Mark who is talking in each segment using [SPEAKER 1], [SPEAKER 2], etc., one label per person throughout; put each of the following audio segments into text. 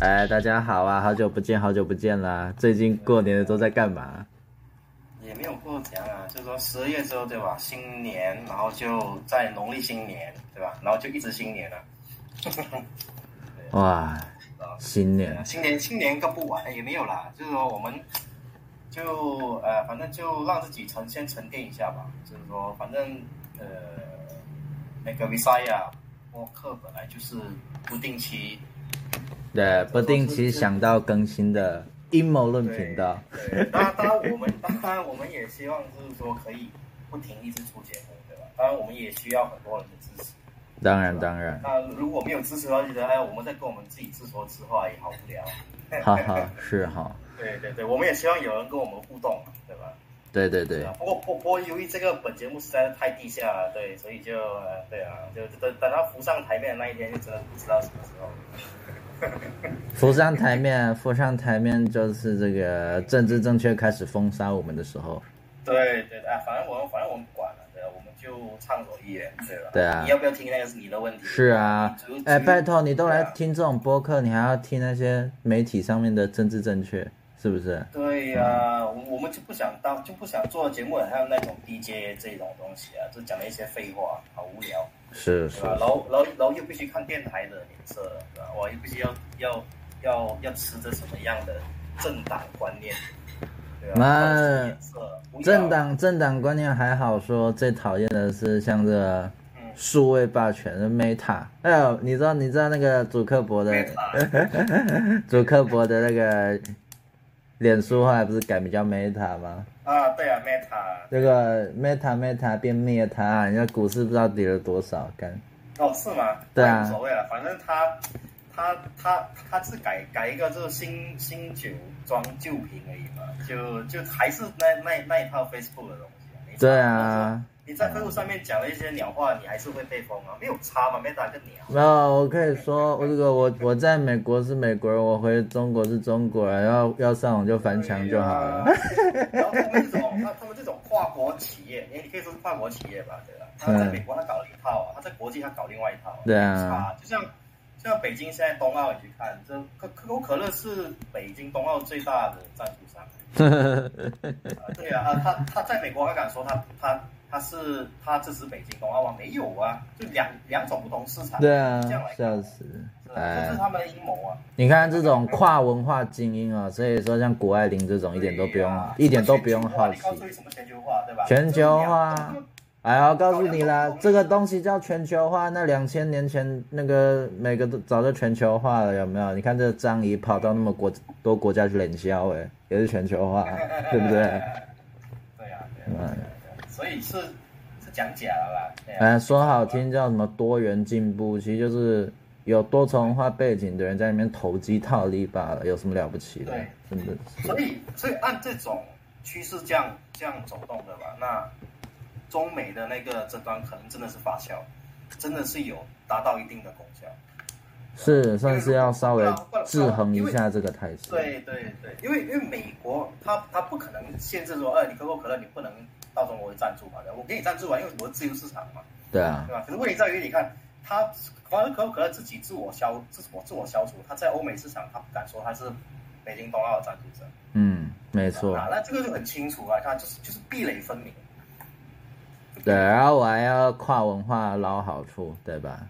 [SPEAKER 1] 哎，大家好啊，好久不见，好久不见啦！最近过年的都在干嘛？
[SPEAKER 2] 也没有过怎样啊，就说十二月之后对吧？新年，然后就在农历新年对吧？然后就一直新年了、啊
[SPEAKER 1] 哇，新年
[SPEAKER 2] 新年新年更不完也没有啦，就是说我们就呃，反正就让自己沉先沉淀一下吧。就是说，反正呃，那个 Visaya 播客本来就是不定期，
[SPEAKER 1] 对，不定期想到更新的阴谋论
[SPEAKER 2] 对
[SPEAKER 1] 频道，
[SPEAKER 2] 对，当然当然我们 当然我们也希望就是说可以不停一直出节目对吧？当然我们也需要很多人的支持。
[SPEAKER 1] 当然当然，
[SPEAKER 2] 那如果没有支持的话，觉得哎，我们在跟我们自己自说自话也好无聊。
[SPEAKER 1] 哈哈，是哈，
[SPEAKER 2] 对对对，我们也希望有人跟我们互动，对吧？
[SPEAKER 1] 对对对
[SPEAKER 2] 啊，不过不不过由于这个本节目实在是太地下了，对，所以就呃对啊，就等等它浮上台面的那一天，就真的不知道什么时候。
[SPEAKER 1] 浮上台面，浮上台面就是这个政治正确开始封杀我们的时候，
[SPEAKER 2] 对对啊，反正我们反正我们不管了，对、啊，我们就畅所欲言，对吧？
[SPEAKER 1] 对啊
[SPEAKER 2] 你要不要听那个是你的问题。
[SPEAKER 1] 是啊
[SPEAKER 2] 主要，
[SPEAKER 1] 哎，
[SPEAKER 2] 主要
[SPEAKER 1] 拜托你都来
[SPEAKER 2] 对啊
[SPEAKER 1] 听这种播客，你还要听那些媒体上面的政治正确，是不是？
[SPEAKER 2] 对呀、我我们就不想当就不想做节目，还有那种 DJ 这种东西啊，就讲了一些废话，好无聊。
[SPEAKER 1] 是是
[SPEAKER 2] 对吧？然后，然后，然后又必须看电台的脸色，对吧？我又必须要要要要吃着什么样的政党观念，对吧？
[SPEAKER 1] 那
[SPEAKER 2] 看着脸色不要
[SPEAKER 1] 政党政党观念还好说，最讨厌的是像这个
[SPEAKER 2] 嗯
[SPEAKER 1] 数位霸权的 Meta。哎呦，你知道你知道那个祖克伯的
[SPEAKER 2] 没法
[SPEAKER 1] 祖克伯的那个脸书后来不是改名叫 Meta 吗？
[SPEAKER 2] 啊，对啊，Meta，
[SPEAKER 1] 这个 Meta Meta 变灭他，人家股市不知道跌了多少，干
[SPEAKER 2] 哦，是吗？
[SPEAKER 1] 对啊
[SPEAKER 2] 那无所谓了，反正他他他他是改改一个就是新新酒装旧瓶而已嘛，就就还是那那那一套 Facebook 的东西啊。没差
[SPEAKER 1] 对啊。
[SPEAKER 2] 你在 Facebook 上面讲了一些鸟话，你还是会被封啊，没有差嘛，Meta 跟鸟。啊
[SPEAKER 1] 没有，我可以说，我这个我我在美国是美国人，我回中国是中国人，要要上网就翻墙就好了。
[SPEAKER 2] 对啊。然后他们这种，他他们这种跨国企业，你可以说是跨国企业吧，对吧？啊他在美国他搞了一套，啊他在国际他搞另外一套，
[SPEAKER 1] 对啊
[SPEAKER 2] 差，就像就像北京现在冬奥，你去看，这可可口可乐是北京冬奥最大的赞助商。啊对啊，啊他他在美国他敢说他他他是他支持北京冬奥吗？没有啊，就两两种不同市场，
[SPEAKER 1] 对啊
[SPEAKER 2] 这样来，看
[SPEAKER 1] 笑死！哎
[SPEAKER 2] 这是他们的阴谋啊。
[SPEAKER 1] 你看这种跨文化精英啊，所以说像谷爱凌这种一点都不用，
[SPEAKER 2] 对啊
[SPEAKER 1] 一点都不用好奇
[SPEAKER 2] 全球化你告诉你什么全球化，对吧？
[SPEAKER 1] 全球化
[SPEAKER 2] 这是两个
[SPEAKER 1] 哎呀，我告诉你啦，这个东西叫全球化。那两千年前那个每个都早就全球化了，有没有？你看这张仪跑到那么国多国家去冷销，哎，也是全球化，对不对？
[SPEAKER 2] 对呀、对呀、对呀，所以是是讲假了啦。对啊
[SPEAKER 1] 哎，说好听叫什么多元进步，其实就是有多重文化背景的人在里面投机套利罢了，有什么了不起的
[SPEAKER 2] 对？
[SPEAKER 1] 真的是。
[SPEAKER 2] 所以所以按这种趋势这样这样走动的吧，那中美的那个争端可能真的是发酵，真的是有达到一定的功效。
[SPEAKER 1] 是算是要稍微制衡一下这个态势。
[SPEAKER 2] 对对对，因为因为美国它它不可能限制说，呃，你可口可乐你不能到中国去赞助嘛，对吧我给你赞助啊完，因为我是自由市场嘛。
[SPEAKER 1] 对啊，
[SPEAKER 2] 对吧？可是问题在于，你看它可口可乐自己自我消自我自我消除，它在欧美市场，它不敢说它是北京冬奥的赞助者，
[SPEAKER 1] 嗯，没错。
[SPEAKER 2] 啊，那这个就很清楚啊，它就是就是壁垒分明，
[SPEAKER 1] 对，然后我还要跨文化捞好处，对吧？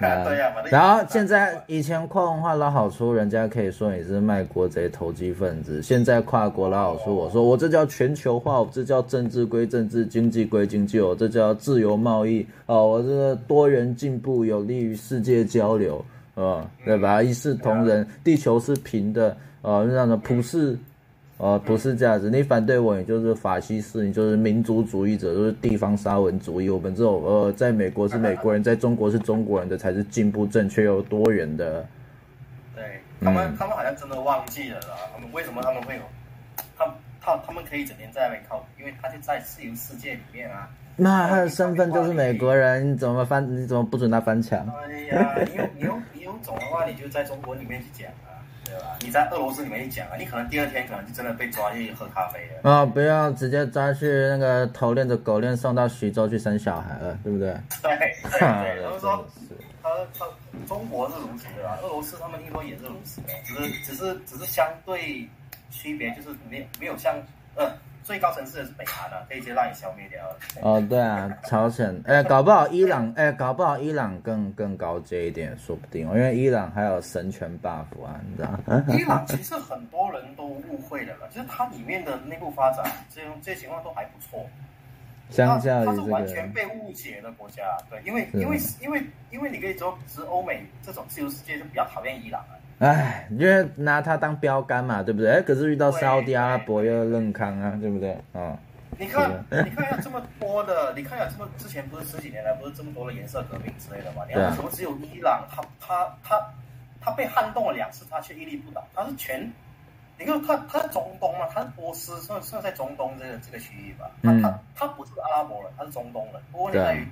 [SPEAKER 1] 呃
[SPEAKER 2] 对啊呀、反正
[SPEAKER 1] 然后现在以前跨文化捞好处，人家可以说你是卖国贼、投机分子；现在跨国捞好处，我说我这叫全球化，我这叫政治归政治，经济归经济，我这叫自由贸易哦，我这个多元进步有利于世界交流，呃，对吧？一视同仁，地球是平的，呃，那种普世。呃，不是这样子，你反对我，你就是法西斯，你就是民族主义者，就是地方沙文主义。我们这种呃，在美国 是美国人，在中国是中国人的，才是进步、正确又多元的。
[SPEAKER 2] 对他们、
[SPEAKER 1] 嗯
[SPEAKER 2] 他们好像真的忘记了啦，他们为什么他们会有，他他他们可以整天在那边靠，因为他就在自由世界里面啊。
[SPEAKER 1] 那他的身份就是美国人，你怎么翻？你怎么不准他翻墙？
[SPEAKER 2] 哎呀，你有你有你有种的话，你就在中国里面去讲啊，对吧？你在俄罗斯里面去讲啊，你可能第二天可能就真的被抓去喝咖啡了。
[SPEAKER 1] 啊、不要直接抓去那个 头链着狗链送到徐州去生小孩了，对不对？
[SPEAKER 2] 对对对，他
[SPEAKER 1] 真
[SPEAKER 2] 们说
[SPEAKER 1] 的是
[SPEAKER 2] 他他中国是如此的啊，俄罗斯他们听说也是如此的，只是只是只是相对区别就是没有没有像呃最高层次的是北韩啊，这些让你消灭掉了。
[SPEAKER 1] 哦，对啊，朝鲜，哎，搞不好伊朗，哎，搞不好伊朗更更高阶一点，说不定哦，因为伊朗还有神权 buff 啊，你知道？
[SPEAKER 2] 伊朗其实很多人都误会了啦，就是它里面的内部发展这种这些情况都还不错。
[SPEAKER 1] 相较
[SPEAKER 2] 它
[SPEAKER 1] 于
[SPEAKER 2] 是
[SPEAKER 1] 这
[SPEAKER 2] 完全
[SPEAKER 1] 个，
[SPEAKER 2] 被误解的国家，对，因为
[SPEAKER 1] 是
[SPEAKER 2] 因为因为因为你可以说，其实欧美这种自由世界就比较讨厌伊朗啊。
[SPEAKER 1] 哎，因为拿它当标杆嘛，对不对？哎，可是遇到沙特阿拉伯又认康啊，对不对？哦，
[SPEAKER 2] 你看，你看有这么多的， 你看有这么之前不是十几年来不是这么多的颜色革命之类的嘛？你
[SPEAKER 1] 对
[SPEAKER 2] 看
[SPEAKER 1] 啊
[SPEAKER 2] 为什么只有伊朗，他他他他被撼动了两次，他却屹立不倒？他是全，你看他他是中东嘛，他是波斯，算算在中东这个这个区域吧。他、
[SPEAKER 1] 嗯
[SPEAKER 2] 他他不是阿拉伯人，他是中东人。不过问题
[SPEAKER 1] 对啊
[SPEAKER 2] 在于，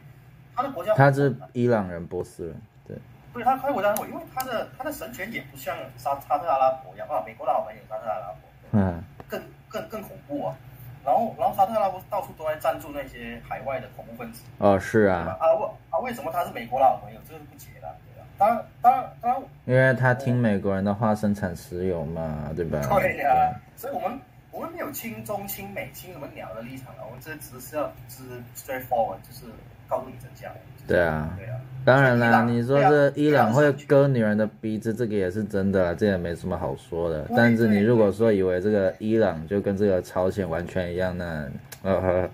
[SPEAKER 2] 他的国家
[SPEAKER 1] 他是伊朗人、波斯人，对，
[SPEAKER 2] 对他开国家很因为他的他的神权也不像沙沙特阿拉伯一样啊，美国的好朋友沙特阿拉伯
[SPEAKER 1] 嗯，
[SPEAKER 2] 更更更恐怖啊。然后然后沙特阿拉伯到处都在赞助那些海外的恐怖分子，
[SPEAKER 1] 哦，是
[SPEAKER 2] 对吧
[SPEAKER 1] 啊，
[SPEAKER 2] 啊为啊为什么他是美国的好朋友，这个是不解的，对吧？当然当然当然，
[SPEAKER 1] 因为他听美国人的话生产石油嘛，对吧？
[SPEAKER 2] 对呀、所以我们我们没有亲中亲美亲什么鸟的立场啊，我们这只是要只是 straightforward，就是告诉你真相。
[SPEAKER 1] 对啊，
[SPEAKER 2] 对啊，
[SPEAKER 1] 当然
[SPEAKER 2] 伊
[SPEAKER 1] 啦，
[SPEAKER 2] 朗啊
[SPEAKER 1] 你说这伊朗会割女人的鼻子，这个也是真的啦，这也没什么好说的。
[SPEAKER 2] 对
[SPEAKER 1] 但是你如果说以为这个伊朗就跟这个朝鲜完全一样，那呃，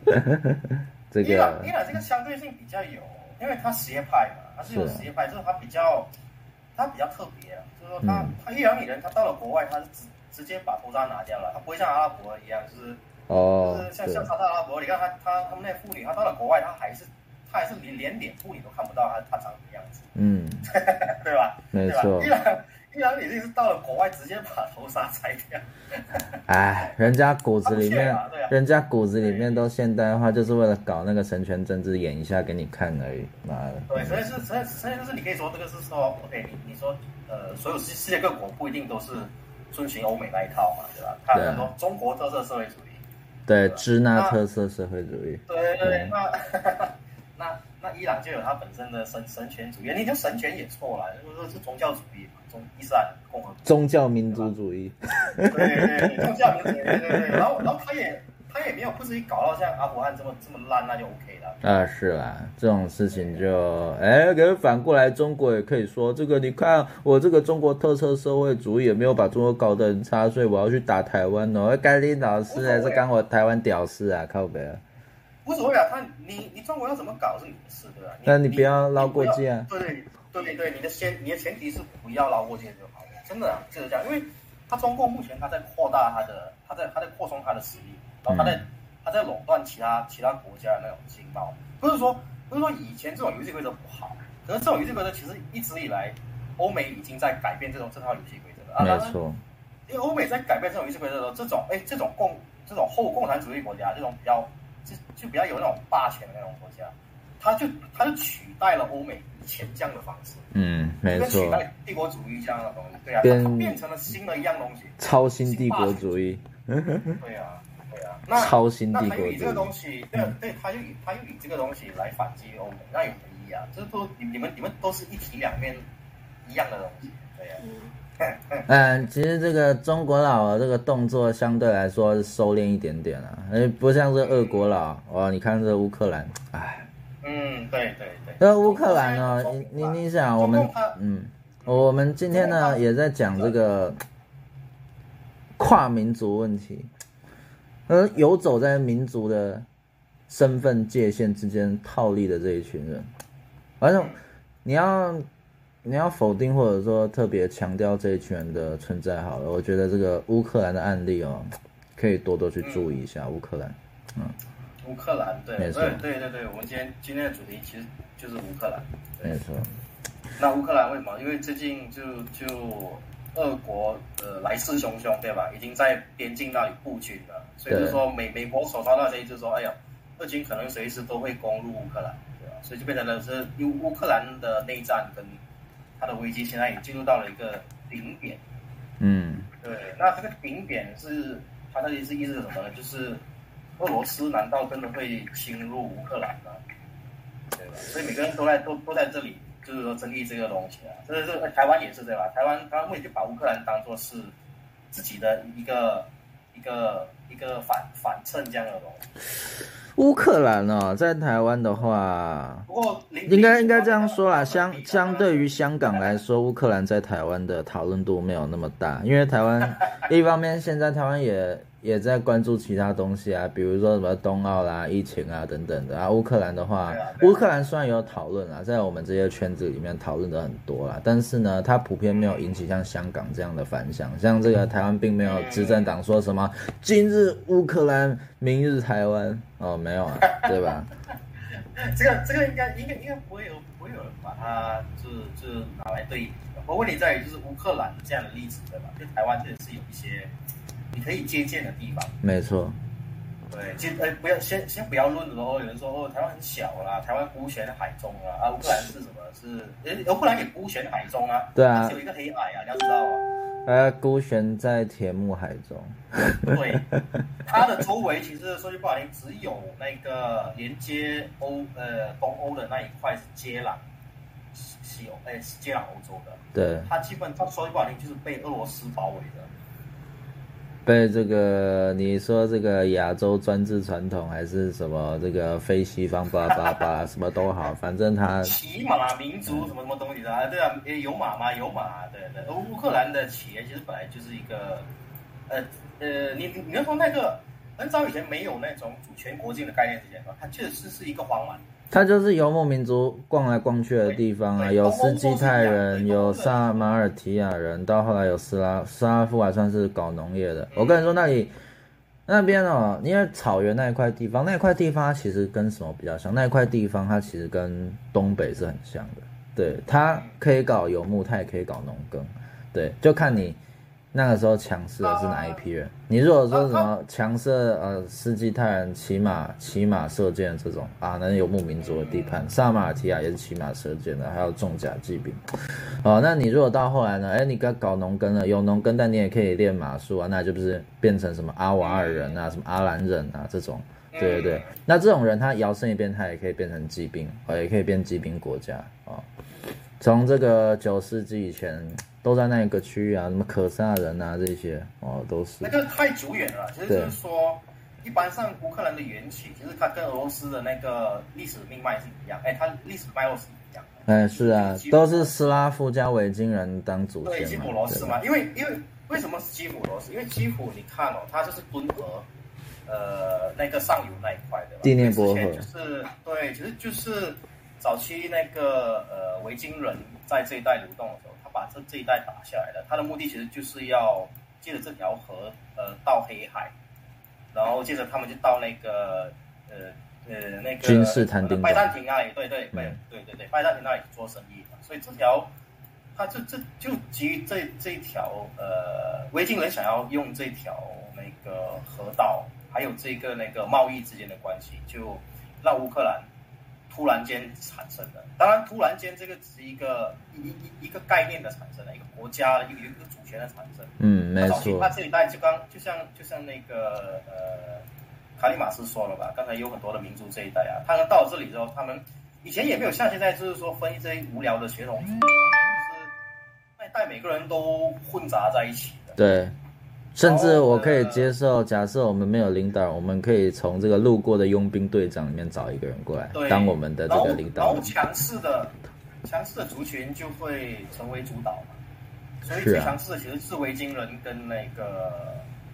[SPEAKER 1] 这
[SPEAKER 2] 伊朗
[SPEAKER 1] 个
[SPEAKER 2] 伊朗这个相对性比较有，因为它实业派嘛，它是有
[SPEAKER 1] 是啊
[SPEAKER 2] 实业派，就是它比较它比较特别啊，就是说它
[SPEAKER 1] 嗯
[SPEAKER 2] 它伊朗女人，她到了国外，她是直直接把头纱拿掉了，她不会像阿拉伯一样，就是
[SPEAKER 1] 哦
[SPEAKER 2] 就是，呃像
[SPEAKER 1] 对
[SPEAKER 2] 像沙特阿拉伯，你看她她她们那妇女，她到了国外，她还是她还是连连脸妇女都看不到她她长什么样子，
[SPEAKER 1] 嗯，
[SPEAKER 2] 对吧？
[SPEAKER 1] 没
[SPEAKER 2] 对吧？
[SPEAKER 1] 错
[SPEAKER 2] 伊。朗伊朗女性是到了国外直接把头纱拆掉，
[SPEAKER 1] 哎，人家骨子里面
[SPEAKER 2] 他不屑啊对啊，
[SPEAKER 1] 人家骨子里面都现代化，就是为了搞那个神权政治演一下给你看而已。妈
[SPEAKER 2] 对，所
[SPEAKER 1] 的，
[SPEAKER 2] 以是，所以所以就是你可以说这个是说，OK，你你说，呃，所有世世界各国不一定都是遵循欧美那一套嘛，对吧？他
[SPEAKER 1] 对啊
[SPEAKER 2] 很多中国特色社会主义，
[SPEAKER 1] 对，支那特色社会主义，
[SPEAKER 2] 对对
[SPEAKER 1] 对
[SPEAKER 2] 对， 那那那伊朗就有它本身的神神权主义，你就神权也错了，就是是宗教主义嘛，宗伊斯兰共和
[SPEAKER 1] 宗教民族主义。
[SPEAKER 2] 国，对对对，宗教民族，对对对，然后然后他也他也没有不至于搞到像阿富汗这么这么烂，那就 OK 了。
[SPEAKER 1] 啊，是啦，这种事情就，哎，可是反过来，中国也可以说，这个你看，我这个中国特色社会主义也没有把中国搞得很差，所以我要去打台湾哦。哎甘霖老师还是干我台湾屌丝啊，靠北啊！
[SPEAKER 2] 无所谓啊，他你你中国要怎么搞是你的事，对吧？
[SPEAKER 1] 但你不要捞过界啊
[SPEAKER 2] 你不要对对对对，你的先你的前提是不要捞过界就好了，真的、啊、就是这样，因为他中共目前他在扩大他的，他在他在扩充他的实力，然后他在、
[SPEAKER 1] 嗯
[SPEAKER 2] 他在垄断其他其他国家的那种经贸，不是说不是说以前这种游戏规则不好，可是这种游戏规则其实一直以来欧美已经在改变这种这套游戏规则了啊，
[SPEAKER 1] 没
[SPEAKER 2] 当然
[SPEAKER 1] 错，
[SPEAKER 2] 因为欧美在改变这种游戏规则的时候，这种哎，这种共这种后共产主义国家，这种比较就就比较有那种霸权的那种国家，它就它就取代了欧美以前这样的方式，
[SPEAKER 1] 嗯，没
[SPEAKER 2] 就跟取
[SPEAKER 1] 错，
[SPEAKER 2] 代帝国主义这样的东西，对啊，
[SPEAKER 1] 变
[SPEAKER 2] 它它变成了新的一样东西，
[SPEAKER 1] 超新帝国主义，
[SPEAKER 2] 对啊，对啊，那
[SPEAKER 1] 超新
[SPEAKER 2] 那
[SPEAKER 1] 帝
[SPEAKER 2] 他
[SPEAKER 1] 国
[SPEAKER 2] 又以这个
[SPEAKER 1] 主
[SPEAKER 2] 东
[SPEAKER 1] 义，
[SPEAKER 2] 西，对啊对，他又以他又以这个东西来反击欧美，那有什么意义啊？这都你你们你们都是一体两面一样的东西，对啊呀、
[SPEAKER 1] 嗯，其实这个中国佬的这个动作相对来说是收敛一点点啊，哎，不像是俄国佬哇，你看这乌克兰，哎。
[SPEAKER 2] 嗯，对对对。
[SPEAKER 1] 那乌克兰呢？
[SPEAKER 2] 中
[SPEAKER 1] 你
[SPEAKER 2] 国
[SPEAKER 1] 你你想，我们
[SPEAKER 2] 中共它
[SPEAKER 1] 嗯，我们今天
[SPEAKER 2] 中共
[SPEAKER 1] 呢
[SPEAKER 2] 它
[SPEAKER 1] 也在讲这个跨民族问题，而游走在民族的身份界限之间套利的这一群人，反正你要你要否定或者说特别强调这一群人的存在好了，我觉得这个乌克兰的案例哦，可以多多去注意一下乌克兰。
[SPEAKER 2] 乌克兰，对，
[SPEAKER 1] 没错
[SPEAKER 2] 对对对对，我们今天今天的主题其实就是乌克兰。
[SPEAKER 1] 没错，
[SPEAKER 2] 那乌克兰为什么？因为最近就就呃俄国呃来势汹汹，对吧？已经在边境那里布军了，所以就是说美美国首发那些就是说，哎呀，俄军可能随时都会攻入乌克兰，对吧？所以就变成了是乌乌克兰的内战跟它的危机现在已经进入到了一个顶点。
[SPEAKER 1] 嗯，
[SPEAKER 2] 对，那这个顶点是它到底是意思是什么呢？就是俄罗斯难道真的会侵入乌克兰吗？对吧？所以每个人都在都都在这里就是说争议这个东西啊，这是台湾也是对吧？台湾台湾目前就把乌克兰当做是自己的一个一个一个反反衬这样的东西。
[SPEAKER 1] 乌克兰哦，在台湾的话，
[SPEAKER 2] 不过零
[SPEAKER 1] 应该应该这样说啦，相相对于香港来说，乌克兰在台湾的讨论度没有那么大，因为台湾一方面现在台湾也 也在关注其他东西啊，比如说什么冬奥啦、疫情啊等等的啊。乌克兰的话
[SPEAKER 2] 对啊，对啊
[SPEAKER 1] 乌克兰虽然有讨论啊，在我们这些圈子里面讨论的很多啦，但是呢，它普遍没有引起像香港这样的反响，像这个台湾并没有执政党说什么今日乌克兰，明日台湾哦，没有啊，对吧？
[SPEAKER 2] 这个这个应该应该应该不会有不会有人把它就是就是拿来对比的。不过问题在于就是乌克兰这样的例子对吧？对台湾确实是有一些你可以借鉴的地方。
[SPEAKER 1] 没错，
[SPEAKER 2] 对，先呃不要先先不要论了哦。有人说哦，台湾很小啦，台湾孤悬海中啊，啊乌克兰是什么？是呃乌克兰也孤悬海中啊，
[SPEAKER 1] 对啊
[SPEAKER 2] 它是有一个黑海啊，你要知道啊。
[SPEAKER 1] 呃，孤悬在铁幕海中，
[SPEAKER 2] 对，它的周围其实说句不好听，只有那个连接欧呃东欧的那一块是接壤西西欧，哎、是接壤欧洲的。
[SPEAKER 1] 对，
[SPEAKER 2] 它基本它说句不好听，就是被俄罗斯包围的。
[SPEAKER 1] 被这个你说这个亚洲专制传统还是什么这个非西方巴拉巴拉巴拉什么都好，反正他
[SPEAKER 2] 骑马民族什么什么东西的啊？对啊，诶有马吗？有马，对对。而乌克兰的企业其实本来就是一个，呃呃，你你你要说那个很早以前没有那种主权国境的概念之前吧，它确实是一个荒蛮。
[SPEAKER 1] 他就是游牧民族逛来逛去的地方啊，
[SPEAKER 2] 对对
[SPEAKER 1] 有斯基泰人，
[SPEAKER 2] 东欧都是一样
[SPEAKER 1] 有
[SPEAKER 2] 对东欧都是一样
[SPEAKER 1] 萨马尔提亚人，到后来有斯拉斯拉夫还算是搞农业的。我跟你说那里。那边哦，因为草原那一块地方，那一块地方它其实跟什么比较像？那一块地方它其实跟东北是很像的，对，它可以搞游牧，它也可以搞农耕，对，就看你那个时候强势的是哪一批人。你如果说什么强势呃斯基泰人骑马骑马射箭这种啊，那游牧民族的地盘，萨马尔提亚也是骑马射箭的，还有重甲骑兵。哦，那你如果到后来呢？哎，你该搞农耕了，有农耕，但你也可以练马术啊，那就不是变成什么阿瓦尔人啊，什么阿兰人啊这种。
[SPEAKER 2] 嗯
[SPEAKER 1] 对对对，那这种人他摇身一变，他也可以变成骑兵，哦，也可以变骑兵国家哦。从这个九世纪以前，都在那个区域啊，什么可萨人啊这些，哦，都是
[SPEAKER 2] 那个太久远了，其实就
[SPEAKER 1] 对
[SPEAKER 2] 是说，一般上乌克兰的缘起，其实它跟俄罗斯的那个历史命脉是一样，哎，它历史脉络是一样的。
[SPEAKER 1] 哎，是啊，都是斯拉夫加维京人当祖
[SPEAKER 2] 对，基
[SPEAKER 1] 先嘛
[SPEAKER 2] 辅罗，斯
[SPEAKER 1] 对
[SPEAKER 2] 嘛，因为因为为什么是基辅罗斯？因为基辅你看哦，它就是敦和，呃，那个上游那一块的吧
[SPEAKER 1] 第聂伯河
[SPEAKER 2] 之前就是对，其实就是早期那个呃维京人在这一带流动的时候，他把这这一带打下来了，他的目的其实就是要借着这条河呃到黑海，然后接着他们就到那个呃呃那个呃
[SPEAKER 1] 君士坦丁堡
[SPEAKER 2] 拜占庭那里，对对对
[SPEAKER 1] 嗯
[SPEAKER 2] 对对对，拜占庭那里做生意嘛，所以这条。他这这就基于这这一条呃，维京人想要用这条那个河道，还有这个那个贸易之间的关系，就让乌克兰突然间产生的。当然，突然间这个只是一个一一一个概念的产生了，一个国家的一个一个主权的产生。
[SPEAKER 1] 嗯，没
[SPEAKER 2] 那早期
[SPEAKER 1] 错
[SPEAKER 2] 他，这一代就刚就像就像那个呃，卡利马斯说了吧，刚才有很多的民族这一代啊，他们到了这里之后，他们以前也没有像现在就是说分一堆无聊的血统组织，就是那一代每个人都混杂在一起的。
[SPEAKER 1] 对。甚至
[SPEAKER 2] 然后
[SPEAKER 1] 我可以
[SPEAKER 2] 呃
[SPEAKER 1] 接受，假设我们没有领导，我们可以从这个路过的佣兵队长里面找一个人过来
[SPEAKER 2] 对，
[SPEAKER 1] 当我们的这
[SPEAKER 2] 然后
[SPEAKER 1] 个领
[SPEAKER 2] 然
[SPEAKER 1] 导
[SPEAKER 2] 后
[SPEAKER 1] 人。
[SPEAKER 2] 强势的强势的族群就会成为主导嘛，所以
[SPEAKER 1] 是啊
[SPEAKER 2] 最强势的其实是维京人跟那个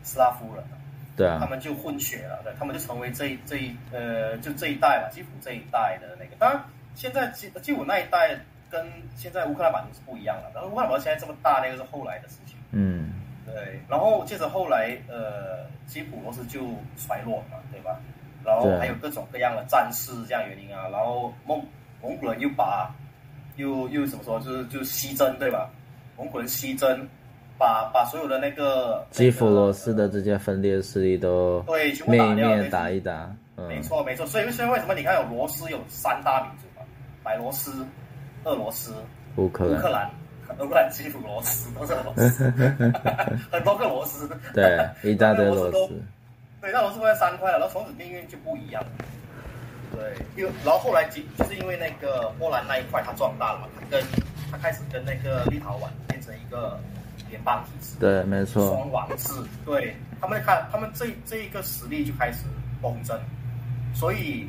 [SPEAKER 2] 斯拉夫人啊。
[SPEAKER 1] 对
[SPEAKER 2] 他
[SPEAKER 1] 啊，
[SPEAKER 2] 们就混血了，对，他们就成为这一这一呃，就这一代嘛，基辅这一代的那个。当然，现在基基辅那一代跟现在乌克兰版图是不一样的。然后乌克兰版图现在这么大，那个是后来的事情。
[SPEAKER 1] 嗯，
[SPEAKER 2] 对，然后接着后来呃，基辅罗斯就衰落嘛，对吧？然后
[SPEAKER 1] 对
[SPEAKER 2] 还有各种各样的战事这样原因啊，然后蒙蒙古人又把又又怎么说，就是就是西征对吧？蒙古人西征，把把所有的那个
[SPEAKER 1] 基辅罗斯的这些分裂势力都
[SPEAKER 2] 对全部
[SPEAKER 1] 灭
[SPEAKER 2] 打
[SPEAKER 1] 一
[SPEAKER 2] 掉
[SPEAKER 1] 灭，
[SPEAKER 2] 对
[SPEAKER 1] 打一打。嗯，
[SPEAKER 2] 没错没错，所以所以为什么你看有罗斯有三大民族嘛，白罗斯、俄罗斯、
[SPEAKER 1] 乌克
[SPEAKER 2] 乌克
[SPEAKER 1] 兰，
[SPEAKER 2] 兰、乌克兰基辅罗斯都是俄罗 斯，很多个罗斯。
[SPEAKER 1] 对，一大堆
[SPEAKER 2] 俄
[SPEAKER 1] 罗
[SPEAKER 2] 罗斯都
[SPEAKER 1] 斯。
[SPEAKER 2] 啊对，那罗斯分三块了，然后从此命运就不一样了。对，因为然后后来就就是因为那个波兰那一块它壮大了嘛，它跟它开始跟那个立陶宛变成一个联邦体制，
[SPEAKER 1] 对，没错，
[SPEAKER 2] 双王制，对他们看他们这这一个实力就开始崩增，所以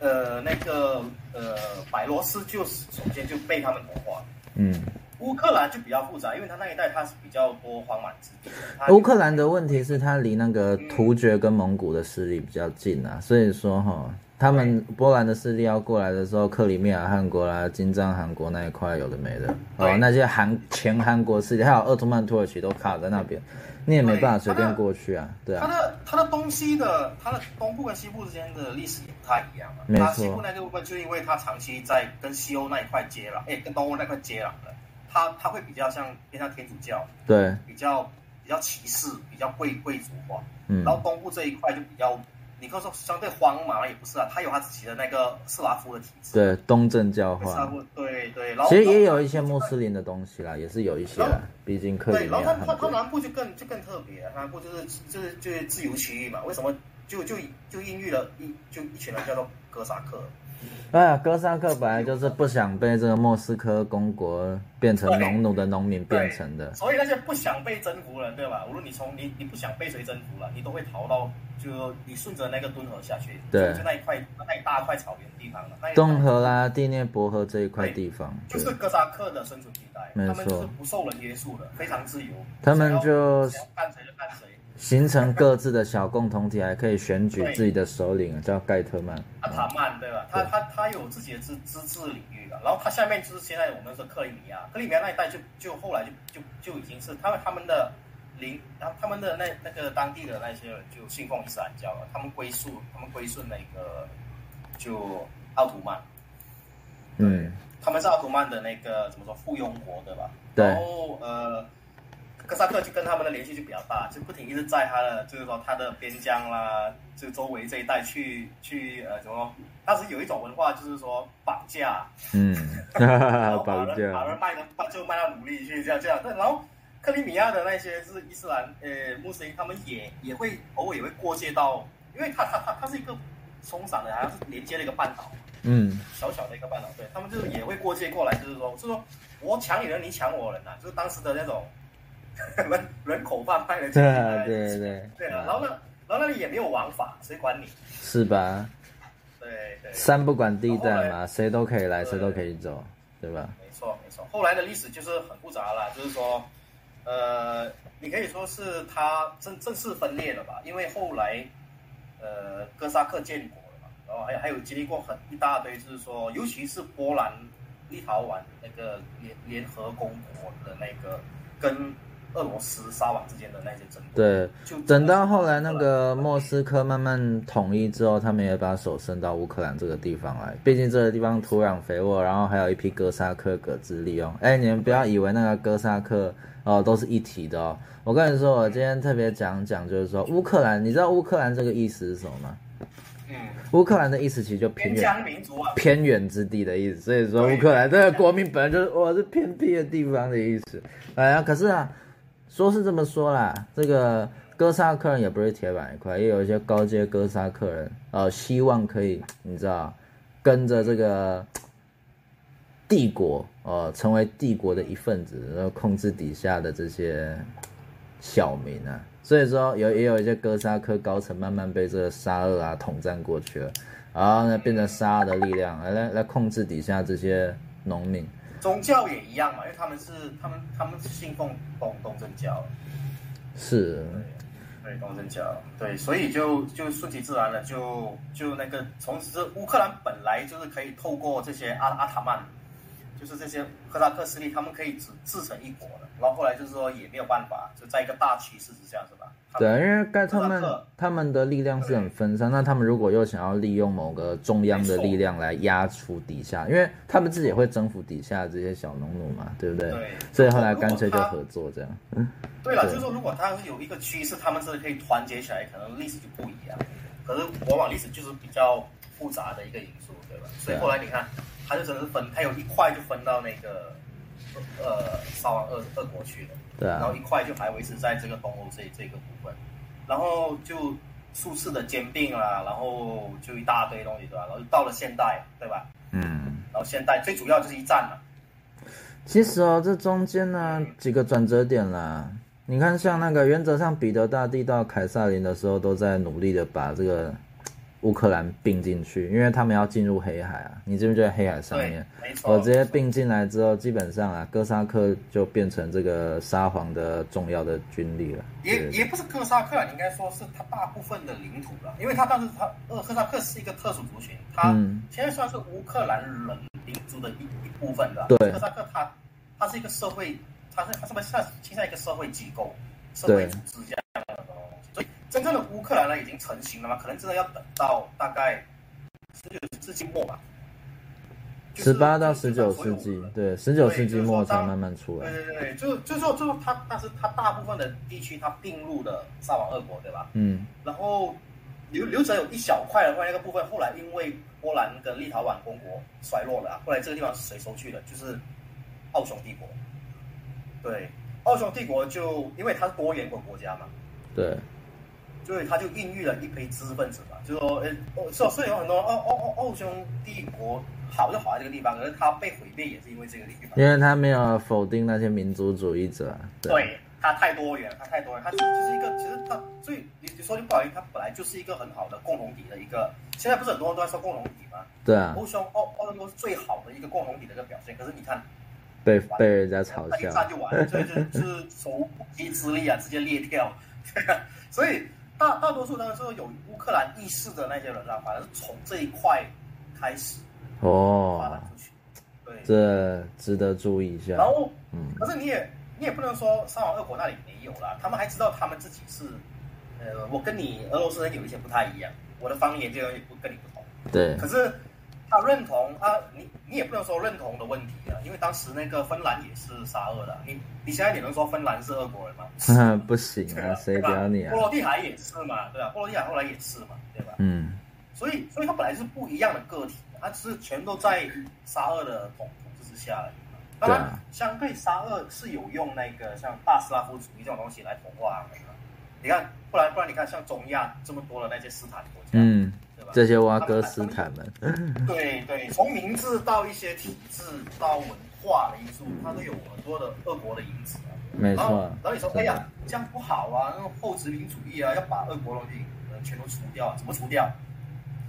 [SPEAKER 2] 呃那个呃白罗斯就是首先就被他们同化了。
[SPEAKER 1] 嗯。
[SPEAKER 2] 乌克兰就比较复杂，因为它那一带它是比较多荒蛮之地的。它
[SPEAKER 1] 乌克兰的问题是它离那个突厥跟蒙古的势力比较近啊，所以说哈，他们波兰的势力要过来的时候，克里米亚汗国啦、金帐汗国那一块有的没的，
[SPEAKER 2] 对
[SPEAKER 1] 哦，那些韩前韩国势力还有鄂图曼土耳其都卡在那边，你也没办法随便过去啊，对
[SPEAKER 2] 它
[SPEAKER 1] 啊，
[SPEAKER 2] 的它的东西的它的东部跟西部之间的历史也不太一样嘛。
[SPEAKER 1] 没错
[SPEAKER 2] 它西部那个部分就是因为它长期在跟西欧那一块接壤，哎，跟东欧那块接壤的，它它会比较像偏向天主教，
[SPEAKER 1] 对，
[SPEAKER 2] 比较比较骑士，比较贵贵族化。
[SPEAKER 1] 嗯
[SPEAKER 2] 然，后东部这一块就比较，你可以说相对荒蛮也不是啊，它有它自己的那个斯拉夫的体制。
[SPEAKER 1] 对，东正教
[SPEAKER 2] 斯拉
[SPEAKER 1] 化，
[SPEAKER 2] 夫对对，然后
[SPEAKER 1] 其实也
[SPEAKER 2] 然后
[SPEAKER 1] 有一些穆斯林的东西啦，也是有一些啦，毕竟克里
[SPEAKER 2] 对，
[SPEAKER 1] 米
[SPEAKER 2] 然后
[SPEAKER 1] 亚
[SPEAKER 2] 它
[SPEAKER 1] 汗
[SPEAKER 2] 它它
[SPEAKER 1] 国，
[SPEAKER 2] 南部就更就更特别了，它南部就是就是就是自由区域嘛。为什么就就就孕育了一就一群人叫做哥萨克？
[SPEAKER 1] 哎呀，哥萨克本来就是不想被这个莫斯科公国变成农奴的农民变成的，
[SPEAKER 2] 所以那些不想被征服人，对吧？无论你从你你不想被谁征服了，你都会逃到就你顺着那个敦河下去，
[SPEAKER 1] 对
[SPEAKER 2] 就那一块那一大块草原地方了。那一大
[SPEAKER 1] 东河啦、第聂伯河这一块地方，
[SPEAKER 2] 就
[SPEAKER 1] 对，
[SPEAKER 2] 是哥萨克的生存地带，
[SPEAKER 1] 没
[SPEAKER 2] 他
[SPEAKER 1] 错
[SPEAKER 2] 们就是不受人约束的，非常自由。
[SPEAKER 1] 他们就
[SPEAKER 2] 想要干谁就干谁。
[SPEAKER 1] 形成各自的小共同体，还可以选举
[SPEAKER 2] 对
[SPEAKER 1] 自己的首领，叫盖特曼。
[SPEAKER 2] 阿塔曼对啊吧？他
[SPEAKER 1] 对
[SPEAKER 2] 他他有自己的自自治领域的，然后他下面就是现在我们说克里米亚，克里米亚那一带就就后来就就就已经是他们他们的邻，然后他们的那那个当地的那些人就信奉伊斯兰教了，他们归顺他们归顺那个就奥图曼，
[SPEAKER 1] 嗯，
[SPEAKER 2] 他们是奥图曼的那个怎么说附庸国对吧？
[SPEAKER 1] 对
[SPEAKER 2] 然后呃。哥萨克就跟他们的联系就比较大，就不停一直在他的，就是说他的边疆啦，就周围这一带去去呃怎么？当时有一种文化就是说绑架，
[SPEAKER 1] 嗯， 哈哈
[SPEAKER 2] 然
[SPEAKER 1] 哈，
[SPEAKER 2] 后把
[SPEAKER 1] 绑
[SPEAKER 2] 人把人
[SPEAKER 1] 架。
[SPEAKER 2] 卖成就卖到奴隶去这样这样。但然后克里米亚的那些是伊斯兰呃穆斯林，他们也也会偶尔也会过界到，因为他他他他是一个松散的，好像是连接了一个半岛。
[SPEAKER 1] 嗯，
[SPEAKER 2] 小小的一个半岛，对他们就是也会过界过来，就是说，就是说我抢你人，你抢我人呐、就是当时的那种 人人口贩卖的
[SPEAKER 1] 对
[SPEAKER 2] 经济
[SPEAKER 1] 啊，对
[SPEAKER 2] 对
[SPEAKER 1] 对
[SPEAKER 2] 哎对啊，然后呢，然后那里也没有王法，谁管你？
[SPEAKER 1] 是吧？
[SPEAKER 2] 对对，
[SPEAKER 1] 山不管地带嘛，谁都可以来，谁都可以走，对吧？
[SPEAKER 2] 没错没错。后来的历史就是很复杂了，就是说，呃，你可以说是它正正式分裂了吧，因为后来，呃，哥萨克建国了嘛，然后还有还有经历过很一大堆，就是说，尤其是波兰、立陶宛那个联联合公国的那个跟俄罗斯沙皇之间的那些争夺，
[SPEAKER 1] 对，
[SPEAKER 2] 就
[SPEAKER 1] 等到后来那个莫斯科慢慢统一之后，他们也把手伸到乌克兰这个地方来。毕竟这个地方土壤肥沃，然后还有一批哥萨克各自利用。哎，你们不要以为那个哥萨克哦都是一体的哦。我跟你说，我今天特别讲讲，就是说乌克兰，你知道乌克兰这个意思是什么吗？
[SPEAKER 2] 嗯
[SPEAKER 1] 乌克兰的意思其实就偏远。
[SPEAKER 2] 边疆民族啊，
[SPEAKER 1] 偏远之地的意思，所以说乌克兰这个国民本来就是我是偏僻的地方的意思。哎呀，可是啊，说是这么说啦，这个哥萨克人也不是铁板一块，也有一些高阶哥萨克人，呃，希望可以你知道跟着这个帝国，呃，成为帝国的一份子，然后控制底下的这些小民啊。所以说有也有一些哥萨克高层慢慢被这个沙俄啊统战过去了，然后啊呢变成沙俄的力量来来来控制底下这些农民。
[SPEAKER 2] 宗教也一样嘛，因为他们是他们他们是信奉东东正教。
[SPEAKER 1] 是，
[SPEAKER 2] 对，东正教，对，所以就就顺其自然了，就就那个，从此乌克兰本来就是可以透过这些阿阿塔曼，就是这些赫萨克势力，他们可以自自成一国的。然后后来就是说也没有办法，就在一个大趋势之下，是吧？他
[SPEAKER 1] 对
[SPEAKER 2] 们，
[SPEAKER 1] 啊，因为盖特
[SPEAKER 2] 哥萨
[SPEAKER 1] 曼
[SPEAKER 2] 克
[SPEAKER 1] 他们的力量是很分散，那他们如果又想要利用某个中央的力量来压出底下，因为他们自己也会征服底下的这些小农奴嘛，对不对？
[SPEAKER 2] 对
[SPEAKER 1] 所以后来干脆就
[SPEAKER 2] 如果他
[SPEAKER 1] 合作这样。
[SPEAKER 2] 对了，
[SPEAKER 1] 对
[SPEAKER 2] 就是说如果他是有一个趋势，他们是可以团结起来，可能历史就不一样。可是往往历史就是比较复杂的一个因素，对吧？所以
[SPEAKER 1] 对啊
[SPEAKER 2] 后来你看，他就真的是分，他有一块就分到那个呃沙皇俄俄国去了。
[SPEAKER 1] 对
[SPEAKER 2] 然后
[SPEAKER 1] 啊
[SPEAKER 2] 一，块就还维持在这个东欧这这个部分，然后就术士的兼并啦、然后就一大堆东西，对吧？然后到了现代，对吧？
[SPEAKER 1] 嗯，
[SPEAKER 2] 然后现代最主要就是一战嘛，
[SPEAKER 1] 其实哦，这中间呢几个转折点啦。你看，像那个原则上，彼得大帝到凯撒林的时候，都在努力的把这个乌克兰并进去，因为他们要进入黑海啊。你记不记得黑海上
[SPEAKER 2] 对哦
[SPEAKER 1] 面？，哦
[SPEAKER 2] 没错。
[SPEAKER 1] 我直接并进来之后，基本上啊，哥萨克就变成这个沙皇的重要的军力了。
[SPEAKER 2] 也
[SPEAKER 1] 对
[SPEAKER 2] 也不是哥萨克，应该说是他大部分的领土了，因为他当时他呃哥萨克是一个特殊族群，他
[SPEAKER 1] 嗯
[SPEAKER 2] 现在算是乌克兰人民族的一一部分的。
[SPEAKER 1] 对
[SPEAKER 2] 哥萨克他他是一个社会，他是他是不是现在一个社会机构、社会
[SPEAKER 1] 对
[SPEAKER 2] 组织这样的东西？所以真正的乌克兰呢已经成型了嘛，可能真的要等到大概十九世纪末吧，就是
[SPEAKER 1] 十八到十九世
[SPEAKER 2] 就是所有
[SPEAKER 1] 纪
[SPEAKER 2] 的，
[SPEAKER 1] 对，十九世纪末
[SPEAKER 2] 对就是说
[SPEAKER 1] 才
[SPEAKER 2] 当
[SPEAKER 1] 慢慢出来。
[SPEAKER 2] 对对对，就就说就说他，但是他大部分的地区他并入了沙皇俄国，对吧？
[SPEAKER 1] 嗯，
[SPEAKER 2] 然后留留着有一小块的话，那个部分后来因为波兰跟立陶宛公国衰落了啊，后来这个地方是谁收去的？就是奥匈帝国。对，奥匈帝国就因为它是多元国国家嘛，
[SPEAKER 1] 对，
[SPEAKER 2] 所以它就孕育了一批知识分子嘛，就说，呃，哦所以所以有很多奥奥奥奥匈帝国好就好在这个地方，可是它被毁灭也是因为这个地方。
[SPEAKER 1] 因为他没有否定那些民族主义者啊。
[SPEAKER 2] 对，它太多元，它太多元，它就就是一个，其实它，所以你你说句不好听，它本来就是一个很好的共同体的一个，现在不是很多人都在说共同体吗？
[SPEAKER 1] 对啊，
[SPEAKER 2] 欧匈奥奥匈是最好的一个共同体的一个表现，可是你看，
[SPEAKER 1] 被被人家嘲
[SPEAKER 2] 他一
[SPEAKER 1] 笑
[SPEAKER 2] 站。就完了，所以就是就是手无缚鸡之力啊，直接裂掉。所以大大多数当然是有乌克兰意识的那些人啊，反正是从这一块开始发
[SPEAKER 1] 哦
[SPEAKER 2] 展，出去。对，
[SPEAKER 1] 这值得注意一下
[SPEAKER 2] 然。后
[SPEAKER 1] 嗯，
[SPEAKER 2] 可是你也你也不能说沙皇俄国那里没有啦，他们还知道他们自己是，呃，我跟你俄罗斯人有一些不太一样，我的方言这个也不跟你不同。
[SPEAKER 1] 对
[SPEAKER 2] 可是他认同啊，你你也不能说认同的问题啊，因为当时那个芬兰也是沙俄的，你你现在你能说芬兰是俄国人吗？
[SPEAKER 1] 哼， 不行
[SPEAKER 2] 对
[SPEAKER 1] 啊，
[SPEAKER 2] 吧
[SPEAKER 1] 谁
[SPEAKER 2] 对吧
[SPEAKER 1] 屌你啊
[SPEAKER 2] 波？罗的海也是嘛，对吧？啊波罗的海后来也是嘛，对吧？
[SPEAKER 1] 嗯，
[SPEAKER 2] 所以，所以它本来是不一样的个体，它只是全都在沙俄的统统治之下而已嘛。当
[SPEAKER 1] 对
[SPEAKER 2] 然
[SPEAKER 1] 啊，
[SPEAKER 2] 相对沙俄是有用那个像大斯拉夫主义这种东西来同化那个。你看，不然不然，你看像中亚这么多的那些斯坦国家，
[SPEAKER 1] 嗯，
[SPEAKER 2] 对吧？
[SPEAKER 1] 这些挖哥斯坦们，
[SPEAKER 2] 对对，从名字到一些体制到文化的因素，它都有很多的俄国的影子啊。
[SPEAKER 1] 嗯没
[SPEAKER 2] 然后
[SPEAKER 1] 错，
[SPEAKER 2] 然后你说，哎
[SPEAKER 1] 真
[SPEAKER 2] 呀
[SPEAKER 1] 的，
[SPEAKER 2] 这样不好啊，那种后殖民主义啊，要把俄国东西呃全都除掉，怎么除掉？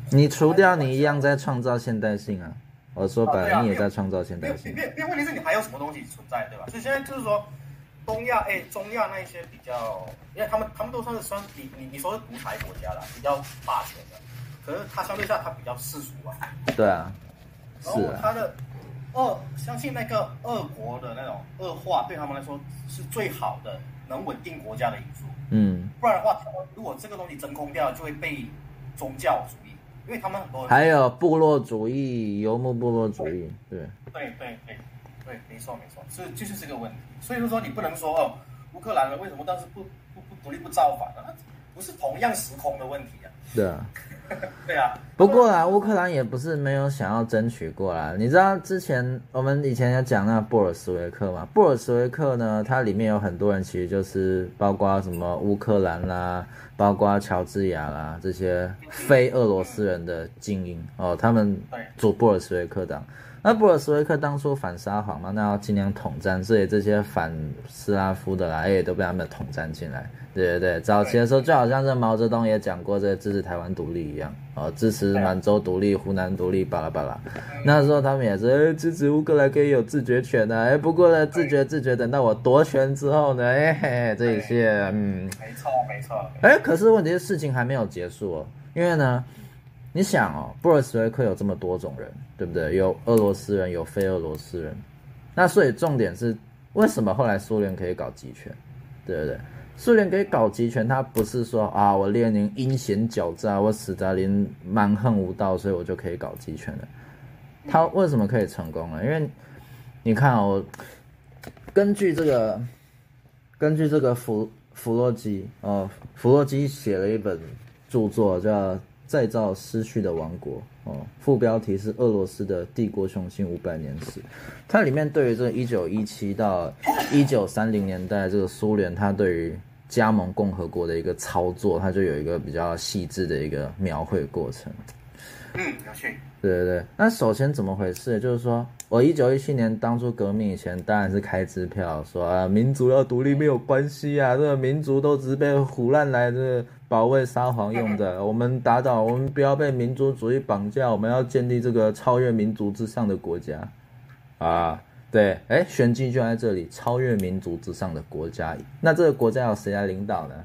[SPEAKER 1] 你除掉你一样在创造现代性啊。我说白
[SPEAKER 2] 啊对啊
[SPEAKER 1] 了，你也在创造现
[SPEAKER 2] 没有
[SPEAKER 1] 代，性。
[SPEAKER 2] 没有，没有问题是你还有什么东西存在，对吧？所以现在就是说，东亚哎，中亚那一些比较，因为他们他们都算是算你你你说是独裁国家了，比较霸权的，可是它相对下它比较世俗啊，
[SPEAKER 1] 对啊，
[SPEAKER 2] 然后
[SPEAKER 1] 是啊，
[SPEAKER 2] 它的恶，相信那个俄国的那种恶化对他们来说是最好的，能稳定国家的因素。
[SPEAKER 1] 嗯，
[SPEAKER 2] 不然的话，如果这个东西真空掉，就会被宗教主义，因为他们很多人
[SPEAKER 1] 还有部落主义、游牧部落主义，对，
[SPEAKER 2] 对对对对，没错没错，是就是这个问题。所以就说你不能说哦，乌克兰人为什么当时不不不独立不造反呢、啊那不是同样时空的问题啊。
[SPEAKER 1] 对啊。
[SPEAKER 2] 对啊，
[SPEAKER 1] 不过啦，乌克兰也不是没有想要争取过啦。你知道之前我们以前有讲那布尔什维克嘛？布尔什维克呢，它里面有很多人其实就是包括什么乌克兰啦，包括乔治亚啦这些非俄罗斯人的精英哦，他们
[SPEAKER 2] 对
[SPEAKER 1] 组布尔什维克党。那布尔什维克当初反沙皇嘛，那要尽量统战，所以这些反斯拉夫的啦，也都被他们统战进来。对对对，早期的时候就好像是毛泽东也讲过，这个支持台湾独立一样，哦，支持满洲独立、湖南独立，巴拉巴拉。 那时候他们也是、哎支持乌克兰可以有自决权的、啊，哎，不过呢，自觉自觉，等到我夺权之后呢，哎嘿，这一切，嗯，
[SPEAKER 2] 没错没错，
[SPEAKER 1] 哎，可是问题是事情还没有结束哦，因为呢，你想哦，布尔什维克有这么多种人，对不对？有俄罗斯人，有非俄罗斯人，那所以重点是为什么后来苏联可以搞集权，对不对？苏联可以搞集权，他不是说啊，我列宁阴险狡诈，我斯大林蛮横无道，所以我就可以搞集权了。他为什么可以成功呢？因为你看哦，根据这个根据这个弗弗洛基，哦，弗洛基写了一本著作叫《再造失去的王国》，哦，副标题是《俄罗斯的帝国雄心五百年史》。它里面对于这一九一七到一九三零年代这个苏联，它对于加盟共和国的一个操作，它就有一个比较细致的一个描绘过程。
[SPEAKER 2] 嗯，有趣。
[SPEAKER 1] 对对对，那首先怎么回事？就是说我一九一七年当初革命以前，当然是开支票说啊，民族要独立没有关系啊，这个民族都只是被胡乱来的保卫沙皇用的。我们打倒，我们不要被民族主义绑架，我们要建立这个超越民族之上的国家啊。对，哎，玄机就在这里，超越民族之上的国家。那这个国家由谁来领导呢？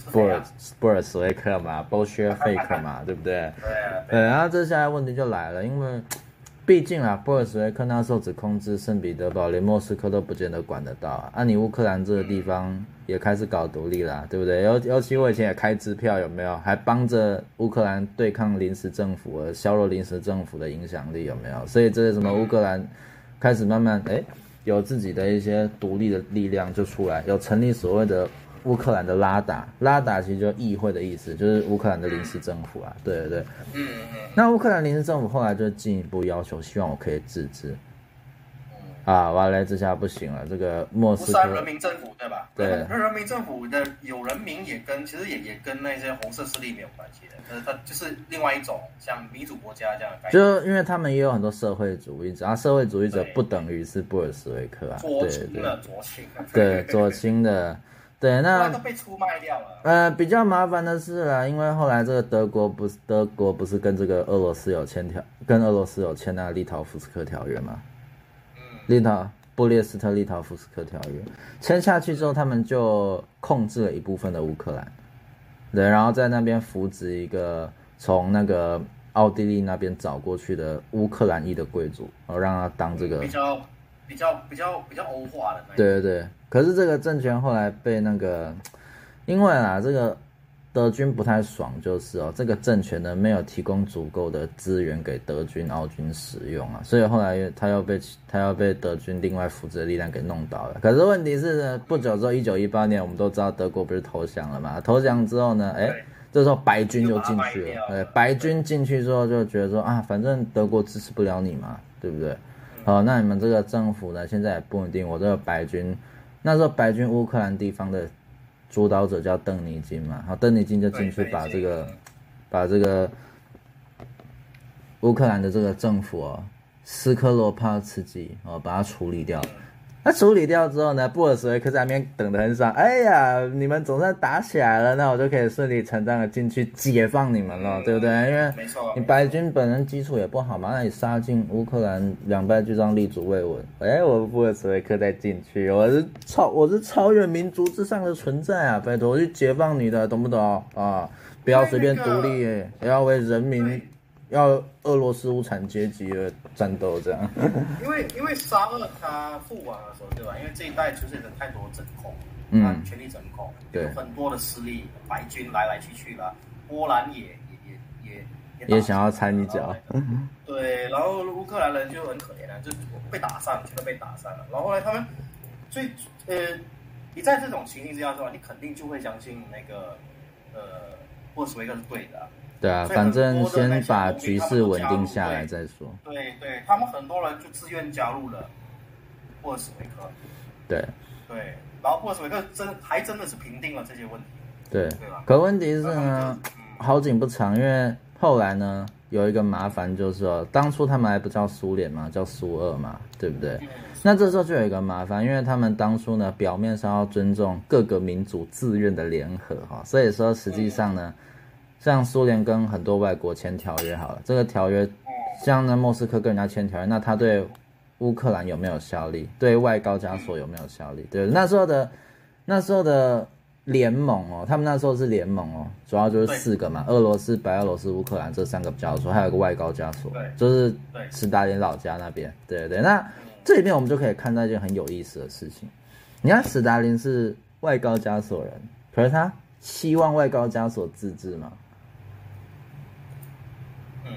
[SPEAKER 2] 是
[SPEAKER 1] 布
[SPEAKER 2] 谁
[SPEAKER 1] 尔
[SPEAKER 2] 啊
[SPEAKER 1] 布尔什维克嘛，b u l s h i t fake 嘛，对不对？
[SPEAKER 2] 对啊，对
[SPEAKER 1] 对，然后这下来问题就来了，因为毕竟啊，布尔什维克那时候只控制圣彼得堡，连莫斯科都不见得管得到啊。啊你乌克兰这个地方也开始搞独立啦，对不对？尤尤其我以前也开支票，有没有？还帮着乌克兰对抗临时政府，呃削弱临时政府的影响力，有没有？所以这是什么？乌克兰开始慢慢哎，有自己的一些独立的力量就出来，有成立所谓的乌克兰的拉达，拉达其实就议会的意思，就是乌克兰的临时政府啊，对对对。
[SPEAKER 2] 嗯嗯
[SPEAKER 1] 那乌克兰临时政府后来就进一步要求，希望我可以自治。啊，瓦莱之下不行了，这个莫
[SPEAKER 2] 嗯乌
[SPEAKER 1] 斯
[SPEAKER 2] 克兰人
[SPEAKER 1] 科，
[SPEAKER 2] 民政府对吧？
[SPEAKER 1] 对
[SPEAKER 2] 那人民政府的有人民也跟其实也也跟那些红色势力没有关系的，呃，它就是另外一种像民主国家这样的概念。
[SPEAKER 1] 就因为他们也有很多社会主义者，啊，社会主义者不等于是布尔什维克啊，
[SPEAKER 2] 左
[SPEAKER 1] 对
[SPEAKER 2] 倾
[SPEAKER 1] 对
[SPEAKER 2] 了，左倾了，
[SPEAKER 1] 对，左倾的，对，
[SPEAKER 2] 不
[SPEAKER 1] 那
[SPEAKER 2] 然都被出卖掉了。
[SPEAKER 1] 呃，比较麻烦的是啊啦，因为后来这个德国不是德国不是跟这个俄罗斯有签条，跟俄罗斯有签那个立陶夫斯克条约吗？
[SPEAKER 2] 嗯，
[SPEAKER 1] 立陶布列斯特立陶夫斯克条约签下去之后，他们就控制了一部分的乌克兰，对，然后在那边扶植一个从那个奥地利那边找过去的乌克兰裔的贵族，然后让他当这个
[SPEAKER 2] 比较比较比较比较欧化的那一种。
[SPEAKER 1] 对对对，可是这个政权后来被那个，因为啊，这个德军不太爽，就是哦，这个政权呢没有提供足够的资源给德军、奥军使用啊，所以后来又他又被他又被德军另外扶植的力量给弄倒了。可是问题是呢，不久之后，一九一八年，我们都知道德国不是投降了嘛？投降之后呢，哎
[SPEAKER 2] 对。
[SPEAKER 1] 这时候白军就进
[SPEAKER 2] 就把它
[SPEAKER 1] 去
[SPEAKER 2] 卖
[SPEAKER 1] 了
[SPEAKER 2] 掉，
[SPEAKER 1] 对
[SPEAKER 2] 了，
[SPEAKER 1] 白军进去之后就觉得说啊，反正德国支持不了你嘛，对不对？
[SPEAKER 2] 嗯
[SPEAKER 1] 好，那你们这个政府呢，现在也不稳定。我这个白军，那时候白军乌克兰地方的主导者叫邓尼金嘛，好，邓尼金就进去
[SPEAKER 2] 对邓尼
[SPEAKER 1] 把这
[SPEAKER 2] 金
[SPEAKER 1] 个把这个乌克兰的这个政府哦，斯科罗帕茨基哦，把它处理掉。那处理掉之后呢，布尔什维克在那边等得很爽。哎呀，你们总算打起来了，那我就可以顺理成章的进去解放你们了，对不对？因为
[SPEAKER 2] 没错，
[SPEAKER 1] 你
[SPEAKER 2] 没错
[SPEAKER 1] 白军本身基础也不好嘛，那你杀进乌克兰两败俱伤，立足未稳。哎，我布尔什维克再进去，我是超我是超越民族之上的存在啊！拜托，我去解放你的，懂不懂啊？不要随便独立、要为人民
[SPEAKER 2] 对，
[SPEAKER 1] 要俄罗斯无产阶级而战斗，这样。
[SPEAKER 2] 因为因为沙俄他复亡的时候，对吧？因为这一代出现了太多真空，
[SPEAKER 1] 嗯
[SPEAKER 2] 他权力真空，
[SPEAKER 1] 对
[SPEAKER 2] 有很多的势力，白军来来去去啦，波兰也也也也也打
[SPEAKER 1] 也想要掺一脚，
[SPEAKER 2] 对，然后乌克兰人就很可怜啊，就被打散，全都被打散了。然后后来他们最呃，你在这种情形之下的话，你肯定就会相信那个呃，或什维克是对的啊、
[SPEAKER 1] 对啊，
[SPEAKER 2] 所以
[SPEAKER 1] 反正
[SPEAKER 2] 很多的那
[SPEAKER 1] 先
[SPEAKER 2] 些
[SPEAKER 1] 把
[SPEAKER 2] 农民
[SPEAKER 1] 局
[SPEAKER 2] 他
[SPEAKER 1] 势
[SPEAKER 2] 们都
[SPEAKER 1] 稳
[SPEAKER 2] 加
[SPEAKER 1] 定
[SPEAKER 2] 入
[SPEAKER 1] 下来
[SPEAKER 2] 对
[SPEAKER 1] 再说。
[SPEAKER 2] 对对，他们很多人就自愿加入了布尔什维克，
[SPEAKER 1] 对
[SPEAKER 2] 对，然后布尔什维克真还真的是平定了这些问题，
[SPEAKER 1] 对
[SPEAKER 2] 对吧，
[SPEAKER 1] 可问题是呃
[SPEAKER 2] 然后他
[SPEAKER 1] 呢
[SPEAKER 2] 们，就嗯
[SPEAKER 1] 好景不长，因为后来呢有一个麻烦就是哦，当初他们还不叫苏联嘛，叫苏俄嘛，对不
[SPEAKER 2] 嗯
[SPEAKER 1] 对？那这时候就有一个麻烦，因为他们当初呢表面上要尊重各个民族自愿的联合哈、所以说实际上呢，像苏联跟很多外国签条约好了，这个条约像呢莫斯科跟人家签条约，那他对乌克兰有没有效力？对外高加索有没有效力？对，那时候的那时候的联盟哦，他们那时候是联盟哦，主要就是四个嘛，俄罗斯、白俄罗斯、乌克兰这三个比较说，还有一个外高加索
[SPEAKER 2] 对，
[SPEAKER 1] 就是
[SPEAKER 2] 对
[SPEAKER 1] 斯大林老家那边。对对，那这里面我们就可以看到一件很有意思的事情。你看，斯大林是外高加索人，可是他希望外高加索自治吗？
[SPEAKER 2] 嗯，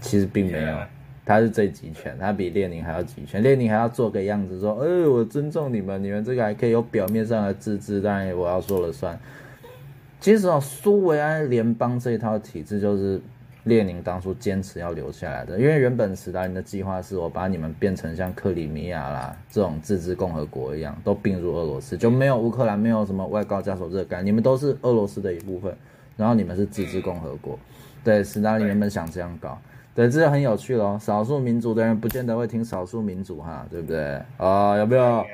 [SPEAKER 1] 其实并没有
[SPEAKER 2] 对啊，
[SPEAKER 1] 他是最集权，他比列宁还要集权。列宁还要做个样子说：“哎，我尊重你们，你们这个还可以有表面上的自治，当然我要说了算。”其实哦，苏维埃联邦这一套体制就是列宁当初坚持要留下来的。因为原本斯大林的计划是我把你们变成像克里米亚啦这种自治共和国一样，都并入俄罗斯，就没有乌克兰，没有什么外高加索热干，你们都是俄罗斯的一部分，然后你们是自治共和国。对，斯大林原本想这样搞。对，这就很有趣喽。少数民族的人不见得会听少数民族哈，对不对？啊、有没有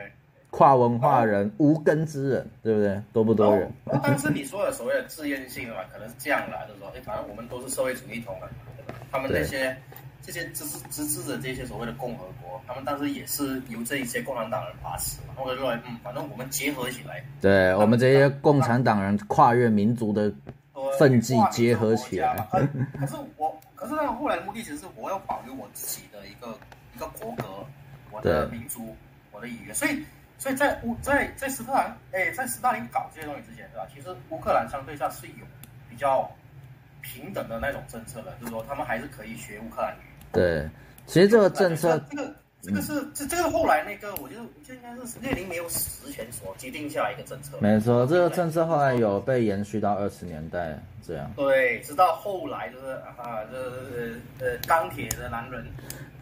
[SPEAKER 1] 跨文化人、无根之人，对不对？多不多人？
[SPEAKER 2] 然后嗯当时你说的所谓的自愿性嘛，可能是这样啦，就是说，哎，反正我们都是社会主义同仁嘛，对吧？他们那些这些自治自治的这些所谓的共和国，他们当时也是由这一些共产党人把持嘛。我就认为，嗯，反正我们结合起来，
[SPEAKER 1] 对我们这些共产党人跨越民族的，
[SPEAKER 2] 呃
[SPEAKER 1] 奋进结合起来。
[SPEAKER 2] 跨民族国家嘛可可是我，可是那后来的目的其实是我要保留我自己的一个一个国格，我的
[SPEAKER 1] 对
[SPEAKER 2] 民族，我的语言，所以。所以在乌在在斯特兰，哎，在斯大林搞这些东西之前，对吧？其实乌克兰相对上是有比较平等的那种政策的，就是说他们还是可以学乌克兰语。
[SPEAKER 1] 对，其实这个政策，
[SPEAKER 2] 这个这个是这这个后来那个，我觉得我觉得应该是列宁没有实权所决定下来一个政策。
[SPEAKER 1] 没错，这个政策后来有被延续到二十年代这样。
[SPEAKER 2] 对，直到后来就是啊，就是呃呃钢铁的男人，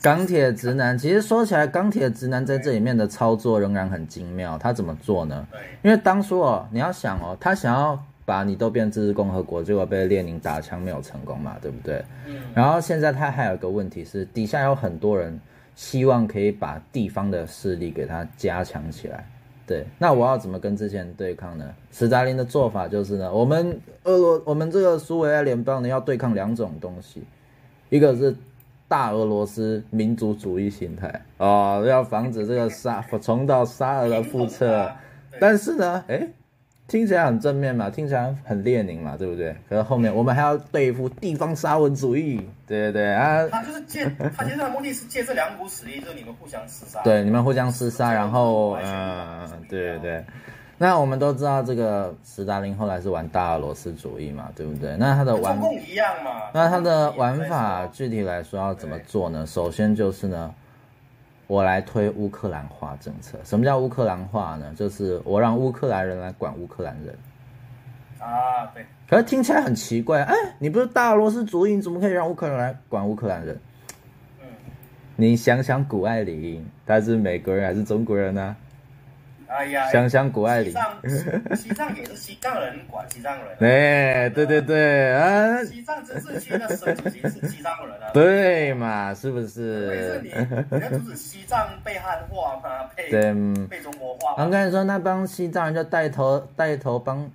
[SPEAKER 1] 钢铁直男，其实说起来，钢铁直男在这里面的操作仍然很精妙。他怎么做呢？
[SPEAKER 2] 对
[SPEAKER 1] 因为当初哦，你要想哦，他想要把你都变自治共和国，结果被列宁打枪没有成功嘛，对不对？
[SPEAKER 2] 嗯，
[SPEAKER 1] 然后现在他还有一个问题是，底下有很多人希望可以把地方的势力给他加强起来。对，那我要怎么跟之前对抗呢？斯大林的做法就是呢，我们俄罗，我们这个苏维埃联邦呢要对抗两种东西，一个是大俄罗斯民族主义形态啊、哦，要防止这个沙重蹈沙俄的覆
[SPEAKER 2] 平等
[SPEAKER 1] 辙
[SPEAKER 2] 啊。对
[SPEAKER 1] 但是呢，诶，听起来很正面嘛，听起来很列宁嘛，对不对？可是后面我们还要对付地方沙文主义，对对对啊，
[SPEAKER 2] 他就是借他其实他的目的是借这两股实力，就是你们互相厮杀。
[SPEAKER 1] 对，你们互相厮杀，然后
[SPEAKER 2] 这样
[SPEAKER 1] 嗯
[SPEAKER 2] 子，
[SPEAKER 1] 对对对。那我们都知道，这个斯大林后来是玩大俄罗斯主义嘛，对不对？那他的
[SPEAKER 2] 跟
[SPEAKER 1] 玩
[SPEAKER 2] 中哎共一样嘛。
[SPEAKER 1] 那它的
[SPEAKER 2] 中共一
[SPEAKER 1] 玩
[SPEAKER 2] 样
[SPEAKER 1] 法
[SPEAKER 2] 在说
[SPEAKER 1] 具体来说要怎么做呢？首先就是呢，我来推乌克兰化政策。什么叫乌克兰化呢？就是我让乌克兰人来管乌克兰人。
[SPEAKER 2] 啊，对，
[SPEAKER 1] 可是听起来很奇怪，哎，你不是大俄罗斯主义，你怎么可以让乌克兰来管乌克兰人？
[SPEAKER 2] 嗯，
[SPEAKER 1] 你想想古爱玲，他是美国人还是中国人呢、
[SPEAKER 2] 哎呀，
[SPEAKER 1] 想想古爱
[SPEAKER 2] 西
[SPEAKER 1] 玲，
[SPEAKER 2] 藏，西西藏也是西藏人管西藏 人啊，
[SPEAKER 1] 哎，对对对，啊，
[SPEAKER 2] 西藏自治区的省主席是西藏人啊。
[SPEAKER 1] 对嘛，是不
[SPEAKER 2] 所以是
[SPEAKER 1] 是
[SPEAKER 2] 你？你要阻止西藏被汉化吗？被
[SPEAKER 1] 对。嗯
[SPEAKER 2] 被中国化
[SPEAKER 1] 我
[SPEAKER 2] 吗？
[SPEAKER 1] 跟你说，那帮西藏人就带头带头帮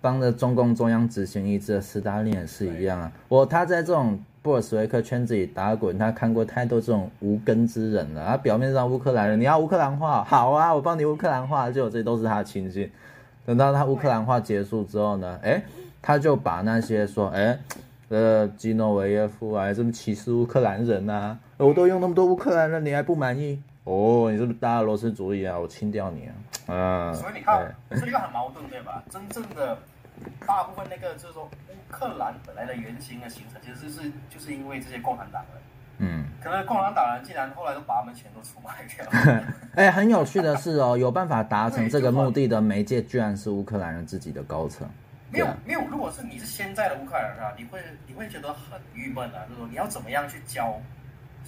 [SPEAKER 1] 帮着中共中央执行意志的斯大林也是一样啊。我他在这种布尔什维克圈子里打滚，他看过太多这种无根之人了。他表面上乌克兰人，你要乌克兰化，好啊，我帮你乌克兰化，结果这都是他的亲信。等到他乌克兰化结束之后呢，哎，他就把那些说，哎。呃，基诺维耶夫啊，这么歧视乌克兰人呐、我都用那么多乌克兰人，你还不满意？哦，你是不是大俄罗斯主义啊？我清掉你啊！嗯，
[SPEAKER 2] 所以你看，这里就很矛盾，对 吧？真正的大部分那个就是说，乌克兰本来的原型的形成，其实是就是因为这些共产党人，
[SPEAKER 1] 嗯，
[SPEAKER 2] 可能共产党人竟然后来都把他们全都出卖 掉了。
[SPEAKER 1] 哎，很有趣的是哦，有 办法达成这个目的的媒介，居然是乌克兰人自己的高层。
[SPEAKER 2] 没有
[SPEAKER 1] 对啊
[SPEAKER 2] 没有，如果是你是现在的乌克兰人啊，你会你会觉得很郁闷啊，就是说你要怎么样去教，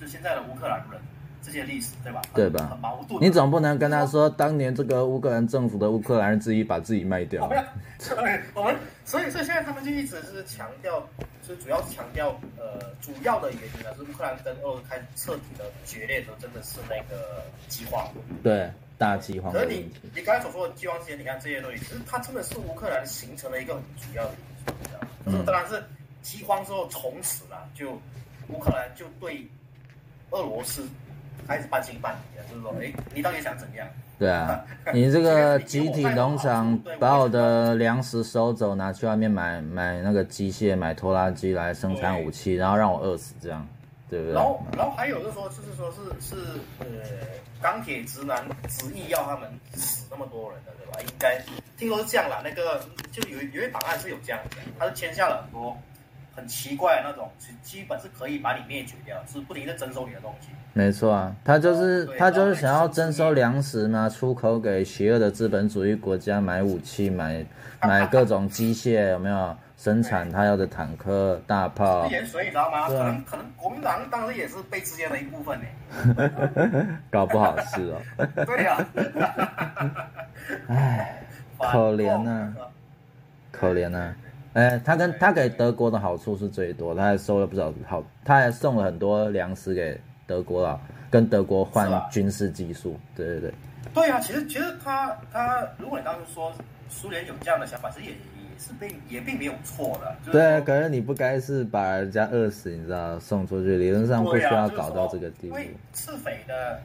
[SPEAKER 2] 就现在的乌克兰人这些历史，对吧？很
[SPEAKER 1] 对吧
[SPEAKER 2] 很矛盾啊。
[SPEAKER 1] 你总不能跟他说，当年这个乌克兰政府的乌克兰人自己把自己卖
[SPEAKER 2] 我
[SPEAKER 1] 掉啊
[SPEAKER 2] 哦们。要，对，我们所以所以现在他们就一直是强调，就是主要是强调呃主要的原因呢是乌克兰跟俄罗斯开始彻底的决裂的时候，真的是那个饥荒。
[SPEAKER 1] 对，大饥荒
[SPEAKER 2] 可
[SPEAKER 1] 的问
[SPEAKER 2] 是你
[SPEAKER 1] 题。
[SPEAKER 2] 你刚才所说的饥荒之前，你看这些东西，其实它真的是乌克兰形成了一个很主要的因素，你知道吗？可是当然是饥荒之后，从此啦，就乌克兰就对俄罗斯开始半信半疑了，就是说，哎，你到底想怎样？
[SPEAKER 1] 对 啊，你这个集体农场把我的粮食收走，拿去外面买买那个机械，买拖拉机来生产武器，然后让我饿死，这样，对不对
[SPEAKER 2] 然？后，然后还有就是说，就是说是是呃，钢铁直男执意要他们死那么多人的，对吧？应该听说是这样啦。那个就有有一档案是有这样讲，他是签下了很多很奇怪的那种，基基本是可以把你灭绝掉，是不停在征收你的东西。
[SPEAKER 1] 没错啊，他就是
[SPEAKER 2] 哦对
[SPEAKER 1] 他就是想要征收粮食嘛，出口给邪恶的资本主义国家买武器、 买买各种机械，有没有生产他要的坦克、大炮？
[SPEAKER 2] 盐水你知道吗？
[SPEAKER 1] 啊对
[SPEAKER 2] 可
[SPEAKER 1] 啊
[SPEAKER 2] 能可能国民党当时也是被之间的一部 分呢。
[SPEAKER 1] 搞不好是哦。
[SPEAKER 2] 对啊呀、
[SPEAKER 1] 唉，
[SPEAKER 2] 反
[SPEAKER 1] 可怜啊呐
[SPEAKER 2] 共啊
[SPEAKER 1] 可怜啊！哎，他跟他给德国的好处是最多，他还收了不少好，他还送了很多粮食给德国啊，跟德国换
[SPEAKER 2] 是吧
[SPEAKER 1] 军事技术。对对对，
[SPEAKER 2] 对啊，其实其实他他，如果你当时说苏联有这样的想法，其实也也是并也并没有错的。就是
[SPEAKER 1] 对，啊
[SPEAKER 2] 说
[SPEAKER 1] 可是你不该是把人家饿死，你知道，送出去，理论上不
[SPEAKER 2] 对
[SPEAKER 1] 需
[SPEAKER 2] 啊
[SPEAKER 1] 要
[SPEAKER 2] 就是
[SPEAKER 1] 搞
[SPEAKER 2] 说
[SPEAKER 1] 到这个地
[SPEAKER 2] 因
[SPEAKER 1] 步。
[SPEAKER 2] 为赤匪的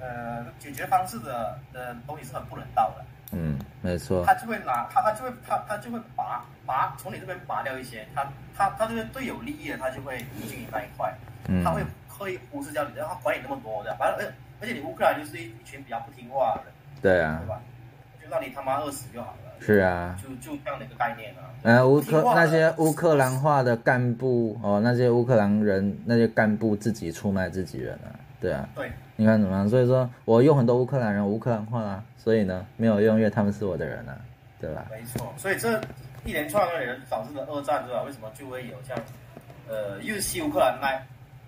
[SPEAKER 2] 呃解决方式的的东西是很不人道的，
[SPEAKER 1] 嗯，没错
[SPEAKER 2] 他，就会拿他他就会他他就会拔拔从你这边拔掉一些，他他他这边最有利益的他就会进你那一块，
[SPEAKER 1] 嗯
[SPEAKER 2] 他，会刻意忽视掉你，然后他管你那么多的，反正而而且你乌克兰就是一一群比较不听话的人，
[SPEAKER 1] 对啊
[SPEAKER 2] 对，吧？就让你他妈饿死就好了，
[SPEAKER 1] 是啊。
[SPEAKER 2] 就就这样的一个概念啊。
[SPEAKER 1] 呃，乌
[SPEAKER 2] 不
[SPEAKER 1] 克
[SPEAKER 2] 听话
[SPEAKER 1] 那
[SPEAKER 2] 了
[SPEAKER 1] 些乌克兰化的干部哦，那些乌克兰人那些干部自己出卖自己人啊，对啊，
[SPEAKER 2] 对，
[SPEAKER 1] 你看怎么样？所以说我用很多乌克兰人乌克兰话啊，所以呢没有用，因为他们是我的人啊，对吧？
[SPEAKER 2] 没错，所以这一连串的人导致了二战，对吧？为什么就会有像呃日系乌克兰那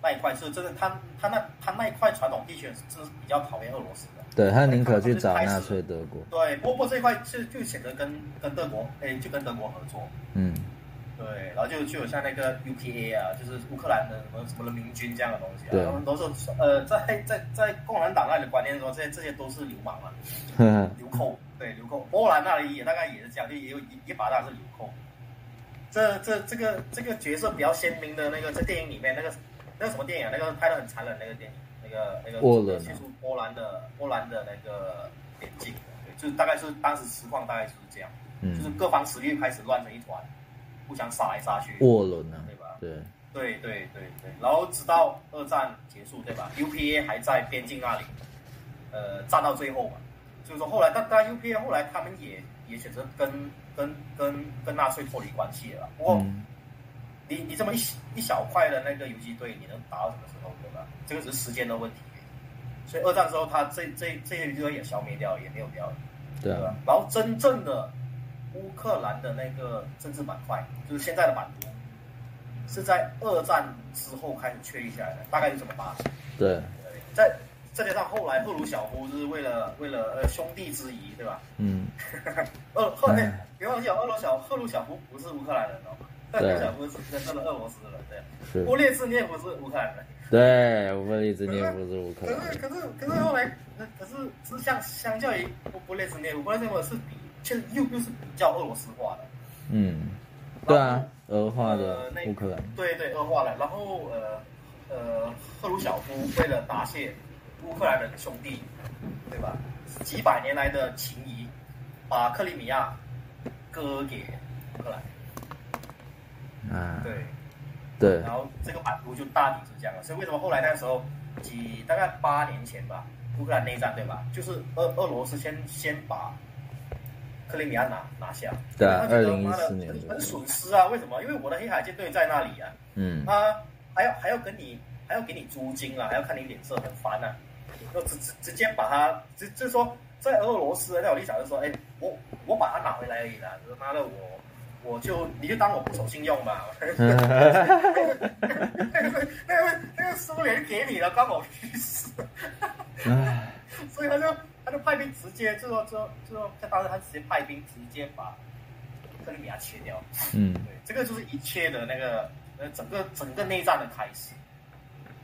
[SPEAKER 2] 那一块，是真的，他他那他那一块传统地区是比较讨厌俄罗斯的。
[SPEAKER 1] 对他宁可去找纳粹德国，
[SPEAKER 2] 对，波波这一块是就选择跟跟德国，哎，就跟德国合作。
[SPEAKER 1] 嗯，
[SPEAKER 2] 对，然后就就有像那个 UPA 啊，就是乌克兰的什么什么人民军这样的东西、啊，
[SPEAKER 1] 对
[SPEAKER 2] 他们都是呃，在在在共产党那里观念说，这些这些都是流氓啊嘛，
[SPEAKER 1] 呵呵
[SPEAKER 2] 流寇，对流寇，波兰那里也大概也是这样，就也有一一把大是流寇。这这这个这个角色比较鲜明的那个，在电影里面那个那个什么电影啊，那个拍的很残忍那个电影，那个那个
[SPEAKER 1] 沃伦啊
[SPEAKER 2] 叙述波兰的波兰的那个边境，对，就是大概是当时实况大概就是这样，就是
[SPEAKER 1] 嗯，
[SPEAKER 2] 各方实力开始乱成一团，互相杀来杀去，
[SPEAKER 1] 沃伦啊
[SPEAKER 2] 对，吧？
[SPEAKER 1] 对，
[SPEAKER 2] 对对对对，然后直到二战结束，对吧？UPA 还在边境那里，呃，战到最后嘛。所以说后来，但但 UPA 后来他们也也选择跟跟跟跟纳粹脱离关系了。不过、
[SPEAKER 1] 嗯，
[SPEAKER 2] 你你这么一小一小块的那个游击队，你能打到什么时候，对吧？这个只是时间的问题。所以二战之后，他这这这些游击队也消灭掉了，也没有掉了。
[SPEAKER 1] 对
[SPEAKER 2] 对
[SPEAKER 1] 啊
[SPEAKER 2] 吧，？然后真正的乌克兰的那个政治板块，就是现在的版图，是在二战之后开始确立下来的，大概是这么八成。
[SPEAKER 1] 对，
[SPEAKER 2] 对在再加上后来赫鲁晓夫就是为了为了呃兄弟之谊，对吧？
[SPEAKER 1] 嗯，
[SPEAKER 2] 俄赫
[SPEAKER 1] 哎
[SPEAKER 2] 哎，别忘记哦，俄罗小赫鲁晓夫不是乌克兰人哦，赫
[SPEAKER 1] 对
[SPEAKER 2] 鲁晓夫是真正的俄罗斯人，对，
[SPEAKER 1] 是，
[SPEAKER 2] 勃列日涅夫是乌克兰人。
[SPEAKER 1] 对，我们一直念不是乌克
[SPEAKER 2] 可
[SPEAKER 1] 兰人，
[SPEAKER 2] 是可是可是后来，那可是是相相较于勃勃列日涅夫，勃列日涅夫是比却又又是比较俄罗斯化的，
[SPEAKER 1] 嗯，对啊，俄化的乌克兰，
[SPEAKER 2] 对对，恶化了。然后呃呃，赫鲁晓夫为了答谢乌克兰人兄弟，对吧？几百年来的情谊，把克里米亚割给乌克兰，
[SPEAKER 1] 啊，
[SPEAKER 2] 对，
[SPEAKER 1] 对
[SPEAKER 2] 然，后这个版图就大体是这样了。所以为什么后来那时候几大概八年前吧，乌克兰内战对吧？就是俄俄罗斯先先把克里米亚拿拿下，
[SPEAKER 1] 对啊
[SPEAKER 2] 他觉得
[SPEAKER 1] 2014
[SPEAKER 2] 妈的
[SPEAKER 1] 年
[SPEAKER 2] 很
[SPEAKER 1] 的
[SPEAKER 2] 很损失啊！为什么？因为我的黑海舰队在那里啊。
[SPEAKER 1] 嗯，
[SPEAKER 2] 啊，还要还要跟你还要给你租金啊，还要看你脸色，很烦啊。就直直直接把它，直就是说，在俄罗斯的那种立场就是说，哎，我我把它拿回来而已啦，就是妈的我我就你就当我不守信用吧。那个那个那个苏联给你了，关我屁事。
[SPEAKER 1] 唉，
[SPEAKER 2] 所以他就他就派兵直接就说就说就说，他当时他直接派兵直接把克里米亚切掉。
[SPEAKER 1] 嗯，
[SPEAKER 2] 对，这个就是一切的那个呃整个整个内战的开始。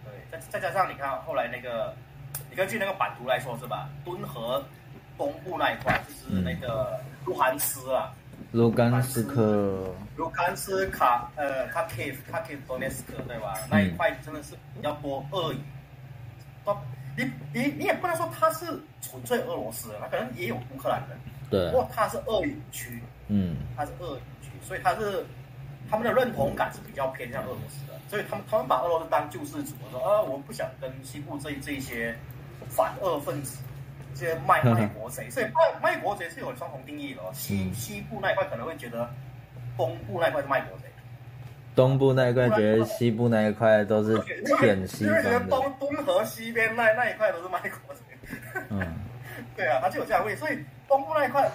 [SPEAKER 2] 对，再再加上你看后来那个，你根据那个版图来说是吧？敦和东部那一块就是那个卢汉斯啊，
[SPEAKER 1] 卢甘斯克，
[SPEAKER 2] 卢甘斯卡呃卡基夫卡基夫顿涅斯克对吧？那一块真的是比较多俄语，都你你你也不能说他是纯粹俄罗斯人，他可能也有乌克兰人，
[SPEAKER 1] 对
[SPEAKER 2] 不，过他是俄语区，
[SPEAKER 1] 嗯，
[SPEAKER 2] 他是俄语区，所以他是他们的认同感是比较偏向俄罗斯的，所以他们他们把俄罗斯当救世主，说啊，我不想跟西部这这一些反俄分子。这些卖卖国贼， 所以卖卖国贼是有双重定义的、哦。西
[SPEAKER 1] 嗯
[SPEAKER 2] 西部那一块可能会觉得，东部那一块是卖国贼，
[SPEAKER 1] 东部那一块觉得西部那一块都是偏西
[SPEAKER 2] 因为觉得
[SPEAKER 1] 方的，
[SPEAKER 2] 东东和西边那那一块都是卖国的，
[SPEAKER 1] 嗯，
[SPEAKER 2] 对啊，它就有价位，所以东部那一块，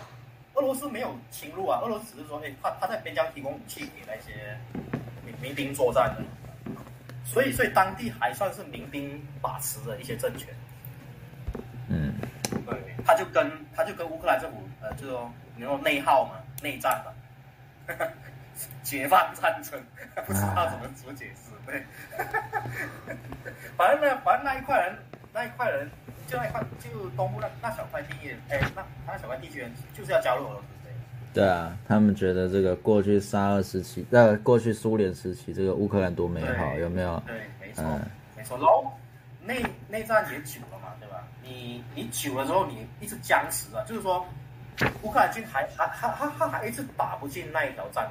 [SPEAKER 2] 俄罗斯没有侵入啊，俄罗斯只是说，哎，他他在边疆提供武器给那些民民兵作战的，所以所以当地还算是民兵把持着一些政权，
[SPEAKER 1] 嗯，
[SPEAKER 2] 对，他就跟他就跟乌克兰政府呃，就是说你说内耗嘛，内战嘛， 解放战争， 不知道怎么怎么解释。对， 反正呢，反正那一块人，那一块人就那一块，就东部那那小块地，哎，那那小块地区人就是要加入俄罗斯队。
[SPEAKER 1] 对啊，他们觉得这个过去沙俄时期，呃，过去苏联时期，这个乌克兰多美好，
[SPEAKER 2] 对
[SPEAKER 1] 有没有？
[SPEAKER 2] 对，没错，
[SPEAKER 1] 嗯
[SPEAKER 2] 没错。然后内内战也久了嘛，对吧？你你久了之后，你一直僵持啊，就是说，乌克兰军还还还还还还一直打不进那一条战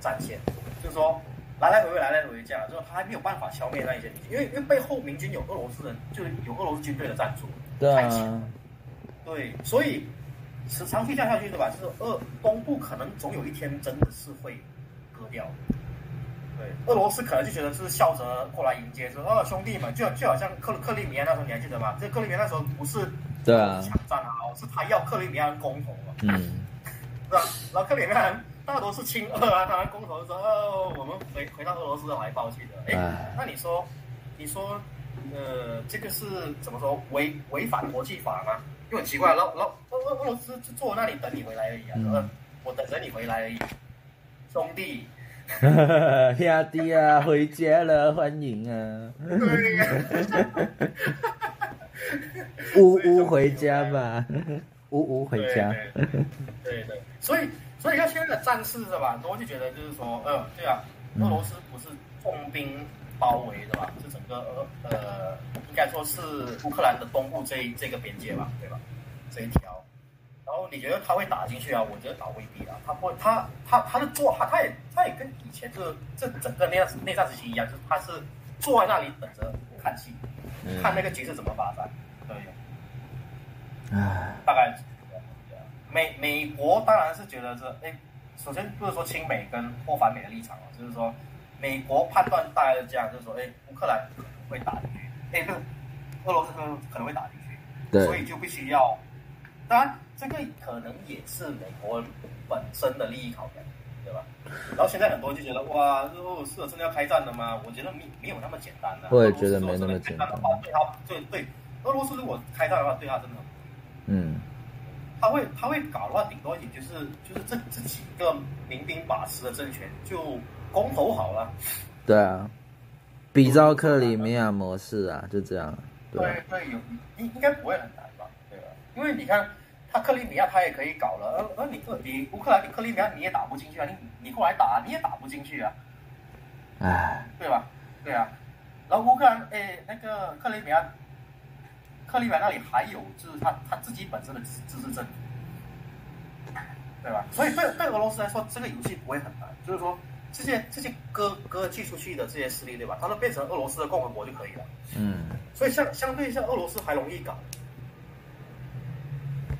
[SPEAKER 2] 战线，就是说来来回回来来回回这样，就是他还没有办法消灭那一些民军，因为因为背后民军有俄罗斯人，就是有俄罗斯军队的赞助，
[SPEAKER 1] 对
[SPEAKER 2] 太强了
[SPEAKER 1] 啊，
[SPEAKER 2] 对，所以时长期降下去，对吧？就是俄东部可能总有一天真的是会割掉的。对，俄罗斯可能就觉得是笑着过来迎接，说：“哦，兄弟们，就就好像克克里米亚那时候，你还记得吗？这克里米亚那时候不是
[SPEAKER 1] 对啊，
[SPEAKER 2] 抢占啊，是他要克里米亚人公投啊嘛，
[SPEAKER 1] 嗯，
[SPEAKER 2] 是吧？然后克里米亚人大多是亲俄啊，当然公投就说：哦，我们回回到俄罗斯的怀抱去的。哎，
[SPEAKER 1] 哎，
[SPEAKER 2] 那你说，你说，呃，这个是怎么说违违反国际法吗？又很奇怪，然后然后俄俄俄罗斯就坐那里等你回来而已啊，
[SPEAKER 1] 嗯
[SPEAKER 2] 呃我等着你回来而已，啊兄 弟。
[SPEAKER 1] 亚弟啊，回家了，欢迎 啊，
[SPEAKER 2] 对呀、
[SPEAKER 1] 呜呜回家吧，呜呜回家，
[SPEAKER 2] 对对对对，所以所以看现在的战事是吧，我就觉得就是说，嗯，对啊，俄罗斯不是重兵包围的吧？这整个俄呃，应该说是乌克兰的东部这一这个边界吧，对吧？这一条，然后你觉得他会打进去啊？我觉得打未必啊，他不会，他他他的做法，他也他也跟以前这这整个内战内战时期一样，就是他是坐在那里等着看戏，
[SPEAKER 1] 嗯
[SPEAKER 2] 看那个局势怎么发展，对。
[SPEAKER 1] 哎，
[SPEAKER 2] 大概是这样对啊美美国当然是觉得这，哎，首先不是说亲美跟或反美的立场啊，就是说美国判断大概是这样，就是说，哎，乌克兰可能会打进去，哎，不是，俄罗斯可能可能会打进去，所
[SPEAKER 1] 对
[SPEAKER 2] 以就必须要，当然这个可能也是美国人本身的利益考量，对吧？然后现在很多人就觉得，哇，俄罗斯真的要开战了吗？我觉得没没有那么简单的、
[SPEAKER 1] 我也觉得没那么简单
[SPEAKER 2] 俄罗斯如果真的开战的话对他，对对，俄罗斯如果开战的话，对他真的很
[SPEAKER 1] 嗯，
[SPEAKER 2] 他会他会搞的话，顶多也就是就是这这几个民兵把持的政权就公投好了。
[SPEAKER 1] 对啊，比照克里米亚模式啊，就这样，对啊，
[SPEAKER 2] 对，有应应该不会很难吧？对吧？因为你看，他克里米亚他也可以搞了，而而你克你乌克兰你克里米亚你也打不进去啊，你你过来打你也打不进去啊，
[SPEAKER 1] 哎，
[SPEAKER 2] 对吧？对啊，然后乌克兰哎那个克里米亚，克里米亚那里还有就是他他自己本身的自自治政府，对吧？所以对对俄罗斯来说，这个游戏不会很难，就是说这些这些割割寄出去的这些势力，对吧？它都变成俄罗斯的共和国就可以了。
[SPEAKER 1] 嗯，
[SPEAKER 2] 所以相相对像俄罗斯还容易搞，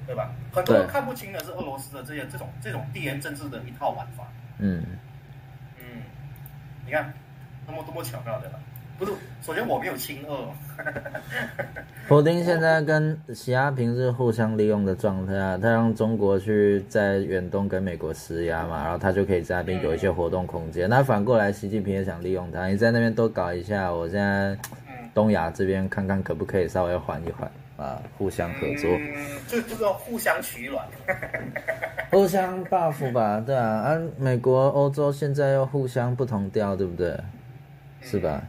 [SPEAKER 2] 对吧？很多人
[SPEAKER 1] 对
[SPEAKER 2] 看不清的是俄罗斯的这些这种这种地缘政治的一套玩法。
[SPEAKER 1] 嗯，
[SPEAKER 2] 嗯，你看多么多么巧妙，对吧？不是，首先我没有亲俄哦，
[SPEAKER 1] 普丁现在跟习近平是互相利用的状态啊，他让中国去在远东跟美国施压嘛，然后他就可以在那边有一些活动空间。那反过来，习近平也想利用他，你在那边多搞一下，我现在
[SPEAKER 2] 嗯
[SPEAKER 1] 东亚这边看看可不可以稍微缓一缓啊，互相合作，
[SPEAKER 2] 嗯，就就是要互相取暖。
[SPEAKER 1] 互相 buff 吧，对啊，啊，美国、欧洲现在又互相不同调，对不对？是吧？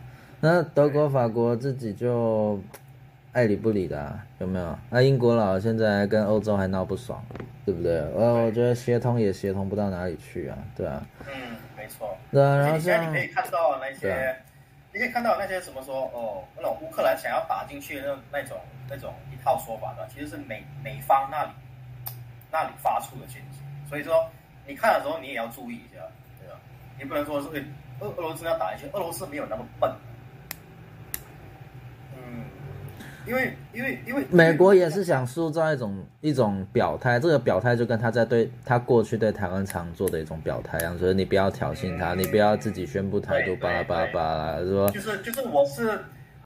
[SPEAKER 1] 那德国、法国自己就爱理不理的、啊，有没有？那、英国佬现在跟欧洲还闹不爽，对不对？呃，我觉得协同也协同不到哪里去啊，对啊，
[SPEAKER 2] 嗯，没错。
[SPEAKER 1] 对啊，然
[SPEAKER 2] 而且
[SPEAKER 1] 后这
[SPEAKER 2] 哎你现在你
[SPEAKER 1] 样
[SPEAKER 2] 可，以看到那些，
[SPEAKER 1] 对啊
[SPEAKER 2] 你可以看到那些什么说哦，那种乌克兰想要打进去的那那种那种一套说法的，其实是美美方那里那里发出的讯息。所以说，你看的时候你也要注意一下，对吧？你不能说是哎俄俄罗斯要打进去，俄罗斯没有那么笨。嗯，因为因为因为
[SPEAKER 1] 美国也是想塑造一种一种表态，这个表态就跟他在对他过去对台湾常做的一种表态一样，所以你不要挑衅他，你不要自己宣布台独，
[SPEAKER 2] 对对
[SPEAKER 1] 巴拉巴拉巴拉，说
[SPEAKER 2] 就是就是我是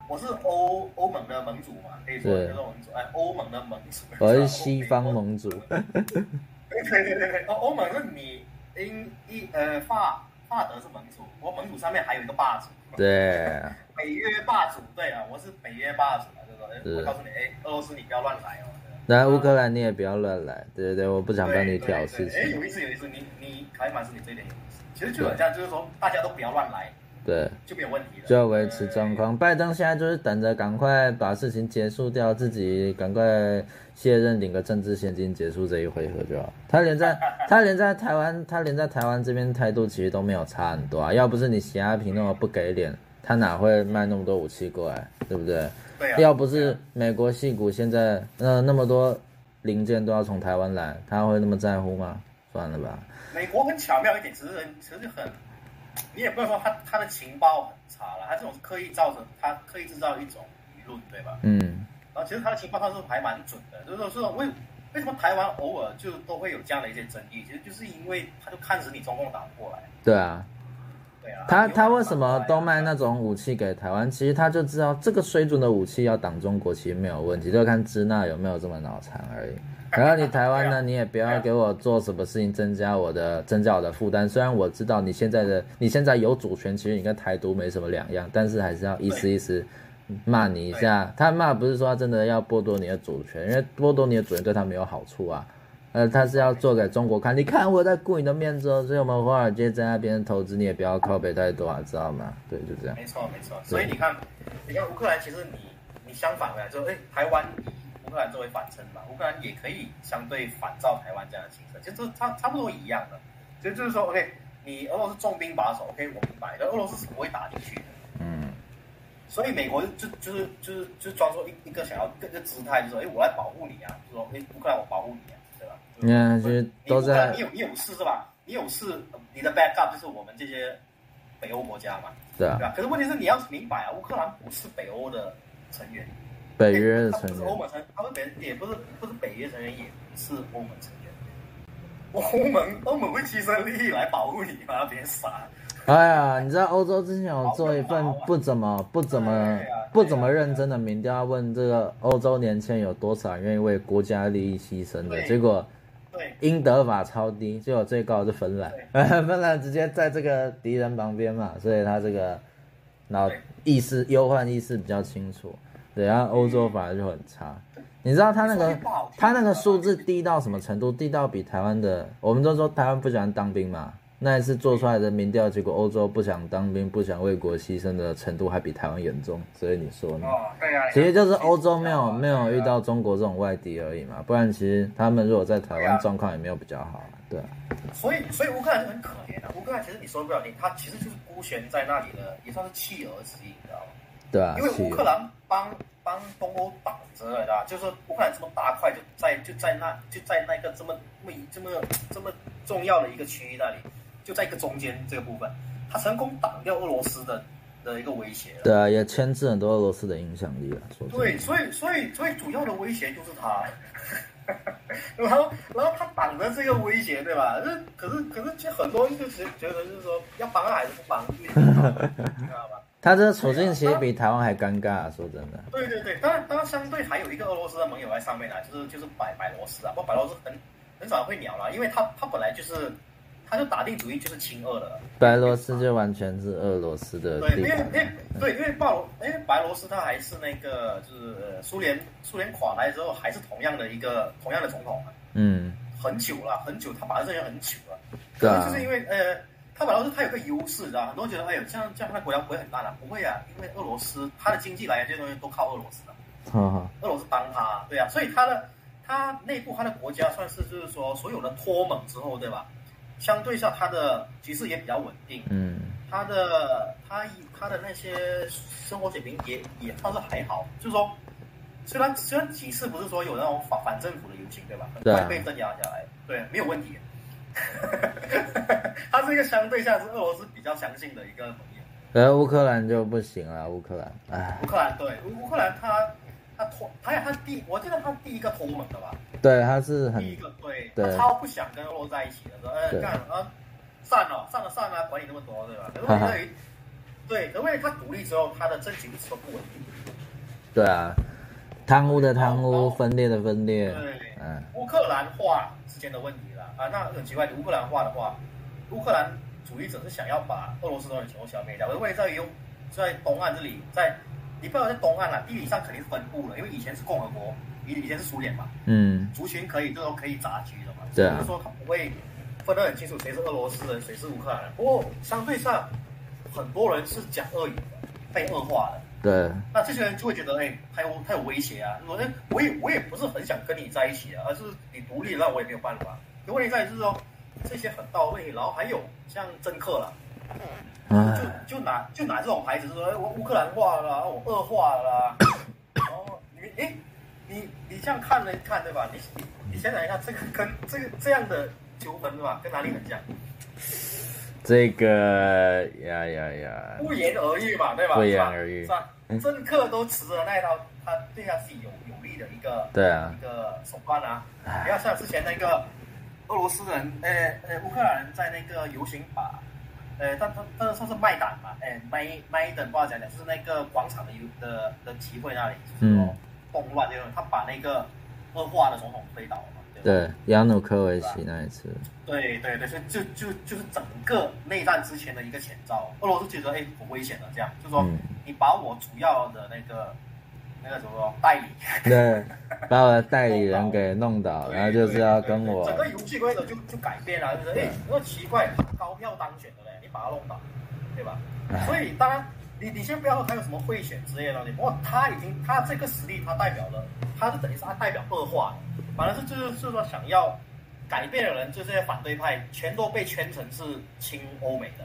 [SPEAKER 2] 我是欧欧盟的盟主嘛，可以说
[SPEAKER 1] 对
[SPEAKER 2] 就是盟主，哎，欧盟的盟主。
[SPEAKER 1] 我是西方盟主，
[SPEAKER 2] 对对对对对， 哦欧欧盟是你英一呃法法德是盟主，我盟主上面还有一个霸主，
[SPEAKER 1] 对，
[SPEAKER 2] 北约霸主。对啊，我是北约霸主嘛，就
[SPEAKER 1] 是
[SPEAKER 2] 是说，哎我告诉你，哎，俄罗斯你不要乱来哦。
[SPEAKER 1] 来乌克兰你也不要乱来，对对对，我不想帮你挑事
[SPEAKER 2] 哎，
[SPEAKER 1] 情，
[SPEAKER 2] 有意思有意思，你你还蛮是你这一点有意思。其实就很像，就是说大家都不要乱来，
[SPEAKER 1] 对，
[SPEAKER 2] 就没有问题了。
[SPEAKER 1] 就要维持状
[SPEAKER 2] 对。
[SPEAKER 1] 况。拜登现在就是等着赶快把事情结束掉，自己赶快卸任，领个政治现金，结束这一回合就好。他连在他连在台湾，他连在台湾这边态度其实都没有差很多啊。要不是你习阿平那么不给脸，他哪会卖那么多武器过来，对不对？
[SPEAKER 2] 对啊。
[SPEAKER 1] 要不是美国戏骨现在呃那么多零件都要从台湾来，他会那么在乎吗？算了吧。
[SPEAKER 2] 美国很巧妙一点，其实人其实就很，你也不能说他他的情报很差了，他这种是刻意造成他刻意制造一种舆论，对吧？
[SPEAKER 1] 嗯，
[SPEAKER 2] 然后其实他的情报他是还蛮准的，就是说这种为为什么台湾偶尔就都会有这样的一些争议，其实就是因为他就看准你中共党过来，
[SPEAKER 1] 对啊。
[SPEAKER 2] 对啊。
[SPEAKER 1] 他
[SPEAKER 2] 你
[SPEAKER 1] 他
[SPEAKER 2] 有办法
[SPEAKER 1] 为什么
[SPEAKER 2] 过来啊
[SPEAKER 1] 都卖那种武器给台湾？其实他就知道这个水准的武器要挡中国，其实没有问题，就看支那有没有这么脑残 而已。
[SPEAKER 2] 啊
[SPEAKER 1] 然后你台湾呢，你也不要给我做什么事情增加我的增加我的负担。虽然我知道你现在的你现在有主权，其实你跟台独没什么两样，但是还是要意思意思骂你一下。他骂不是说他真的要剥夺你的主权，因为剥夺你的主权对他没有好处啊。呃，他是要做给中国看，你看我在顾你的面子哦，所以我们华尔街在那边投资，你也不要靠北太多啊，知道吗？对，就这样。
[SPEAKER 2] 没错没错，所以你看，你看乌克兰，其实你你相反回来之后，哎，台湾以乌克兰作为反衬嘛，乌克兰也可以相对反照台湾这样的形式，其实这差差不多一样的，其实就是说，OK，你俄罗斯重兵把守，OK，我明白，但俄罗斯是不会打进去的，
[SPEAKER 1] 嗯，
[SPEAKER 2] 所以美国就就是就是就装作一一个想要一个姿态，就说，哎，我来保护你啊，就说，哎，乌克兰我保护你啊，对吧？
[SPEAKER 1] 你看，其实
[SPEAKER 2] 你
[SPEAKER 1] 嗯都
[SPEAKER 2] 乌克兰
[SPEAKER 1] 在
[SPEAKER 2] 你有你有事是吧？你有事，呃你的 backup 就是我们这些北欧国家嘛。
[SPEAKER 1] 对啊
[SPEAKER 2] 对，吧？可是问题是你要明白啊，乌克兰不是北欧的成员，
[SPEAKER 1] 北约的
[SPEAKER 2] 它不
[SPEAKER 1] 成
[SPEAKER 2] 是欧
[SPEAKER 1] 员，
[SPEAKER 2] 盟成，它不是北也不是不是北约成员，也不是欧盟成员。欧盟欧盟会牺牲利益来保护你吗？别傻！
[SPEAKER 1] 哎呀，你知道欧洲之前有做一份不怎么不怎么不怎么认真的民调，问这个欧洲年轻人有多少人愿意为国家利益牺牲的，结果
[SPEAKER 2] 对
[SPEAKER 1] 英德法超低，结果最高的是芬兰， 芬兰直接在这个敌人旁边嘛，所以他这个脑
[SPEAKER 2] 对
[SPEAKER 1] 意识忧患意识比较清楚，对，然后欧洲反而就很差。你知道他那
[SPEAKER 2] 说
[SPEAKER 1] 个
[SPEAKER 2] 句不好听啊
[SPEAKER 1] 他那个
[SPEAKER 2] 的
[SPEAKER 1] 数字低到什么程度？低到比台湾的，我们都说台湾不喜欢当兵嘛，那一次做出来的民调结果，欧洲不想当兵、不想为国牺牲的程度还比台湾严重，所以你说呢？
[SPEAKER 2] 哦，对啊，
[SPEAKER 1] 嗯其实就是欧洲没
[SPEAKER 2] 哎
[SPEAKER 1] 有没有遇到中国这种外敌而已嘛，不然其实他们如果在台
[SPEAKER 2] 对啊
[SPEAKER 1] 湾状况也没有比较好啊，对啊，
[SPEAKER 2] 所以，所以乌克兰就很可怜的、乌克兰其实你说不了你，它其实就是孤悬在那里的，也算是弃儿之一，你知道吗？
[SPEAKER 1] 对啊，
[SPEAKER 2] 因为
[SPEAKER 1] 是
[SPEAKER 2] 乌克兰帮帮东欧挡着了的，就是说乌克兰这么大块就在就在那就在那个这么这么一这么这么重要的一个区域那里，就在一个中间这个部分，他成功挡掉俄罗斯的的一个威胁了。
[SPEAKER 1] 对啊，也牵制很多俄罗斯的影响力啊，说真的，
[SPEAKER 2] 对，所以所以所以主要的威胁就是他， 然后然后他挡着这个威胁，对吧？那可是可是其实很多人就觉觉得就是说要帮他还是不帮，你知道吧？
[SPEAKER 1] 他这个处境其实比台湾还尴尬、啊，说真的，
[SPEAKER 2] 对对对，当然当然，相对还有一个俄罗斯的盟友在上面啊，就是就是白白罗斯啊，不过白罗斯很很少会鸟了，因为他他本来就是，他就打定主意就是亲俄的，
[SPEAKER 1] 白俄罗斯就完全是俄罗斯的
[SPEAKER 2] 呃对，
[SPEAKER 1] 地
[SPEAKER 2] 因为因为
[SPEAKER 1] 盘，
[SPEAKER 2] 对，因为白罗因为白罗斯他还是那个就是呃苏联苏联垮台之后还是同样的一个同样的总统啊，
[SPEAKER 1] 嗯，
[SPEAKER 2] 很久了，很久，他把这任很久了，
[SPEAKER 1] 对
[SPEAKER 2] 可能
[SPEAKER 1] 啊
[SPEAKER 2] 就，是因为呃，他白罗斯他有个优势，你知道吗很多人觉得哎呦，这样这样他国家不会很烂啊，不会啊，因为俄罗斯他的经济来源这些东西都靠俄罗斯的。
[SPEAKER 1] 哈哈，
[SPEAKER 2] 俄罗斯帮他，对啊，所以他的他内部他的国家算是就是说所有的脱盟之后，对吧？相对下，他的局势也比较稳定，
[SPEAKER 1] 嗯，
[SPEAKER 2] 他的他他的那些生活水平也也算是还好，就是说，虽然虽然几次不是说有那种反反政府的游行，对吧？很
[SPEAKER 1] 对啊
[SPEAKER 2] 快被镇压下来，对，没有问题。 他是一个相对下是俄罗斯比较相信的一个盟友。
[SPEAKER 1] 啊而乌克兰就不行了，乌克兰，唉，哎
[SPEAKER 2] 乌克兰对乌乌克兰它，他脱，他也他第，我记得他第一个脱盟的吧，
[SPEAKER 1] 对，他是很
[SPEAKER 2] 第一个对，
[SPEAKER 1] 嗯对
[SPEAKER 2] 他超不想跟欧洲在一起的，说，呃，
[SPEAKER 1] 对
[SPEAKER 2] 干啊，散了，散了散了，管你那么多，对 吧？可是问题在于，对，可是问题他独立之后，他的政情一直都不稳定。
[SPEAKER 1] 对啊，贪污的贪
[SPEAKER 2] 然
[SPEAKER 1] 污，
[SPEAKER 2] 后
[SPEAKER 1] 分裂的分裂，
[SPEAKER 2] 对
[SPEAKER 1] 嗯，
[SPEAKER 2] 乌克兰化之间的问题了啊，那很奇怪，乌克兰化的话，乌克兰主义者是想要把俄罗斯人全部消灭掉，可是问题在于在东岸这里，在你不要在东岸了，地理上肯定是分布了，因为以前是共和国，以以前是苏联嘛，
[SPEAKER 1] 嗯，
[SPEAKER 2] 族群可以这种可以杂居的嘛，
[SPEAKER 1] 对啊
[SPEAKER 2] 所以说他不会分得很清楚谁是俄罗斯人，谁是乌克兰人。不过相对上，很多人是讲俄语的，被恶化的。
[SPEAKER 1] 对，
[SPEAKER 2] 那这些人就会觉得，哎、他有他有威胁啊！我哎，我也我也不是很想跟你在一起啊，而是你独立，那我也没有办法。可问题在于是说，这些很到位，然后还有像政客啦，
[SPEAKER 1] 唉，
[SPEAKER 2] 就就拿就拿这种牌子说，哎我乌克兰化了啊，我恶化了啊，然后你哎，你你这样看了一看对吧？你你你先想一下，这个跟这个这样的纠纷对吧，跟哪里很像？
[SPEAKER 1] 这个呀呀呀，
[SPEAKER 2] 不言而喻嘛，对吧？
[SPEAKER 1] 不言而喻嗯
[SPEAKER 2] 是吧？是吧政客都持着那一套，他对他自己有有利的一个
[SPEAKER 1] 对啊
[SPEAKER 2] 一，个手段啊。你要像之前那个俄罗斯人，呃呃，乌克兰人在那个游行把，呃，但他但是算是麦党嘛，哎、麦麦等不好讲讲，就是那个广场的游的的集会那里，就是说
[SPEAKER 1] 嗯
[SPEAKER 2] 动乱这种，他把那个恶化的总统推倒了嘛，对吧？
[SPEAKER 1] 对，亚努科维奇那一次，
[SPEAKER 2] 对对对，所以就就就是整个内战之前的一个前兆，俄罗斯觉得哎很危险的，这样就说、
[SPEAKER 1] 嗯
[SPEAKER 2] 你把我主要的那个那个什么代理，
[SPEAKER 1] 对，啊把我的代理人给弄倒，然后就是要跟我
[SPEAKER 2] 对，对对整个游戏规则就就改变了，就是哎
[SPEAKER 1] 对
[SPEAKER 2] 那奇怪，高票当选的嘞，你把他弄倒，对吧？
[SPEAKER 1] 哎
[SPEAKER 2] 所以当然你你先不要说他有什么贿选之类的东西，不过他已经他这个实力他代表了，他是等于是他代表恶化的，反正是就是就是说想要改变的人，就是这些反对派全都被圈成是亲欧美的。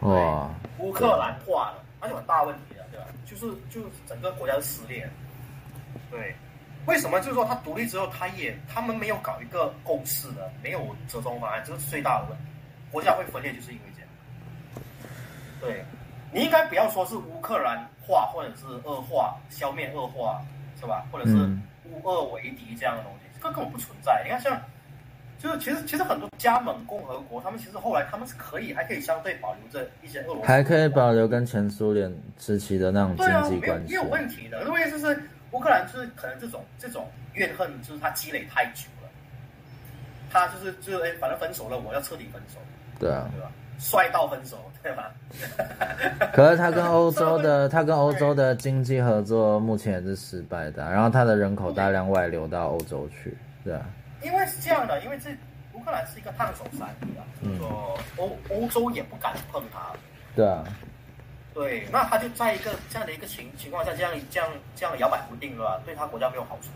[SPEAKER 1] 哇，
[SPEAKER 2] 乌克兰化了，那就很大问题了，对吧？就是就是整个国家是撕裂了。对，为什么就是说他独立之后，他也他们没有搞一个共识的，没有折中方案，这是最大的问题。国家会分裂就是因为这样。对，你应该不要说是乌克兰化或者是恶化、消灭恶化，是吧？或者是
[SPEAKER 1] 嗯
[SPEAKER 2] 乌俄为敌这样的东西，这个根本不存在。你看像。就是其实其实很多加盟共和国，他们其实后来他们是可以还可以相对保留着一些俄罗斯，
[SPEAKER 1] 还可以保留跟前苏联时期的那种
[SPEAKER 2] 对啊，
[SPEAKER 1] 经济
[SPEAKER 2] 没有
[SPEAKER 1] 关
[SPEAKER 2] 没
[SPEAKER 1] 系
[SPEAKER 2] 有，问题的，因为就是乌克兰就是可能这种这种怨恨就是他积累太久了，他就是就是哎，反正分手了，我要彻底分手，
[SPEAKER 1] 对啊。
[SPEAKER 2] 对吧？帅到分手，对吧？
[SPEAKER 1] 可是他跟欧洲的，他跟欧洲的经济合作目前也是失败的啊、然后他的人口大量外流到欧洲去，对啊，
[SPEAKER 2] 因为是这样的，因为这乌克兰是一个烫手山芋啊，
[SPEAKER 1] 嗯
[SPEAKER 2] 就是说欧欧洲也不敢碰它，
[SPEAKER 1] 对啊，
[SPEAKER 2] 对，那他就在一个这样的一个情情况下，这样这样这样摇摆不定了，对他国家没有好处。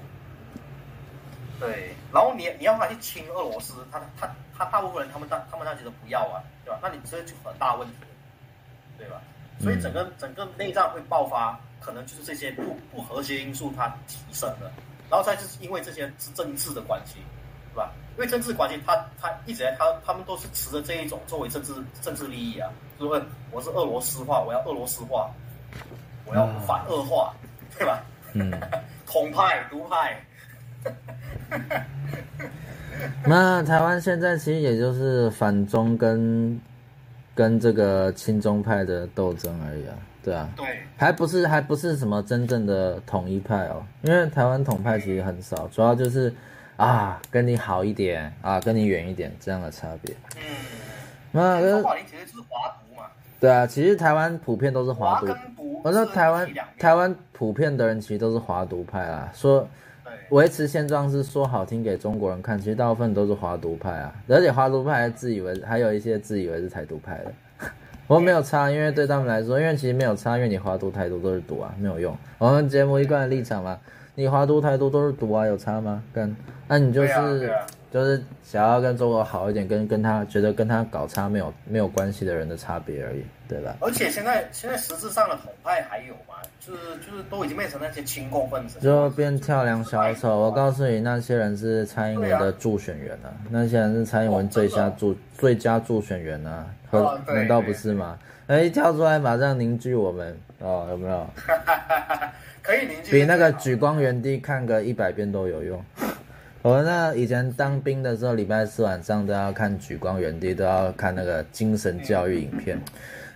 [SPEAKER 2] 对，然后你你要他去亲俄罗斯，他他他大部分人他们当他们当然觉得不要啊，对吧？那你这就很大问题，对吧？所以整个整个内战会爆发，可能就是这些不不和谐因素它提升了，然后再就是因为这些是政治的关系，对吧？因为政治关系，他他一直在他他们都是持着这一种作为政治政治利益啊，就是问我是俄罗斯化，我要俄罗斯化，我要反俄化，对吧？
[SPEAKER 1] 嗯，
[SPEAKER 2] 统派、独派，
[SPEAKER 1] 那台湾现在其实也就是反中跟跟这个亲中派的斗争而已啊，对啊，
[SPEAKER 2] 对
[SPEAKER 1] 还不是还不是什么真正的统一派哦，因为台湾统派其实很少，主要就是啊跟你好一点啊跟你远一点这样的差别。
[SPEAKER 2] 嗯，
[SPEAKER 1] 那
[SPEAKER 2] 中
[SPEAKER 1] 呃
[SPEAKER 2] 华民其实就是华独嘛，
[SPEAKER 1] 对啊，其实台湾普遍都是华
[SPEAKER 2] 华
[SPEAKER 1] 独
[SPEAKER 2] 跟独，
[SPEAKER 1] 我说台湾
[SPEAKER 2] 是一体两面
[SPEAKER 1] 台湾普遍的人其实都是华独派啦，说
[SPEAKER 2] 对
[SPEAKER 1] 维持现状是说好听给中国人看，其实大部分都是华独派啊，而且华独派还自以为还有一些自以为是台独派的。 我没有差，因为对他们来说，因为其实没有差，因为你华独台独都是独啊，没有用。我们节目一贯的立场嘛，你华独台独都是独啊，有差吗？跟那、你就
[SPEAKER 2] 对啊
[SPEAKER 1] 是
[SPEAKER 2] 对啊
[SPEAKER 1] 就是想要跟中国好一点，跟跟他觉得跟他搞差没有没有关系的人的差别而已，对吧？
[SPEAKER 2] 而且现在现在实质上的统派还有吗？就是就是都已经变成那些亲共分子，
[SPEAKER 1] 就变跳梁小丑。我告诉你，那些人是蔡英文的助选员啊，那些人是蔡英文最佳助、最佳助选员啊，和、
[SPEAKER 2] 哦对
[SPEAKER 1] 难道不是吗？哎，一跳出来马上凝聚我们哦，有没有？
[SPEAKER 2] 可以凝聚
[SPEAKER 1] 比那个
[SPEAKER 2] 局
[SPEAKER 1] 举光原地看个一百遍都有用。 我们那以前当兵的时候，礼拜四晚上都要看举光原地，都要看那个精神教育影片。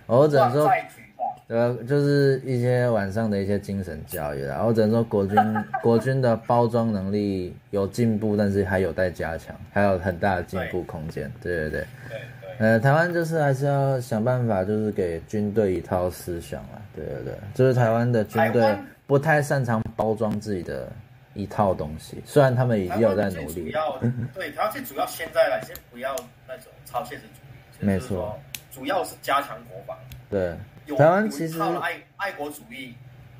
[SPEAKER 1] 我只能说，
[SPEAKER 2] 在举报，
[SPEAKER 1] 呃，就是一些晚上的一些精神教育啦。我只能说， 国军国军的包装能力有进步，但是还有待加强，还有很大的进步空间。对对对，
[SPEAKER 2] 对对。
[SPEAKER 1] 呃，台湾就是还是要想办法，就是给军队一套思想啦。对对对，就是台湾的军
[SPEAKER 2] 台
[SPEAKER 1] 队
[SPEAKER 2] 湾
[SPEAKER 1] 不太擅长包装自己的一套东西，虽然他们也
[SPEAKER 2] 台
[SPEAKER 1] 有
[SPEAKER 2] 湾
[SPEAKER 1] 在
[SPEAKER 2] 最
[SPEAKER 1] 努
[SPEAKER 2] 主
[SPEAKER 1] 力。嗯
[SPEAKER 2] 要对台湾最主要现在来先不要那种超现实主义，就是
[SPEAKER 1] 没错
[SPEAKER 2] 说，主要是加强国防。
[SPEAKER 1] 对，
[SPEAKER 2] 有
[SPEAKER 1] 台湾
[SPEAKER 2] 有
[SPEAKER 1] 其
[SPEAKER 2] 一
[SPEAKER 1] 实
[SPEAKER 2] 套的爱爱国主义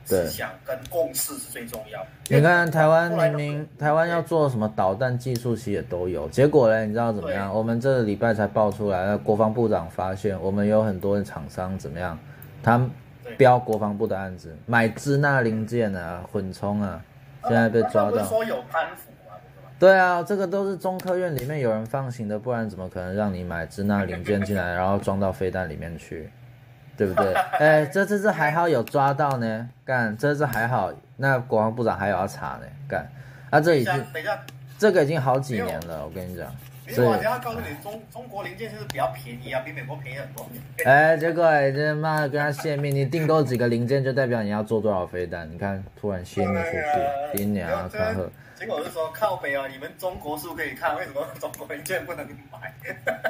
[SPEAKER 1] 对
[SPEAKER 2] 思想跟共识是最重要的。哎
[SPEAKER 1] 你看台湾
[SPEAKER 2] 后来
[SPEAKER 1] 明明台湾要做什么导弹技术，其实也都有。结果呢，你知道怎么样？我们这个礼拜才爆出来，那国防部长发现我们有很多的厂商怎么样，他们
[SPEAKER 2] 对
[SPEAKER 1] 标国防部的案子，买支那零件啊、混充啊，现在被抓
[SPEAKER 2] 他呃们不
[SPEAKER 1] 到
[SPEAKER 2] 是。说有贪腐嘛，不是吗？
[SPEAKER 1] 对啊，这个都是中科院里面有人放行的，不然怎么可能让你买支那零件进来，然后装到飞弹里面去， 对不对？哎，这次是还好有抓到呢，干，这次还好，那国防部长还有要查呢，干，啊，这
[SPEAKER 2] 等
[SPEAKER 1] 已
[SPEAKER 2] 一下
[SPEAKER 1] 经，
[SPEAKER 2] 等一下，
[SPEAKER 1] 这个已经好几年了，我跟你讲，
[SPEAKER 2] 没
[SPEAKER 1] 所
[SPEAKER 2] 有啊，等一
[SPEAKER 1] 以，
[SPEAKER 2] 下告诉你，中中国零件就是比较便宜啊，比美国便宜很多。
[SPEAKER 1] 哎，结果哎，这妈的跟他泄密，你订购几个零件就代表你要做多少飞弹，你看突然泄密出
[SPEAKER 2] 哎
[SPEAKER 1] 去，你娘啊，看呵。
[SPEAKER 2] 结果我就说靠北啊，你们中国是不可以看，为什么中国零件不能买？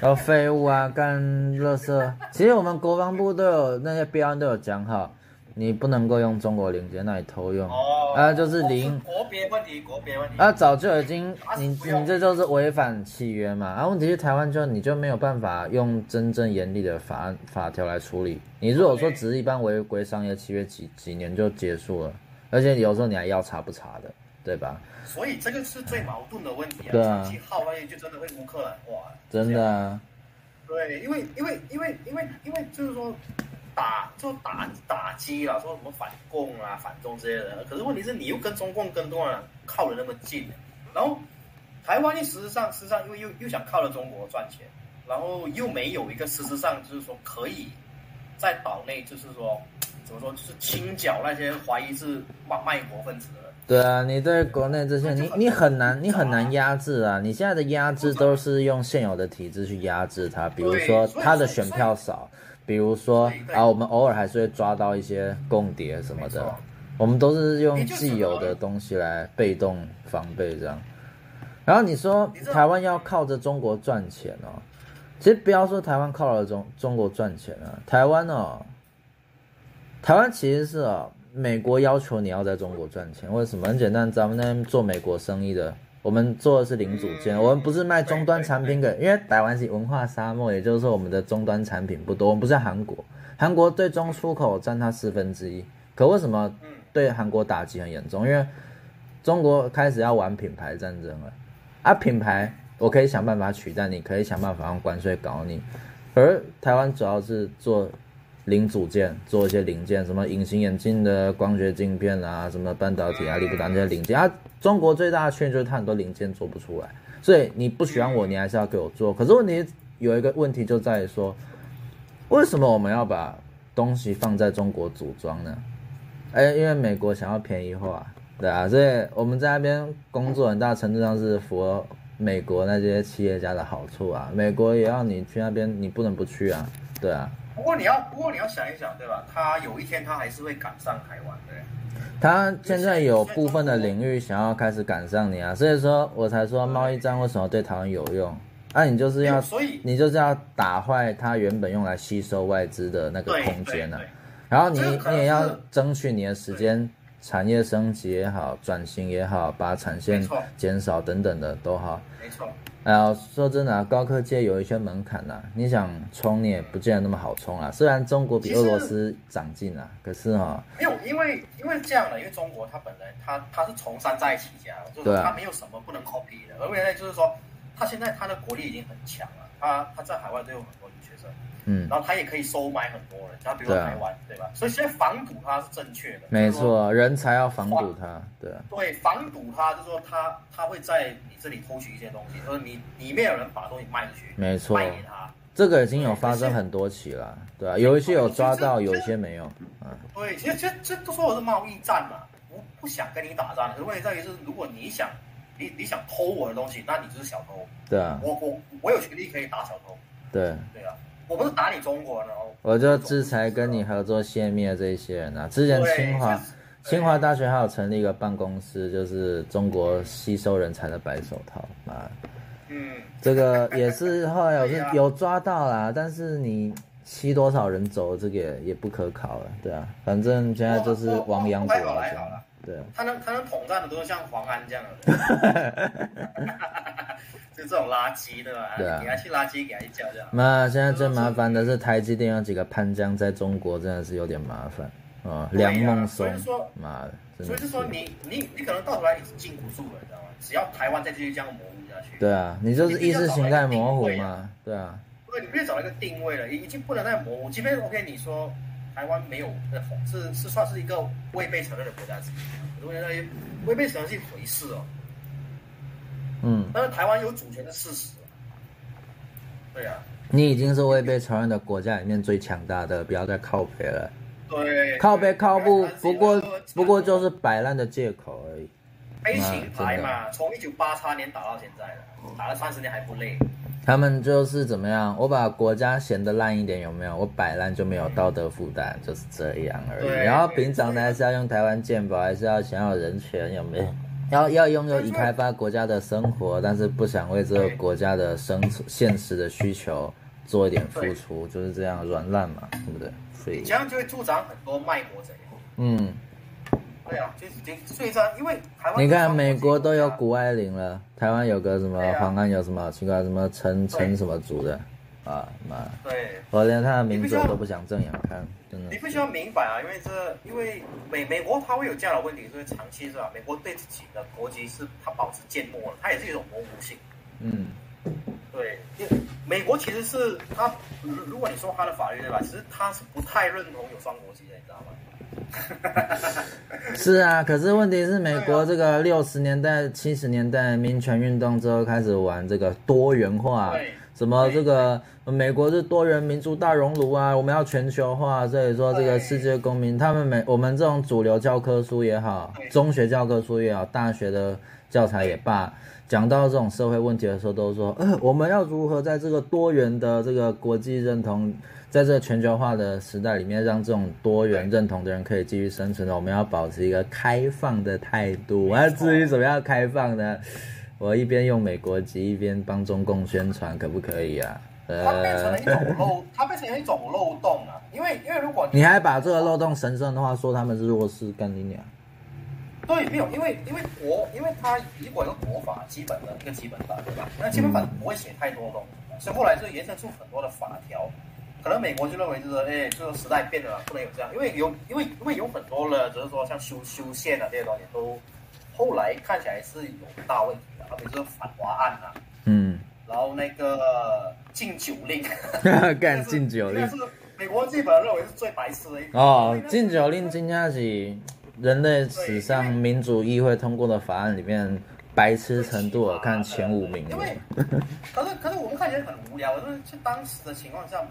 [SPEAKER 1] 然后废物啊，干垃圾。其实我们国防部都有那些标案都有讲好，你不能够用中国零件，那你偷用，
[SPEAKER 2] 哦，
[SPEAKER 1] 啊就是零
[SPEAKER 2] 国别问题，国别问题。
[SPEAKER 1] 啊早就已经你你这就是违反契约嘛。啊，问题是台湾就你就没有办法用真正严厉的法案法条来处理。你如果说只是一般违规商业契约几几年就结束了，而且有时候你还要查不查的，对吧？
[SPEAKER 2] 所以这个是最矛盾的问题啊，
[SPEAKER 1] 对啊
[SPEAKER 2] 长期耗下去就真的会乌克兰化。
[SPEAKER 1] 真的啊，
[SPEAKER 2] 对，因为因为因为因为因为就是说打就打打击啦，说什么反共啊、反中这些人，可是问题是你又跟中共跟多人靠得那么近，然后台湾又实质上实质上又又又想靠着中国赚钱，然后又没有一个实质上就是说可以在岛内就是说怎么说就是清剿那些怀疑是卖卖国分子的人。
[SPEAKER 1] 对啊，你对国内这些你你很难你很难压制啊！你现在的压制都是用现有的体制去压制它，比如说他的选票少，比如说啊，我们偶尔还是会抓到一些共谍什么的，我们都是用既有的东西来被动防备这样。然后你说台湾要靠着中国赚钱哦，其实不要说台湾靠着中中国赚钱啊，台湾哦，台湾其实是啊、美国要求你要在中国赚钱，为什么？很简单，咱们那边做美国生意的，我们做的是零组件，
[SPEAKER 2] 嗯
[SPEAKER 1] 我们不是卖终端产品给，因为台湾是文化沙漠，也就是说我们的终端产品不多，我们不像韩国，韩国最终出口占它四分之一，可为什么
[SPEAKER 2] 嗯，
[SPEAKER 1] 对韩国打击很严重，因为中国开始要玩品牌战争了。啊，品牌我可以想办法取代你，可以想办法用关税搞你，而台湾主要是做零组件，做一些零件，什么隐形眼镜的光学镜片啊，什么半导体啊、利布达这些零件啊。中国最大的缺就是它很多零件做不出来，所以你不喜欢我，你还是要给我做。可是问题有一个问题就在于说，为什么我们要把东西放在中国组装呢？哎，因为美国想要便宜化，对啊，所以我们在那边工作很大程度上是符合美国那些企业家的好处啊。美国也要你去那边，你不能不去啊，对啊。
[SPEAKER 2] 不过你要不过你要想一想，对吧？他有一天他还是会赶上台湾的。
[SPEAKER 1] 他现在有部分的领域想要开始赶上你啊，所以说我才说贸易战为什么对台湾有用？啊，你就是要
[SPEAKER 2] 所以
[SPEAKER 1] 你就是要打坏它原本用来吸收外资的那个
[SPEAKER 2] 对
[SPEAKER 1] 空间
[SPEAKER 2] 对
[SPEAKER 1] 啊
[SPEAKER 2] 对。
[SPEAKER 1] 然后你
[SPEAKER 2] 这个可能
[SPEAKER 1] 你也要
[SPEAKER 2] 是
[SPEAKER 1] 争取你的时间，产业升级也好，转型也好，把产线
[SPEAKER 2] 没错
[SPEAKER 1] 减少等等的都好。
[SPEAKER 2] 没错，
[SPEAKER 1] 哎呀，说真的、啊，高科技有一些门槛呐、你想冲你也不见得那么好冲啊。虽然中国比俄罗斯长进啊，可是哈、
[SPEAKER 2] 没有，因为因为这样的，因为中国它本来它它是崇尚在一起家，就
[SPEAKER 1] 对
[SPEAKER 2] 是
[SPEAKER 1] 啊
[SPEAKER 2] 它没有什么不能 copy 的，而原来就是说，它现在它的国力已经很强了，它它在海外都有很多留学生，
[SPEAKER 1] 嗯，
[SPEAKER 2] 然后它也可以收买很多人，它比如说
[SPEAKER 1] 对啊
[SPEAKER 2] 台湾对吧？所以现在防堵它是正确的，
[SPEAKER 1] 没
[SPEAKER 2] 就是说
[SPEAKER 1] 错，人才要防堵它，对啊，
[SPEAKER 2] 对，防堵他，就是说他他会在你这里偷取一些东西，就是你里面有人把东西卖出去，
[SPEAKER 1] 没错
[SPEAKER 2] 卖给他。
[SPEAKER 1] 这个已经有发生很多起了，对
[SPEAKER 2] 哎
[SPEAKER 1] 啊，有一些有抓到，有一些没有，啊，
[SPEAKER 2] 对，其实其实这都说我是贸易战嘛，我不想跟你打仗。可是问题在于是，如果你想你你想偷我的东西，那你就是小偷。
[SPEAKER 1] 对啊，
[SPEAKER 2] 我我我有权利可以打小偷，
[SPEAKER 1] 对，
[SPEAKER 2] 对啊，我不是打你中国人哦。
[SPEAKER 1] 我就制裁跟你合作泄密的这一些人啊，之前
[SPEAKER 2] 对
[SPEAKER 1] 清华
[SPEAKER 2] 就是
[SPEAKER 1] 清华大学还有成立一个办公室，就是中国吸收人才的白手套，妈的。
[SPEAKER 2] 嗯，
[SPEAKER 1] 这个也是后来有
[SPEAKER 2] 对
[SPEAKER 1] 是
[SPEAKER 2] 啊
[SPEAKER 1] 有抓到啦，但是你吸多少人走，这个也也不可考了，对啊，反正现在就是亡羊补
[SPEAKER 2] 我我
[SPEAKER 1] 牢
[SPEAKER 2] 我还
[SPEAKER 1] 中
[SPEAKER 2] 好啦，
[SPEAKER 1] 对啊，
[SPEAKER 2] 他能他能统战的都是像黄安 这样的人， 就这种垃圾对吧？
[SPEAKER 1] 对啊
[SPEAKER 2] 给他去垃圾，给他去叫这样。
[SPEAKER 1] 那现在最麻烦的是台积电有几个潘江在中国真的是有点麻烦啊，
[SPEAKER 2] 对啊
[SPEAKER 1] 梁孟松
[SPEAKER 2] 所以说，
[SPEAKER 1] 妈的，真
[SPEAKER 2] 所
[SPEAKER 1] 的
[SPEAKER 2] 以就说
[SPEAKER 1] 是
[SPEAKER 2] 你你你可能到头来你是禁不住了，你知道吗？只要台湾再继续这样模糊下去，
[SPEAKER 1] 对啊，你就是意识形态模糊
[SPEAKER 2] 你必须要找
[SPEAKER 1] 嘛，对啊，
[SPEAKER 2] 对，你必须找到一个定位了，已已经不能再模糊。即便 OK，你说台湾没有呃是是算是一个未被承认的国家之一，如果那未被承认是一回事哦，
[SPEAKER 1] 嗯，
[SPEAKER 2] 但是台湾有主权的事实，哦对啊，
[SPEAKER 1] 你已经是未被承认的国家里面最强大的，不要再靠北了，
[SPEAKER 2] 对，
[SPEAKER 1] 靠北靠不
[SPEAKER 2] 台湾，是
[SPEAKER 1] 不
[SPEAKER 2] 一个
[SPEAKER 1] 过
[SPEAKER 2] 国家
[SPEAKER 1] 不过就是摆烂的借口而已。
[SPEAKER 2] 黑情牌
[SPEAKER 1] 啊
[SPEAKER 2] 嘛，从一九八三年打到现在了，打了三十年还不累，
[SPEAKER 1] 他们就是怎么样，我把国家闲得烂一点，有没有？我摆烂就没有道德负担，就是这样而已。
[SPEAKER 2] 对
[SPEAKER 1] 然后平常呢，还是要用台湾健保，还是要享有人权，有没有？要要拥有已开发国家的生活，但是不想为这个国家的生存现实的需求做一点付出，就是这样软烂嘛，对不对？所以
[SPEAKER 2] 你，这样就会助长很多卖国贼。
[SPEAKER 1] 嗯，
[SPEAKER 2] 对啊，就已经所以这样，因为台湾
[SPEAKER 1] 你看美国都
[SPEAKER 2] 啊
[SPEAKER 1] 有谷爱凌了，台湾有个什么
[SPEAKER 2] 对啊
[SPEAKER 1] 黄安有什么好奇怪，什么陈陈
[SPEAKER 2] 对
[SPEAKER 1] 什么族的，啊妈。
[SPEAKER 2] 对，
[SPEAKER 1] 我连他的名
[SPEAKER 2] 你不
[SPEAKER 1] 字
[SPEAKER 2] 需
[SPEAKER 1] 我
[SPEAKER 2] 要
[SPEAKER 1] 都不想正眼看，真的
[SPEAKER 2] 你。必须要明白啊，因为这因为美美国它会有这样的问题，就是长期是吧？美国对自己的国籍是它保持缄默了，它也是一种模糊性。
[SPEAKER 1] 嗯，
[SPEAKER 2] 对，因为美国其实是它，如如果你说它的法律对吧，其实它是不太认同有双国籍的，你 知道吗？
[SPEAKER 1] 是啊，可是问题是，美
[SPEAKER 2] 对
[SPEAKER 1] 国
[SPEAKER 2] 啊
[SPEAKER 1] 这个六十年代、七十年代民权运动之后开始玩这个多元化
[SPEAKER 2] 对，
[SPEAKER 1] 什么
[SPEAKER 2] 对
[SPEAKER 1] 这个美国是多元民主大熔炉啊，我们要全球化，所以说这个
[SPEAKER 2] 对
[SPEAKER 1] 世界公民，他们美我们这种主流教科书也好，
[SPEAKER 2] 对
[SPEAKER 1] 中学教科书也好，大学的教材也罢，讲到这种社会问题的时候，都说，呃，我们要如何在这个多元的这个国际认同，在这个全球化的时代里面，让这种多元认同的人可以继续生存呢？我们要保持一个开放的态度。而至于怎么样开放呢？我一边用美国籍，一边帮中共宣传，可不可以啊？
[SPEAKER 2] 它变成
[SPEAKER 1] 呃
[SPEAKER 2] 了一，种漏，它变成了一种漏洞啊！因为因为如果
[SPEAKER 1] 你还把这个漏洞神圣的话说他们是弱势，干你娘！
[SPEAKER 2] 对，没有，因为因为国，因为它如果有个国法基本的一个基本法，对吧？那基本
[SPEAKER 1] 嗯
[SPEAKER 2] 法不会写太多东西，所以后来就延伸出很多的法条。可能美国就认为就是，哎，这个时代变了，不能有这样，因为有，因为因为有很多的，只是说像修修宪啊这些东西都，后来看起来是有大问题的，特别是反华案啊，
[SPEAKER 1] 嗯，
[SPEAKER 2] 然后那个禁酒令，
[SPEAKER 1] 干禁酒令
[SPEAKER 2] 这个是美国基本上认为是最白痴的一个
[SPEAKER 1] 哦，禁酒令今天是人类史上民主议会通过的法案里面白痴程度，我看前五名
[SPEAKER 2] 因
[SPEAKER 1] 了。
[SPEAKER 2] 为， 可是可是我们看起来很无聊，就是就当时的情况下，美，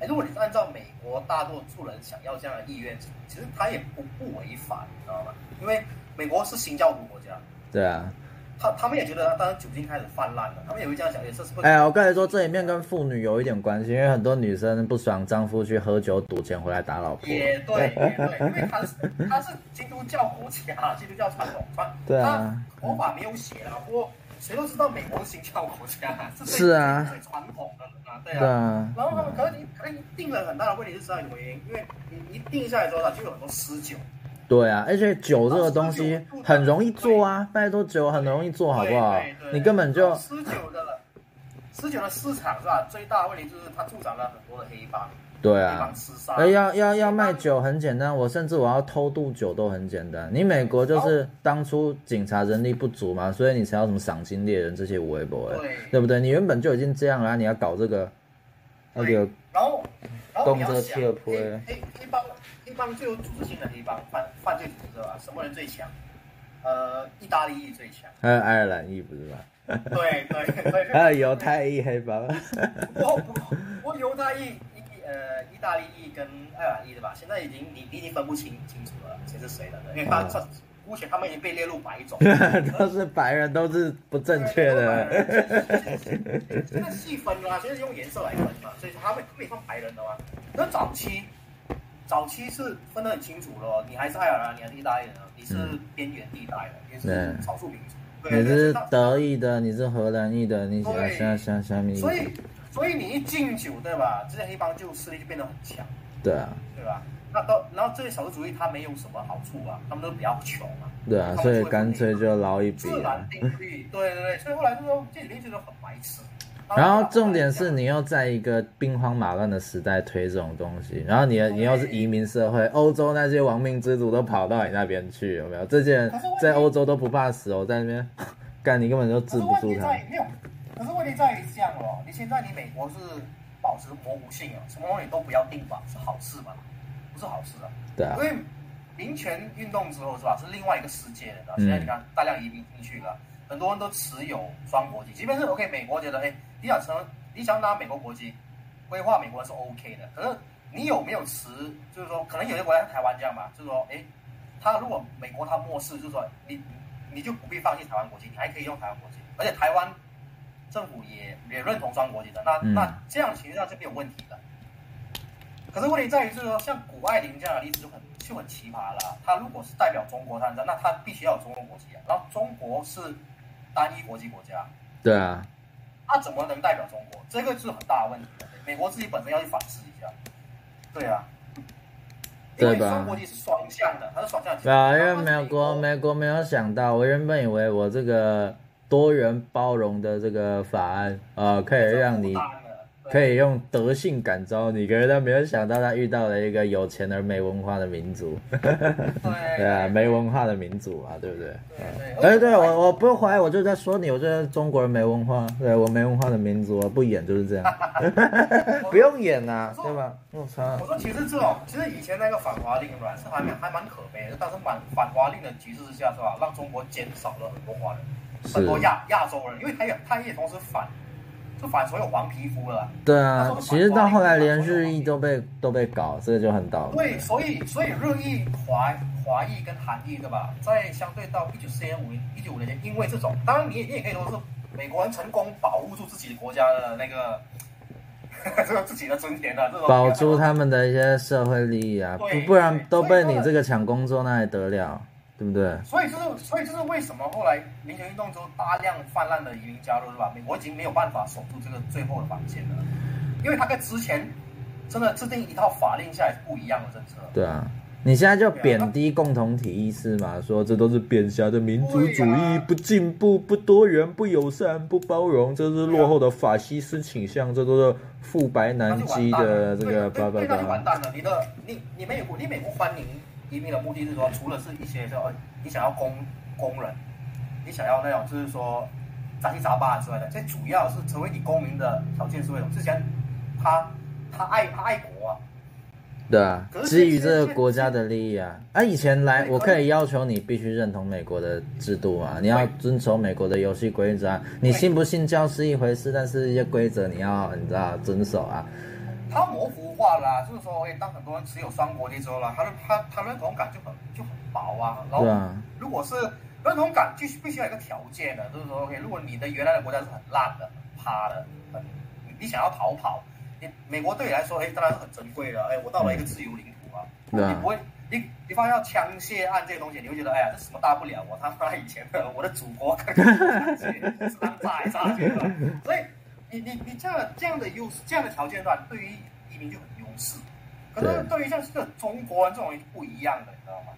[SPEAKER 2] 哎，如果你是按照美国大多数人想要这样的意愿，其实他也不不违法，你知道吗？因为美国是新教徒国家，
[SPEAKER 1] 对啊，
[SPEAKER 2] 他他们也觉得当时酒精开始泛滥了，他们也会这样想，哎，这是不是？
[SPEAKER 1] 哎，我跟你说，这里面跟妇女有一点关系，因为很多女生不爽丈夫去喝酒赌钱回来打老婆。
[SPEAKER 2] 也对，也对，因为他是他是基督教国家，基督教传统，他
[SPEAKER 1] 对啊
[SPEAKER 2] 他国法没有写啊，不过谁都知道美国是新教国家，是最
[SPEAKER 1] 是啊
[SPEAKER 2] 最传统的啊，对
[SPEAKER 1] 对
[SPEAKER 2] 啊，
[SPEAKER 1] 啊，
[SPEAKER 2] 然后他们可能你可能你定了很大的问题是什么原因？因为你一定下来之后，它就有很多私酒，
[SPEAKER 1] 对啊，而且酒这个东西很容易做啊，拜托酒很容易做，好不好
[SPEAKER 2] 对对？对
[SPEAKER 1] 你根本就
[SPEAKER 2] 私酒的十九的市场是吧？最大的问题就是它助长了很多的黑帮，
[SPEAKER 1] 对
[SPEAKER 2] 黑
[SPEAKER 1] 啊
[SPEAKER 2] 帮，吃杀。
[SPEAKER 1] 哎，要要要卖酒很简单，我甚至我要偷渡酒都很简单。你美国就是当初警察人力不足嘛，所以你才要什么赏金猎人这些无微不微，
[SPEAKER 2] 对
[SPEAKER 1] 对不对？你原本就已经这样了，你要搞这个，那个
[SPEAKER 2] 然后，然后你要
[SPEAKER 1] 动辄
[SPEAKER 2] 想
[SPEAKER 1] 切
[SPEAKER 2] 黑
[SPEAKER 1] 尔坡耶
[SPEAKER 2] 黑黑帮，黑帮最有组织性的黑帮犯犯罪组织吧？什么人最强？呃，意大利裔最强。
[SPEAKER 1] 还有哎爱尔兰裔不是吧？
[SPEAKER 2] 对对对 对。
[SPEAKER 1] 还有犹哎太裔黑帮，
[SPEAKER 2] 不过不过不过犹太裔、意呃意大利裔跟爱尔兰裔的吧，现在已经你你已经分不清清楚了谁是谁了，因为他
[SPEAKER 1] 啊
[SPEAKER 2] 他目前他们已经被列入白种。
[SPEAKER 1] 都是白人，都是不正确的。
[SPEAKER 2] 现在细分啦，现在用颜色来分嘛，所以他们他们也算白人的嘛。那早期，早期是分得很清楚了哦，你还是爱尔兰，你还是意大利人，你是边缘地带的，你是少数民族，对，
[SPEAKER 1] 你是
[SPEAKER 2] 但
[SPEAKER 1] 德裔的，你是荷兰裔的，你想
[SPEAKER 2] 对
[SPEAKER 1] 想想想你，
[SPEAKER 2] 所以所以你一敬酒对吧，这些黑帮就势力就变得很强，
[SPEAKER 1] 对啊，
[SPEAKER 2] 对吧？那到然后这些少数族裔他没有什么好处啊，他们都比较穷啊，
[SPEAKER 1] 对啊，所以干脆就捞一笔
[SPEAKER 2] 自然
[SPEAKER 1] 啊。
[SPEAKER 2] 定律，对对对，所以后来就说这里面觉得很白痴。
[SPEAKER 1] 然后重点是你又在一个兵荒马乱的时代推这种东西，然后你你又是移民社会，欧洲那些亡命之徒都跑到你那边去，有没有？这些人
[SPEAKER 2] 可是问题
[SPEAKER 1] 在欧洲都不怕死哦，在那边 干你根本就
[SPEAKER 2] 可
[SPEAKER 1] 治
[SPEAKER 2] 是
[SPEAKER 1] 不
[SPEAKER 2] 问
[SPEAKER 1] 住
[SPEAKER 2] 题
[SPEAKER 1] 他
[SPEAKER 2] 在。于没有，可是问题在于这样哦，你现在你美国是保持模糊性哦，什么东西都不要定法是好事吗？不是好事啊，
[SPEAKER 1] 对啊
[SPEAKER 2] 因，为民权运动之后是吧，是另外一个世界了。
[SPEAKER 1] 嗯
[SPEAKER 2] 现在你看大量移民进去了，很多人都持有双国籍，即便是 OK，美国觉得哎，你想成你想拿美国国籍，规划美国是 OK 的，可是你有没有持，就是说可能有些国家像台湾这样嘛，就是说哎，他如果美国他漠视，就是说你你就不必放弃台湾国籍，你还可以用台湾国籍，而且台湾政府也也认同双国籍的，那、
[SPEAKER 1] 嗯
[SPEAKER 2] 那这样情况下是没有问题的。可是问题在于，就是说像谷爱凌这样的例子就很就很奇葩了。她如果是代表中国参战，那她必须要有中国国籍啊。然后中国是单一国籍国家，
[SPEAKER 1] 对啊，
[SPEAKER 2] 她怎么能代表中国？这个是很大的问题的。美国自己本身要去反思一下。对啊，因
[SPEAKER 1] 对
[SPEAKER 2] 为
[SPEAKER 1] 吧
[SPEAKER 2] 双国籍是双向的，它是双向的。
[SPEAKER 1] 对啊，因
[SPEAKER 2] 然
[SPEAKER 1] 为
[SPEAKER 2] 后它是
[SPEAKER 1] 美国美国没有想到，我原本以为我这个多元包容的这个法案，呃，可以让你可
[SPEAKER 2] 以。
[SPEAKER 1] 以用德性感召你，可是他没有想到他遇到了一个有钱而没文化的民族，
[SPEAKER 2] 对
[SPEAKER 1] 对啊，没文化的民族嘛，对不对？
[SPEAKER 2] 对
[SPEAKER 1] 哎，对我我不怀疑，我就在说你，我觉得中国人没文化，对我没文化的民族，我不演就是 这样，不用演呐、对吧？我操
[SPEAKER 2] 我，说其实这种，其实以前那个反华令软是还蛮还蛮可悲的，但是反反华令的局势之下是吧，让中国减少了很多华人，很
[SPEAKER 1] 是，
[SPEAKER 2] 多亚亚洲人，因为他也他也同时反，就反所有黄皮肤了。
[SPEAKER 1] 对啊，其实到后来连日裔都被都被搞，这个就很倒霉
[SPEAKER 2] 对，。所以所以日裔、华华裔跟韩裔对吧，在相对到一九四年五一九五年，因为这种，当然你也你也可以说是美国人成功保护住自己国家的那个，这个自己的尊严的这 种
[SPEAKER 1] 保住他们的一些社会利益啊，不
[SPEAKER 2] 对
[SPEAKER 1] 不然
[SPEAKER 2] 对
[SPEAKER 1] 都
[SPEAKER 2] 所以
[SPEAKER 1] 被
[SPEAKER 2] 说
[SPEAKER 1] 你这个抢工作，那还得了，对不对？
[SPEAKER 2] 所以就是，所以就是为什么后来民权运动中大量泛滥的移民加入，是吧？美国已经没有办法守住这个最后的防线了，因为它跟之前真的制定一套法令下来是不一样的政策。
[SPEAKER 1] 对啊，你现在就
[SPEAKER 2] 对啊
[SPEAKER 1] 贬低共同体意识嘛，说这都是贬狭的民族主
[SPEAKER 2] 对
[SPEAKER 1] 义
[SPEAKER 2] 啊，
[SPEAKER 1] 不进步、不多元、不友善、不包容，这是
[SPEAKER 2] 对啊
[SPEAKER 1] 落后的法西斯倾向，这都是富白
[SPEAKER 2] 那
[SPEAKER 1] 男
[SPEAKER 2] 就
[SPEAKER 1] 基
[SPEAKER 2] 完蛋
[SPEAKER 1] 的
[SPEAKER 2] 了，
[SPEAKER 1] 这个
[SPEAKER 2] 对
[SPEAKER 1] 叭叭
[SPEAKER 2] 对，那就完
[SPEAKER 1] 叭。
[SPEAKER 2] 蛋了。你的你你美国你美国欢迎移民的目的是说，除了是一些说哦你想要工工人，你想要那种就是说杂七杂八之外的，最主要是成为你公民的条件是为什么？之前他他爱他爱国啊，
[SPEAKER 1] 对啊，
[SPEAKER 2] 可是
[SPEAKER 1] 基于
[SPEAKER 2] 现
[SPEAKER 1] 这
[SPEAKER 2] 在
[SPEAKER 1] 个国家的利益啊。啊，以前来
[SPEAKER 2] 对
[SPEAKER 1] 我
[SPEAKER 2] 可
[SPEAKER 1] 可
[SPEAKER 2] 是
[SPEAKER 1] 以要求你必须认同美国的制度嘛，你要
[SPEAKER 2] 对
[SPEAKER 1] 遵守美国的游戏规则啊。你
[SPEAKER 2] 对
[SPEAKER 1] 信不信教是一回事，但是一些规则你要你知道遵守啊。
[SPEAKER 2] 他模糊化啦、就是说，哎，当很多人持有双国籍之后啦，他的他他认同感就很就很薄啊。然
[SPEAKER 1] 对
[SPEAKER 2] 后，
[SPEAKER 1] 啊，
[SPEAKER 2] 如果是认同感，就是必须要有一个条件的，就是说，OK，如果你的原来的国家是很烂的、很趴的，很你你想要逃跑，你美国对你来说，哎，当然是很珍贵的，哎，我到了一个自由领土啊，
[SPEAKER 1] 对啊
[SPEAKER 2] 你不会。你你发现到枪械案这些东西，你会觉得哎呀，这什么大不了？我他妈以前的我的祖国 刚刚炸去，刚炸来炸去的，所以你你你这样这样的优势，这样的条件段，对于移民就很优势。可是
[SPEAKER 1] 对
[SPEAKER 2] 对于像这个中国人这种人就不一样的，你知道吗？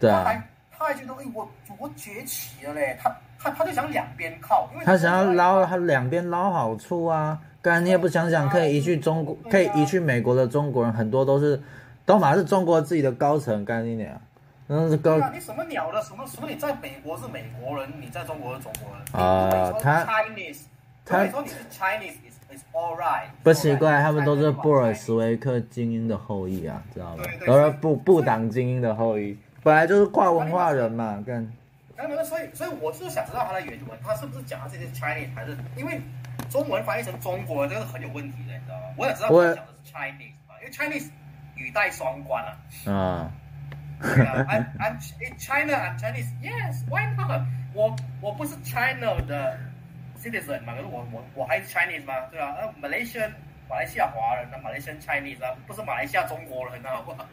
[SPEAKER 1] 对
[SPEAKER 2] 他
[SPEAKER 1] 啊
[SPEAKER 2] 还。他还觉得，哎，我祖国崛起了嘞！他他他就想两边靠，因为哎
[SPEAKER 1] 他想要
[SPEAKER 2] 中国
[SPEAKER 1] 捞他两边捞好处啊。干，你也不想想，可以移去中国，可以移去美国的中国人很多都是，都马是中国自己的高层干你娘，那是高
[SPEAKER 2] 对啊，你什么鸟了？什么什么？你在美国是美国人，你在中国是中国人。
[SPEAKER 1] 啊
[SPEAKER 2] 你不会说
[SPEAKER 1] 他
[SPEAKER 2] Chinese，
[SPEAKER 1] 他
[SPEAKER 2] 你说你是 Chinese is is all right，
[SPEAKER 1] 不奇怪，他们都是布尔什
[SPEAKER 2] 斯。
[SPEAKER 1] 维克精英的后裔啊，知道吗
[SPEAKER 2] 对？对
[SPEAKER 1] 都
[SPEAKER 2] 所
[SPEAKER 1] 是
[SPEAKER 2] 以
[SPEAKER 1] 布布党精英的后裔，本来就是跨文化人嘛，干。
[SPEAKER 2] 然后所以所以我就是想知道他的原文，他是不是讲的这些 Chinese 还是因为中文翻译成中国这个是很有问题的，你知道吗？我想知道
[SPEAKER 1] 我
[SPEAKER 2] 他讲的是 Chinese 嘛，因为 Chinese 语带双关啊。
[SPEAKER 1] 啊，
[SPEAKER 2] 对啊 I'm I'm in China, I'm Chinese. Yes, why not? 我我不是 China 的 citizen 嘛，可是我我我还是 Chinese 嘛，对啊，那 Malaysian 马来西亚华人，那 Malaysian Chinese 啊，不是马来西亚中国人啊，好不好？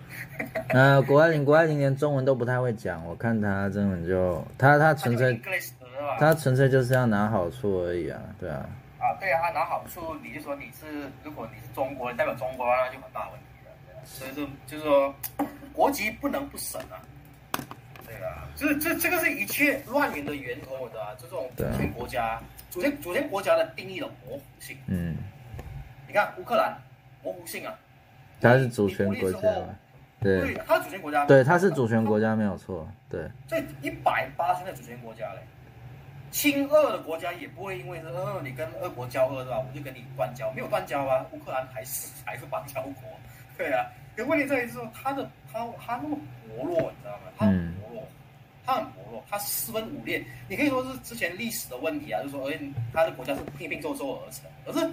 [SPEAKER 1] 呃，国外林国外林连中文都不太会讲，我看他根本就他他
[SPEAKER 2] 他就
[SPEAKER 1] 纯粹
[SPEAKER 2] English 的啊嘛，
[SPEAKER 1] 他纯粹就是要拿好处而已啊，对啊，
[SPEAKER 2] 啊，对啊，他拿好处，你就说你是，如果你是中国人，代表中国那就很大问题了，对啊，所以就就是说国籍不能不省啊。对啊，这这这个是一切乱源的源头，我知道啊，这种主
[SPEAKER 1] 对啊
[SPEAKER 2] 权国家、主权主权国家的定义的模糊性。
[SPEAKER 1] 嗯，
[SPEAKER 2] 你看乌克兰模糊性啊，
[SPEAKER 1] 他是主权国家嘛，
[SPEAKER 2] 对
[SPEAKER 1] 对，
[SPEAKER 2] 它是主权国家，
[SPEAKER 1] 对，他是主权国家没有错，对，
[SPEAKER 2] 这一百八现在主权国家嘞，亲俄的国家也不会因为是呃你跟俄国交恶是吧，我就跟你断交，没有断交啊，乌克兰还是还是邦交国，对啊。可问题在于是说他的他他那么薄弱，你知道吗？他很薄弱，他很薄弱，他斯文武劣，你可以说是之前历史的问题啊，就是说，哎，他的国家是拼拼凑凑而成，可是。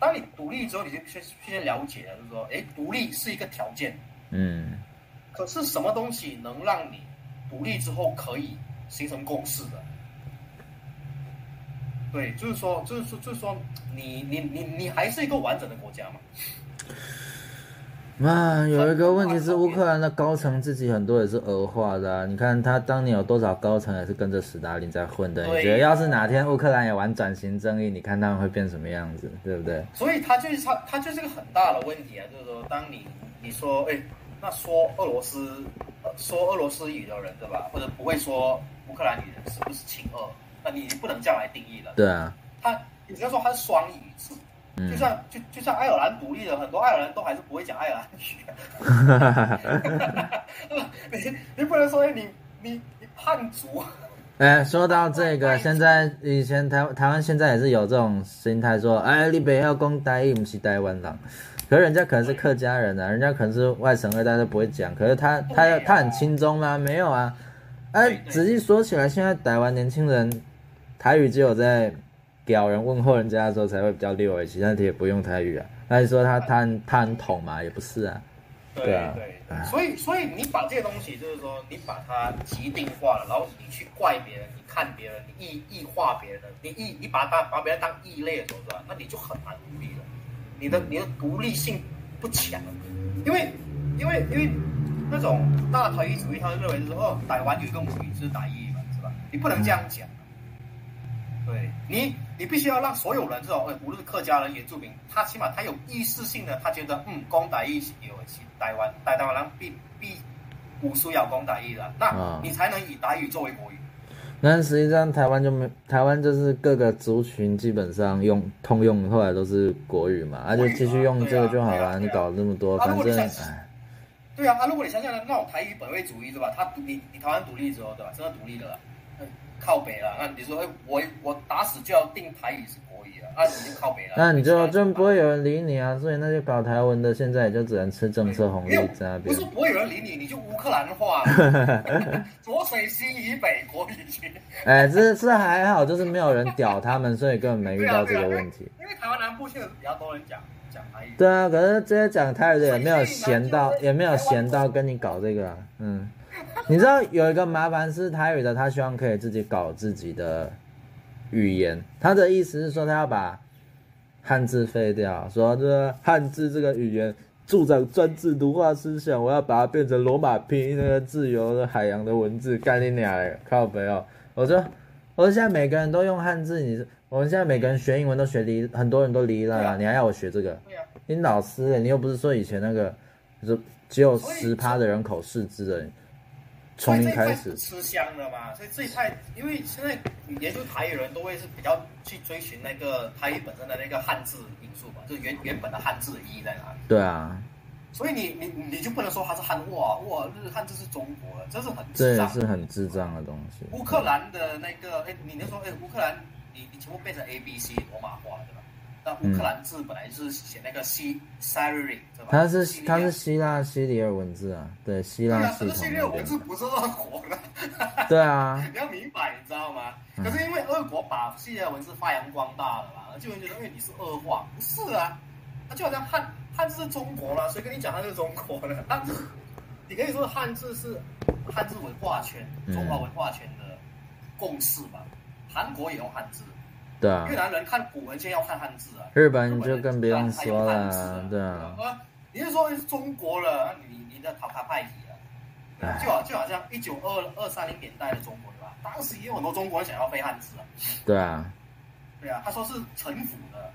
[SPEAKER 2] 当你独立之后，你就去去先了解了，就是说，哎，独立是一个条件，
[SPEAKER 1] 嗯，
[SPEAKER 2] 可是什么东西能让你独立之后可以形成共识的？对，就是说，就是说，就是说，你你你你还是一个完整的国家嘛？
[SPEAKER 1] 那有一个问题是乌克兰的高层自己很多也是俄化的啊，你看他当年有多少高层也是跟着斯大林在混的，你
[SPEAKER 2] 对
[SPEAKER 1] 觉得要是哪天乌克兰也玩转型正义，你看他们会变什么样子，对不对？
[SPEAKER 2] 所以它就是它它就是个很大的问题啊！就是说，当你你说，哎，那说俄罗斯呃说俄罗斯语的人对吧，或者不会说乌克兰语的人是不是亲俄？那你不能这样来定义了。
[SPEAKER 1] 对啊，
[SPEAKER 2] 他你只要说他是双语制，
[SPEAKER 1] 嗯
[SPEAKER 2] 就像就就像爱尔兰独立的，很多爱尔兰都还是不会讲爱尔兰语。
[SPEAKER 1] 啊
[SPEAKER 2] 你你不能说哎你你你叛族，
[SPEAKER 1] 哎，说到这个，
[SPEAKER 2] 哦
[SPEAKER 1] 现在以前台台湾现在也是有这种心态说，哎，你不要讲台语，不是台湾人。可是人家可能是客家人啊，人家可能是外省二代，他不会讲。可是他
[SPEAKER 2] 对
[SPEAKER 1] 他
[SPEAKER 2] 啊
[SPEAKER 1] 他很轻松吗？没有啊。
[SPEAKER 2] 对
[SPEAKER 1] 哎，
[SPEAKER 2] 对
[SPEAKER 1] 仔细说起来，现在台湾年轻人台语只有在屌人问候人家的时候才会比较溜而已，其他也不用台语啊。那你说他他很他很统嘛？也不是啊。对啊
[SPEAKER 2] 对，所以所以你把这些东西就是说你把它极定化了，然后你去怪别人，你看别人，你异异化别人，你异你把它把别人当异类的时候是吧？那你就很难独立了，你的你的独立性不强，因为因为因为那种大团一主义，他们认为就是说哦，台湾有一个母语就是台语嘛，是吧？你不能这样讲。对你，你必须要让所有人这种，呃无论是客家人、原住民，他起码他有意识性的，他觉得，嗯，讲台语是有是台湾，台台湾人必必古书要讲台语的，那
[SPEAKER 1] 啊
[SPEAKER 2] 你才能以台语作为国语。
[SPEAKER 1] 那实际上台湾就没，台湾就是各个族群基本上用通用，后来都是国语嘛，而且继续用这个就好
[SPEAKER 2] 对啊对
[SPEAKER 1] 了。
[SPEAKER 2] 啊
[SPEAKER 1] 你搞那么多，
[SPEAKER 2] 啊
[SPEAKER 1] 反
[SPEAKER 2] 如果
[SPEAKER 1] 正
[SPEAKER 2] 你想
[SPEAKER 1] 哎，
[SPEAKER 2] 对啊，啊，如果你想想那种台语本位主义是吧？他独你你台湾独立之后对吧？真的独立了啦，那靠北了，那你说，哎，我我打死就要定台语是国语了，那你就靠北了。
[SPEAKER 1] 那你就
[SPEAKER 2] 现在
[SPEAKER 1] 真不会有人理你啊。所以那些搞台文的现在也就只能吃政策红利
[SPEAKER 2] 没有
[SPEAKER 1] 在那
[SPEAKER 2] 不
[SPEAKER 1] 边
[SPEAKER 2] 是。不会有人理你，你就乌克兰 话了，左水西以北国语区。
[SPEAKER 1] 哎，这这还好，就是没有人屌他们，所以根本没遇
[SPEAKER 2] 啊
[SPEAKER 1] 到这个问题。
[SPEAKER 2] 因为台湾南部确实比较多人讲讲台语。
[SPEAKER 1] 对啊，可是这些讲台语的也没有闲到，也没有闲到跟你搞这个、啊。嗯，你知道有一个麻烦是台语的，他希望可以自己搞自己的语言。他的意思是说，他要把汉字废掉，说这个汉字这个语言助长专制奴化思想，我要把它变成罗马拼音那个自由的海洋的文字，干你娘嘞！靠北哦！我说，我说现在每个人都用汉字，你我们现在每个人学英文都学离，很多人都离了
[SPEAKER 2] 对
[SPEAKER 1] 啦，
[SPEAKER 2] 啊
[SPEAKER 1] 你还要我学这个？
[SPEAKER 2] 对啊，
[SPEAKER 1] 你老师、欸，你又不是说以前那个，就是只有十趴的人口识字的，
[SPEAKER 2] 所
[SPEAKER 1] 从
[SPEAKER 2] 以
[SPEAKER 1] 零
[SPEAKER 2] 这一
[SPEAKER 1] 开
[SPEAKER 2] 派
[SPEAKER 1] 始
[SPEAKER 2] 是，吃香的嘛，所以这一派，因为现在你研究台语人都会是比较去追寻那个台语本身的那个汉字因素嘛，就是原原本的汉字的意义在哪里。
[SPEAKER 1] 对啊，
[SPEAKER 2] 所以你你你就不能说它是汉哇哇日汉字是中国的，这是很
[SPEAKER 1] 这
[SPEAKER 2] 智
[SPEAKER 1] 也
[SPEAKER 2] 障。
[SPEAKER 1] 是很智障的东西。
[SPEAKER 2] 乌克兰的那个，哎，你那时候哎，乌克兰你你全部变成 A B C 罗马化对吧？那乌克兰字本来是写那个西 Syriac 对吧？
[SPEAKER 1] 它是
[SPEAKER 2] 西
[SPEAKER 1] 它是
[SPEAKER 2] 里
[SPEAKER 1] 希腊西里尔文字啊，对希
[SPEAKER 2] 亚对
[SPEAKER 1] 腊
[SPEAKER 2] 啊，
[SPEAKER 1] 系
[SPEAKER 2] 可是
[SPEAKER 1] 统
[SPEAKER 2] 西里
[SPEAKER 1] 那
[SPEAKER 2] 文
[SPEAKER 1] 边
[SPEAKER 2] 字，不是俄国的。
[SPEAKER 1] 对啊，
[SPEAKER 2] 你要明白，你知道吗？可是因为俄国把西里亚文字发扬光大了嘛，就有人觉得因为你是恶化，不是啊，他就好像汉汉字是中国了，谁跟你讲它是中国的？ 汉字，你可以说汉字是汉字文化圈、中华文化圈的共识吧。韩国也用汉字，
[SPEAKER 1] 对啊
[SPEAKER 2] 越，南人看古文献要看汉字啊，
[SPEAKER 1] 日本就更不用
[SPEAKER 2] 还有
[SPEAKER 1] 说
[SPEAKER 2] 汉字啊
[SPEAKER 1] 了，对啊，
[SPEAKER 2] 呃你是说中国了，那你你的塔卡派系啊
[SPEAKER 1] 唉，
[SPEAKER 2] 就好就好像一九二二三零年代的中国对吧？当时也有很多中国人想要背汉字啊，
[SPEAKER 1] 对啊，
[SPEAKER 2] 对啊，他说是城府的，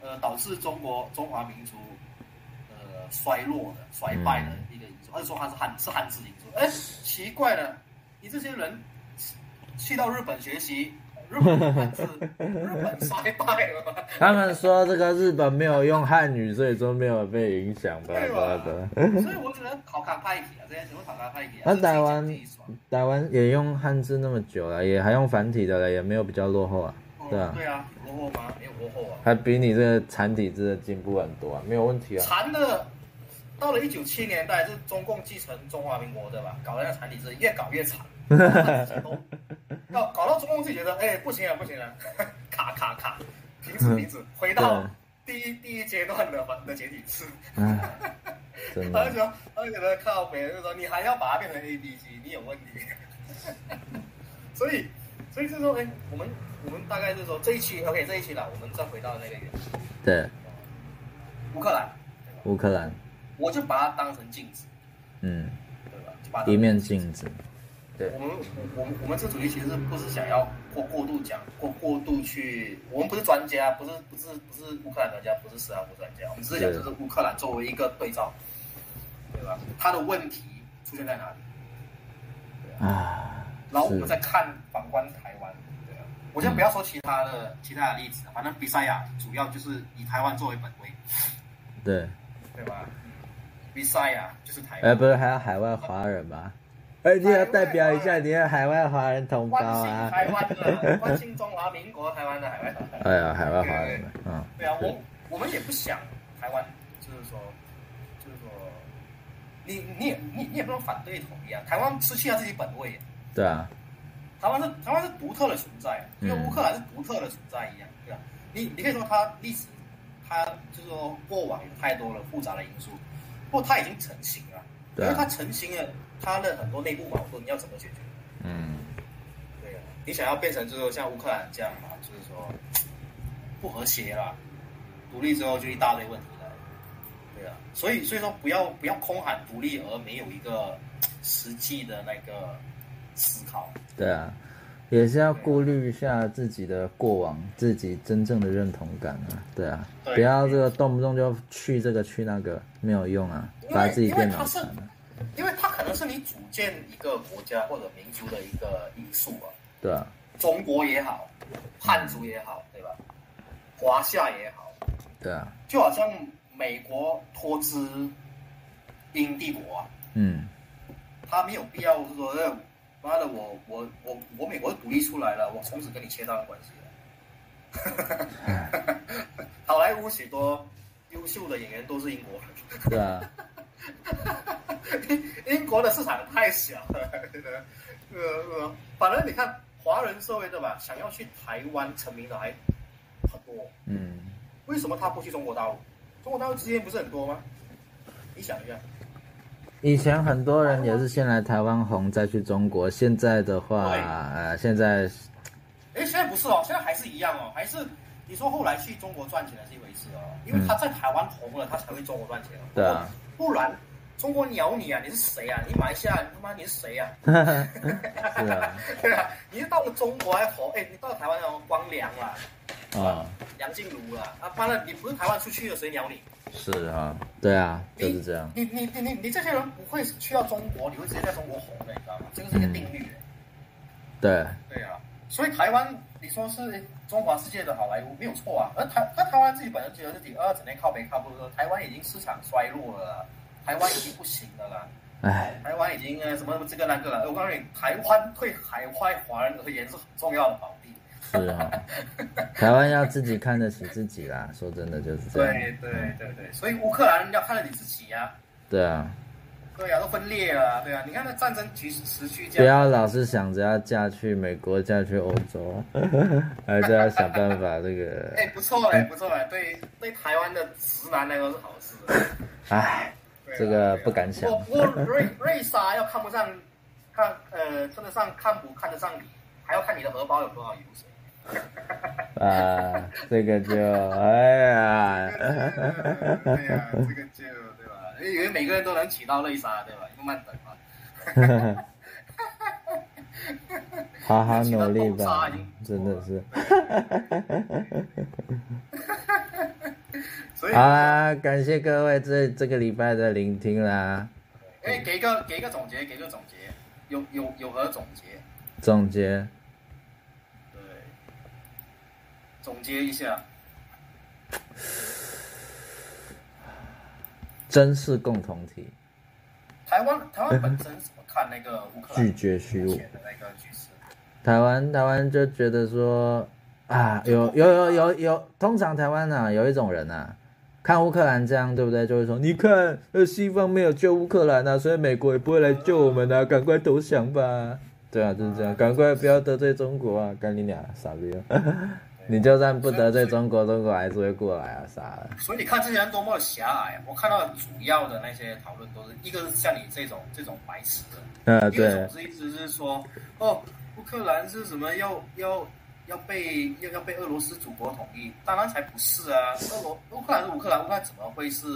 [SPEAKER 2] 呃，导致中国中华民族呃衰落的衰败的一个因素，他就说他是汉是汉字因素。哎，奇怪了，你这些人去到日本学习，日本的汉字，日本衰败了。
[SPEAKER 1] 他们说这个日本没有用汉语，所以说没有被影响，巴拉巴拉的。
[SPEAKER 2] 所以我觉得考卡派系啊，这些全部考卡派系啊。
[SPEAKER 1] 嗯那
[SPEAKER 2] 这是一件
[SPEAKER 1] 台湾
[SPEAKER 2] 自己爽
[SPEAKER 1] 台湾也用汉字那么久了，也还用繁体的了，也没有比较落后啊，对
[SPEAKER 2] 哦
[SPEAKER 1] 啊，
[SPEAKER 2] 对啊，有落后吗？没有落后啊。
[SPEAKER 1] 还比你这个繁体字的进步很多啊，没有问题啊。
[SPEAKER 2] 禅的到了一九七年代，就是中共继承中华民国对吧？搞那个禅体制，越搞越惨，搞搞到中共自己觉得，哎，不行了，不行了， 卡卡卡，停止停止，回到
[SPEAKER 1] 嗯对啊
[SPEAKER 2] 第一第一阶段的的解体制。
[SPEAKER 1] 唉，真
[SPEAKER 2] 他
[SPEAKER 1] 的，
[SPEAKER 2] 就觉得，他就觉得靠北，就说你还要把它变成 A B C，你有问题。 所以，所以就是说，哎、我们我们大概就是说这一期 OK，这一期啦，我们再回到那个原
[SPEAKER 1] 对，
[SPEAKER 2] 乌克兰，对吧？
[SPEAKER 1] 乌克兰，
[SPEAKER 2] 我就把它当成镜子，
[SPEAKER 1] 嗯，
[SPEAKER 2] 对吧？就把它当
[SPEAKER 1] 一面镜子，
[SPEAKER 2] 我们我我们我们这主题其实不是想要过过度讲过过度去，我们不是专家，不是不是不是乌克兰专家，不是斯拉夫专家，我们只是讲
[SPEAKER 1] 对
[SPEAKER 2] 就是乌克兰作为一个对照，对吧？它的问题出现在哪里？
[SPEAKER 1] 啊，
[SPEAKER 2] 然后我
[SPEAKER 1] 是
[SPEAKER 2] 们再看反观台湾，对啊，我先不要说其他的、其他的例子，啊反正比赛呀，主要就是以台湾作为本位，
[SPEAKER 1] 对，
[SPEAKER 2] 对吧？比赛呀就是台
[SPEAKER 1] 哎，
[SPEAKER 2] 湾，
[SPEAKER 1] 不是还有海外华人吗？哎，你要代表一下你的海外华人同胞
[SPEAKER 2] 关心
[SPEAKER 1] 啊！
[SPEAKER 2] 台湾的，关心中华民国台湾的海外团。
[SPEAKER 1] 哎呀，海外华人们，嗯，
[SPEAKER 2] 对啊，我我们也不想台湾，就是说，就是说，你你也你你也不能反对统一啊，台湾失去了自己本位啊，
[SPEAKER 1] 对啊，
[SPEAKER 2] 台湾是台湾是独特的存在啊，就跟
[SPEAKER 1] 嗯
[SPEAKER 2] 乌克兰是独特的存在一样，对吧、你你可以说它历史，它就是说过往有太多了复杂的因素，不过它已经成型了，因
[SPEAKER 1] 对
[SPEAKER 2] 为它
[SPEAKER 1] 啊，
[SPEAKER 2] 成型了，它的很多内部矛盾你要怎么解决？
[SPEAKER 1] 嗯，
[SPEAKER 2] 对啊，你想要变成就是说像乌克兰这样嘛，就是说不和谐啦，独立之后就一大堆问题来了，对啊，所以所以说不要不要空喊独立而没有一个实际的那个思考，
[SPEAKER 1] 对啊，也是要顾虑一下自己的过往，自己真正的认同感啊，对啊，
[SPEAKER 2] 对
[SPEAKER 1] 不要这个动不动就去这个去那个，没有用啊，
[SPEAKER 2] 因为
[SPEAKER 1] 把自己变
[SPEAKER 2] 因为
[SPEAKER 1] 脑
[SPEAKER 2] 它是
[SPEAKER 1] 残了，
[SPEAKER 2] 因为它可能是你组建一个国家或者民族的一个因素啊，
[SPEAKER 1] 对啊，
[SPEAKER 2] 中国也好，汉族也好，对吧？华夏也好，
[SPEAKER 1] 对啊，
[SPEAKER 2] 就好像美国脱资英帝国啊。
[SPEAKER 1] 嗯，
[SPEAKER 2] 他没有必要说，哎妈的，我我我我美国独立出来了，我从此跟你切断关系了。好莱坞许多优秀的演员都是英国人，
[SPEAKER 1] 对啊，
[SPEAKER 2] 英国的市场太小了，真的呃呃，反正你看华人社会对吧？想要去台湾成名的还很多，
[SPEAKER 1] 嗯，
[SPEAKER 2] 为什么他不去中国大陆？中国大陆资源不是很多吗？你想一下，
[SPEAKER 1] 以前很多人也是先来台湾红，再去中国，现在的话，
[SPEAKER 2] 对
[SPEAKER 1] 呃，现在
[SPEAKER 2] 哎，现在不是哦，现在还是一样哦，还是你说后来去中国赚钱的是一回事哦，因为他在台湾红了，他才会中国赚钱哦。
[SPEAKER 1] 嗯对啊，
[SPEAKER 2] 不然中国鸟你啊，你是谁啊？你马来西亚，你他妈你是谁啊？
[SPEAKER 1] 是啊，
[SPEAKER 2] 对啊，你是到了中国还吼，哎、你到了台湾然后光良啦、
[SPEAKER 1] 啊、
[SPEAKER 2] 梁静茹啦，啊，妈的，你不是台湾出去的，谁鸟你？
[SPEAKER 1] 是啊，对啊，就是这样。
[SPEAKER 2] 你你你你你这些人不会去到中国，你会直接在中国红的，你知道吗？这个是一个定律、
[SPEAKER 1] 对，
[SPEAKER 2] 对啊，所以台湾你说是中华世界的好莱坞没有错啊，而台那台湾自己本身觉得自己啊，整天靠北靠不住，台湾已经市场衰落了啦，台湾已经不行了啦，
[SPEAKER 1] 哎，
[SPEAKER 2] 台湾已经呃什么这个那个了。呃我告诉你，台湾对海外华人而言是很重要的宝地。
[SPEAKER 1] 是啊，台湾要自己看得起自己啦。说真的就是这样。
[SPEAKER 2] 对对对对，所以乌克兰要看着你自己呀、
[SPEAKER 1] 对啊，
[SPEAKER 2] 对呀、都分裂了啊，对啊，你看那战争局势持续这
[SPEAKER 1] 不
[SPEAKER 2] 样，
[SPEAKER 1] 要老是想着要嫁去美国、嫁去欧洲， 还是要想办法这个。
[SPEAKER 2] 哎，不错哎，不错哎，对对，台湾的直男来说是好事。
[SPEAKER 1] 哎，
[SPEAKER 2] 对 啊
[SPEAKER 1] 这个不敢想
[SPEAKER 2] 对啊不过不过瑞瑞莎要看不上，看呃称得上看不看得上你，还要看你的荷包有多少油水。
[SPEAKER 1] 啊，这个就哎呀，
[SPEAKER 2] 啊对呀、这个就对吧？因为每个人都能娶到瑞莎，对吧？慢慢等吧。
[SPEAKER 1] 好好努力吧，真的是。
[SPEAKER 2] 所以
[SPEAKER 1] 好，啦，感谢各位这这个礼拜的聆听啦。
[SPEAKER 2] 因为哎给一个给一个总结，给一个总结，有有有何总结？
[SPEAKER 1] 总结，
[SPEAKER 2] 对，总结一下，
[SPEAKER 1] 真是共同体，
[SPEAKER 2] 台湾台湾本身怎么看那个乌克兰
[SPEAKER 1] 拒绝虚
[SPEAKER 2] 目
[SPEAKER 1] 无。
[SPEAKER 2] 前的那个局势？
[SPEAKER 1] 台湾台湾就觉得说啊，有有有有有，通常台湾啊有一种人啊，看乌克兰这样对不对？就会说你看，呃，西方没有救乌克兰啊，所以美国也不会来救我们啊，赶快投降吧。对啊，就是这样，赶快不要得罪中国啊，干你俩傻逼啊！ 你就算不得罪中国，中国还是会过来啊，傻了。
[SPEAKER 2] 所以你看这些人多么的狭隘，啊我看到的主要的那些讨论都是一个是像你这种这种白痴的，
[SPEAKER 1] 啊，
[SPEAKER 2] 一个
[SPEAKER 1] 对
[SPEAKER 2] 总，是一直是说哦，乌克兰是什么要要要被要要被俄罗斯祖国统一，当然才不是啊，俄罗乌克兰是乌克兰，乌克兰怎么会是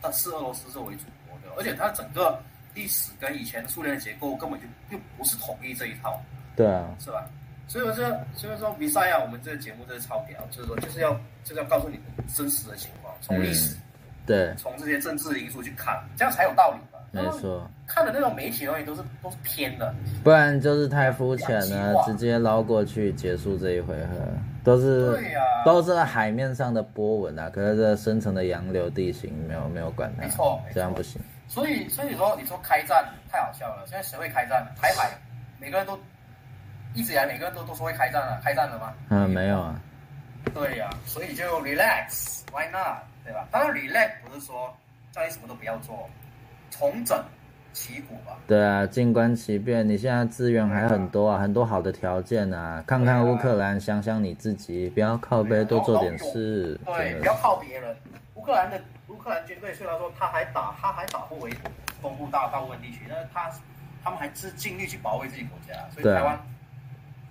[SPEAKER 2] 但是俄罗斯作为祖国的？而且它整个历史跟以前苏联的结构根本就就不是统一这一套，
[SPEAKER 1] 对啊，
[SPEAKER 2] 是吧？所以我这，所以说比赛啊，我们这个节目真是超屌，就是说就是要就是要告诉你真实的情况，从历
[SPEAKER 1] 嗯
[SPEAKER 2] 史、
[SPEAKER 1] 对，
[SPEAKER 2] 从这些政治因素去看，这样才有道理嘛。
[SPEAKER 1] 没错。
[SPEAKER 2] 看的那种媒体的东西都是都是偏的，
[SPEAKER 1] 不然就是太肤浅了，直接捞过去结束这一回合，都是、
[SPEAKER 2] 对呀
[SPEAKER 1] 都是海面上的波纹啊，可是这深层的洋流地形没有没有管它，
[SPEAKER 2] 没错没错
[SPEAKER 1] 这样不行。
[SPEAKER 2] 所以所以说你说开战太好笑了，现在谁会开战？台海每个人都一直以来每个人都都说会开战了，开战了吗？
[SPEAKER 1] 嗯，没有啊，
[SPEAKER 2] 对呀、所以就 relax，why not？对吧？当然 relax 不是说叫你什么都不要做，重整旗鼓吧。
[SPEAKER 1] 对啊，静观其变。你现在资源还很多啊，很多好的条件啊，看看乌克兰，想想你自己，不要靠背，多做点事。
[SPEAKER 2] 对，啊
[SPEAKER 1] 真
[SPEAKER 2] 不
[SPEAKER 1] 的
[SPEAKER 2] 要靠别人。乌克兰的乌克兰军队虽然说他还打，他还打不回东部大大部分地区，但是他他们还是尽力去保卫自己国家，所以
[SPEAKER 1] 对啊
[SPEAKER 2] 台湾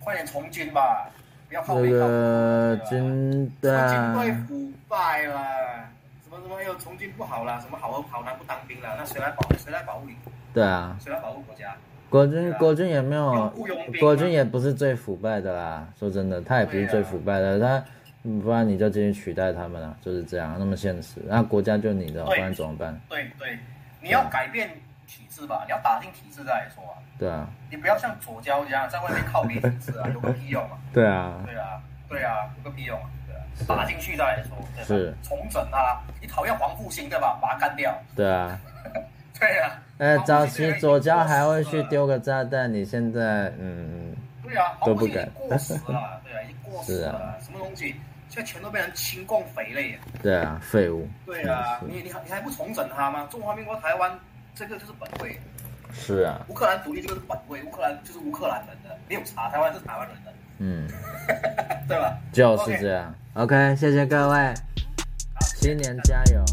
[SPEAKER 2] 快点从军吧，不要靠
[SPEAKER 1] 这
[SPEAKER 2] 北靠
[SPEAKER 1] 个
[SPEAKER 2] 北了
[SPEAKER 1] 军对
[SPEAKER 2] 什么
[SPEAKER 1] 啊
[SPEAKER 2] 军队，腐败啦，什么什么又从军不好啦，什么好好男不当兵啦，那谁来保谁来保护你？
[SPEAKER 1] 对啊，
[SPEAKER 2] 谁来保护国家？
[SPEAKER 1] 国军
[SPEAKER 2] 对啊
[SPEAKER 1] 国军也没有
[SPEAKER 2] 有雇佣兵，
[SPEAKER 1] 哦
[SPEAKER 2] 啊
[SPEAKER 1] 国
[SPEAKER 2] 吗
[SPEAKER 1] 军也不是最腐败的啦。说真的，他也不是
[SPEAKER 2] 对啊
[SPEAKER 1] 最腐败的，他嗯不然你就进去取代他们了，就是这样，那么现实。那国家就你的，不
[SPEAKER 2] 对
[SPEAKER 1] 然怎么办？
[SPEAKER 2] 对对，你要改变体制吧，你要打进体制再来说啊，
[SPEAKER 1] 对啊，
[SPEAKER 2] 你不要像左交一样在外面靠别体制啊，有个屁用啊！
[SPEAKER 1] 对啊，
[SPEAKER 2] 对啊，对啊，有个屁用啊！对啊，打进去再来说，对吧？
[SPEAKER 1] 是
[SPEAKER 2] 重整啊！你讨厌黄复兴对吧？把他干掉。
[SPEAKER 1] 对啊。
[SPEAKER 2] 对啊。
[SPEAKER 1] 哎，
[SPEAKER 2] 黄复
[SPEAKER 1] 早
[SPEAKER 2] 兴这
[SPEAKER 1] 期
[SPEAKER 2] 个人
[SPEAKER 1] 左
[SPEAKER 2] 已经
[SPEAKER 1] 交
[SPEAKER 2] 过
[SPEAKER 1] 还会
[SPEAKER 2] 时
[SPEAKER 1] 去
[SPEAKER 2] 了。
[SPEAKER 1] 丢个炸弹，你现在嗯，
[SPEAKER 2] 对啊，
[SPEAKER 1] 都
[SPEAKER 2] 黄
[SPEAKER 1] 不
[SPEAKER 2] 复兴已
[SPEAKER 1] 敢
[SPEAKER 2] 经 过时了，对啊，已经过时
[SPEAKER 1] 是啊
[SPEAKER 2] 了。什么东西现在全都变成亲共匪类了。
[SPEAKER 1] 对啊，废物。
[SPEAKER 2] 对啊，
[SPEAKER 1] 真的
[SPEAKER 2] 你你还你还不重整它吗？中华民国台湾这个就是本位，
[SPEAKER 1] 是是啊，
[SPEAKER 2] 乌克兰独立这个是本位，乌克兰就是乌克兰人的，没有查台湾是台湾人的，
[SPEAKER 1] 嗯，
[SPEAKER 2] 对吧？
[SPEAKER 1] 就是
[SPEAKER 2] OK
[SPEAKER 1] 这样。OK，谢谢各位，
[SPEAKER 2] 好
[SPEAKER 1] 新年加油。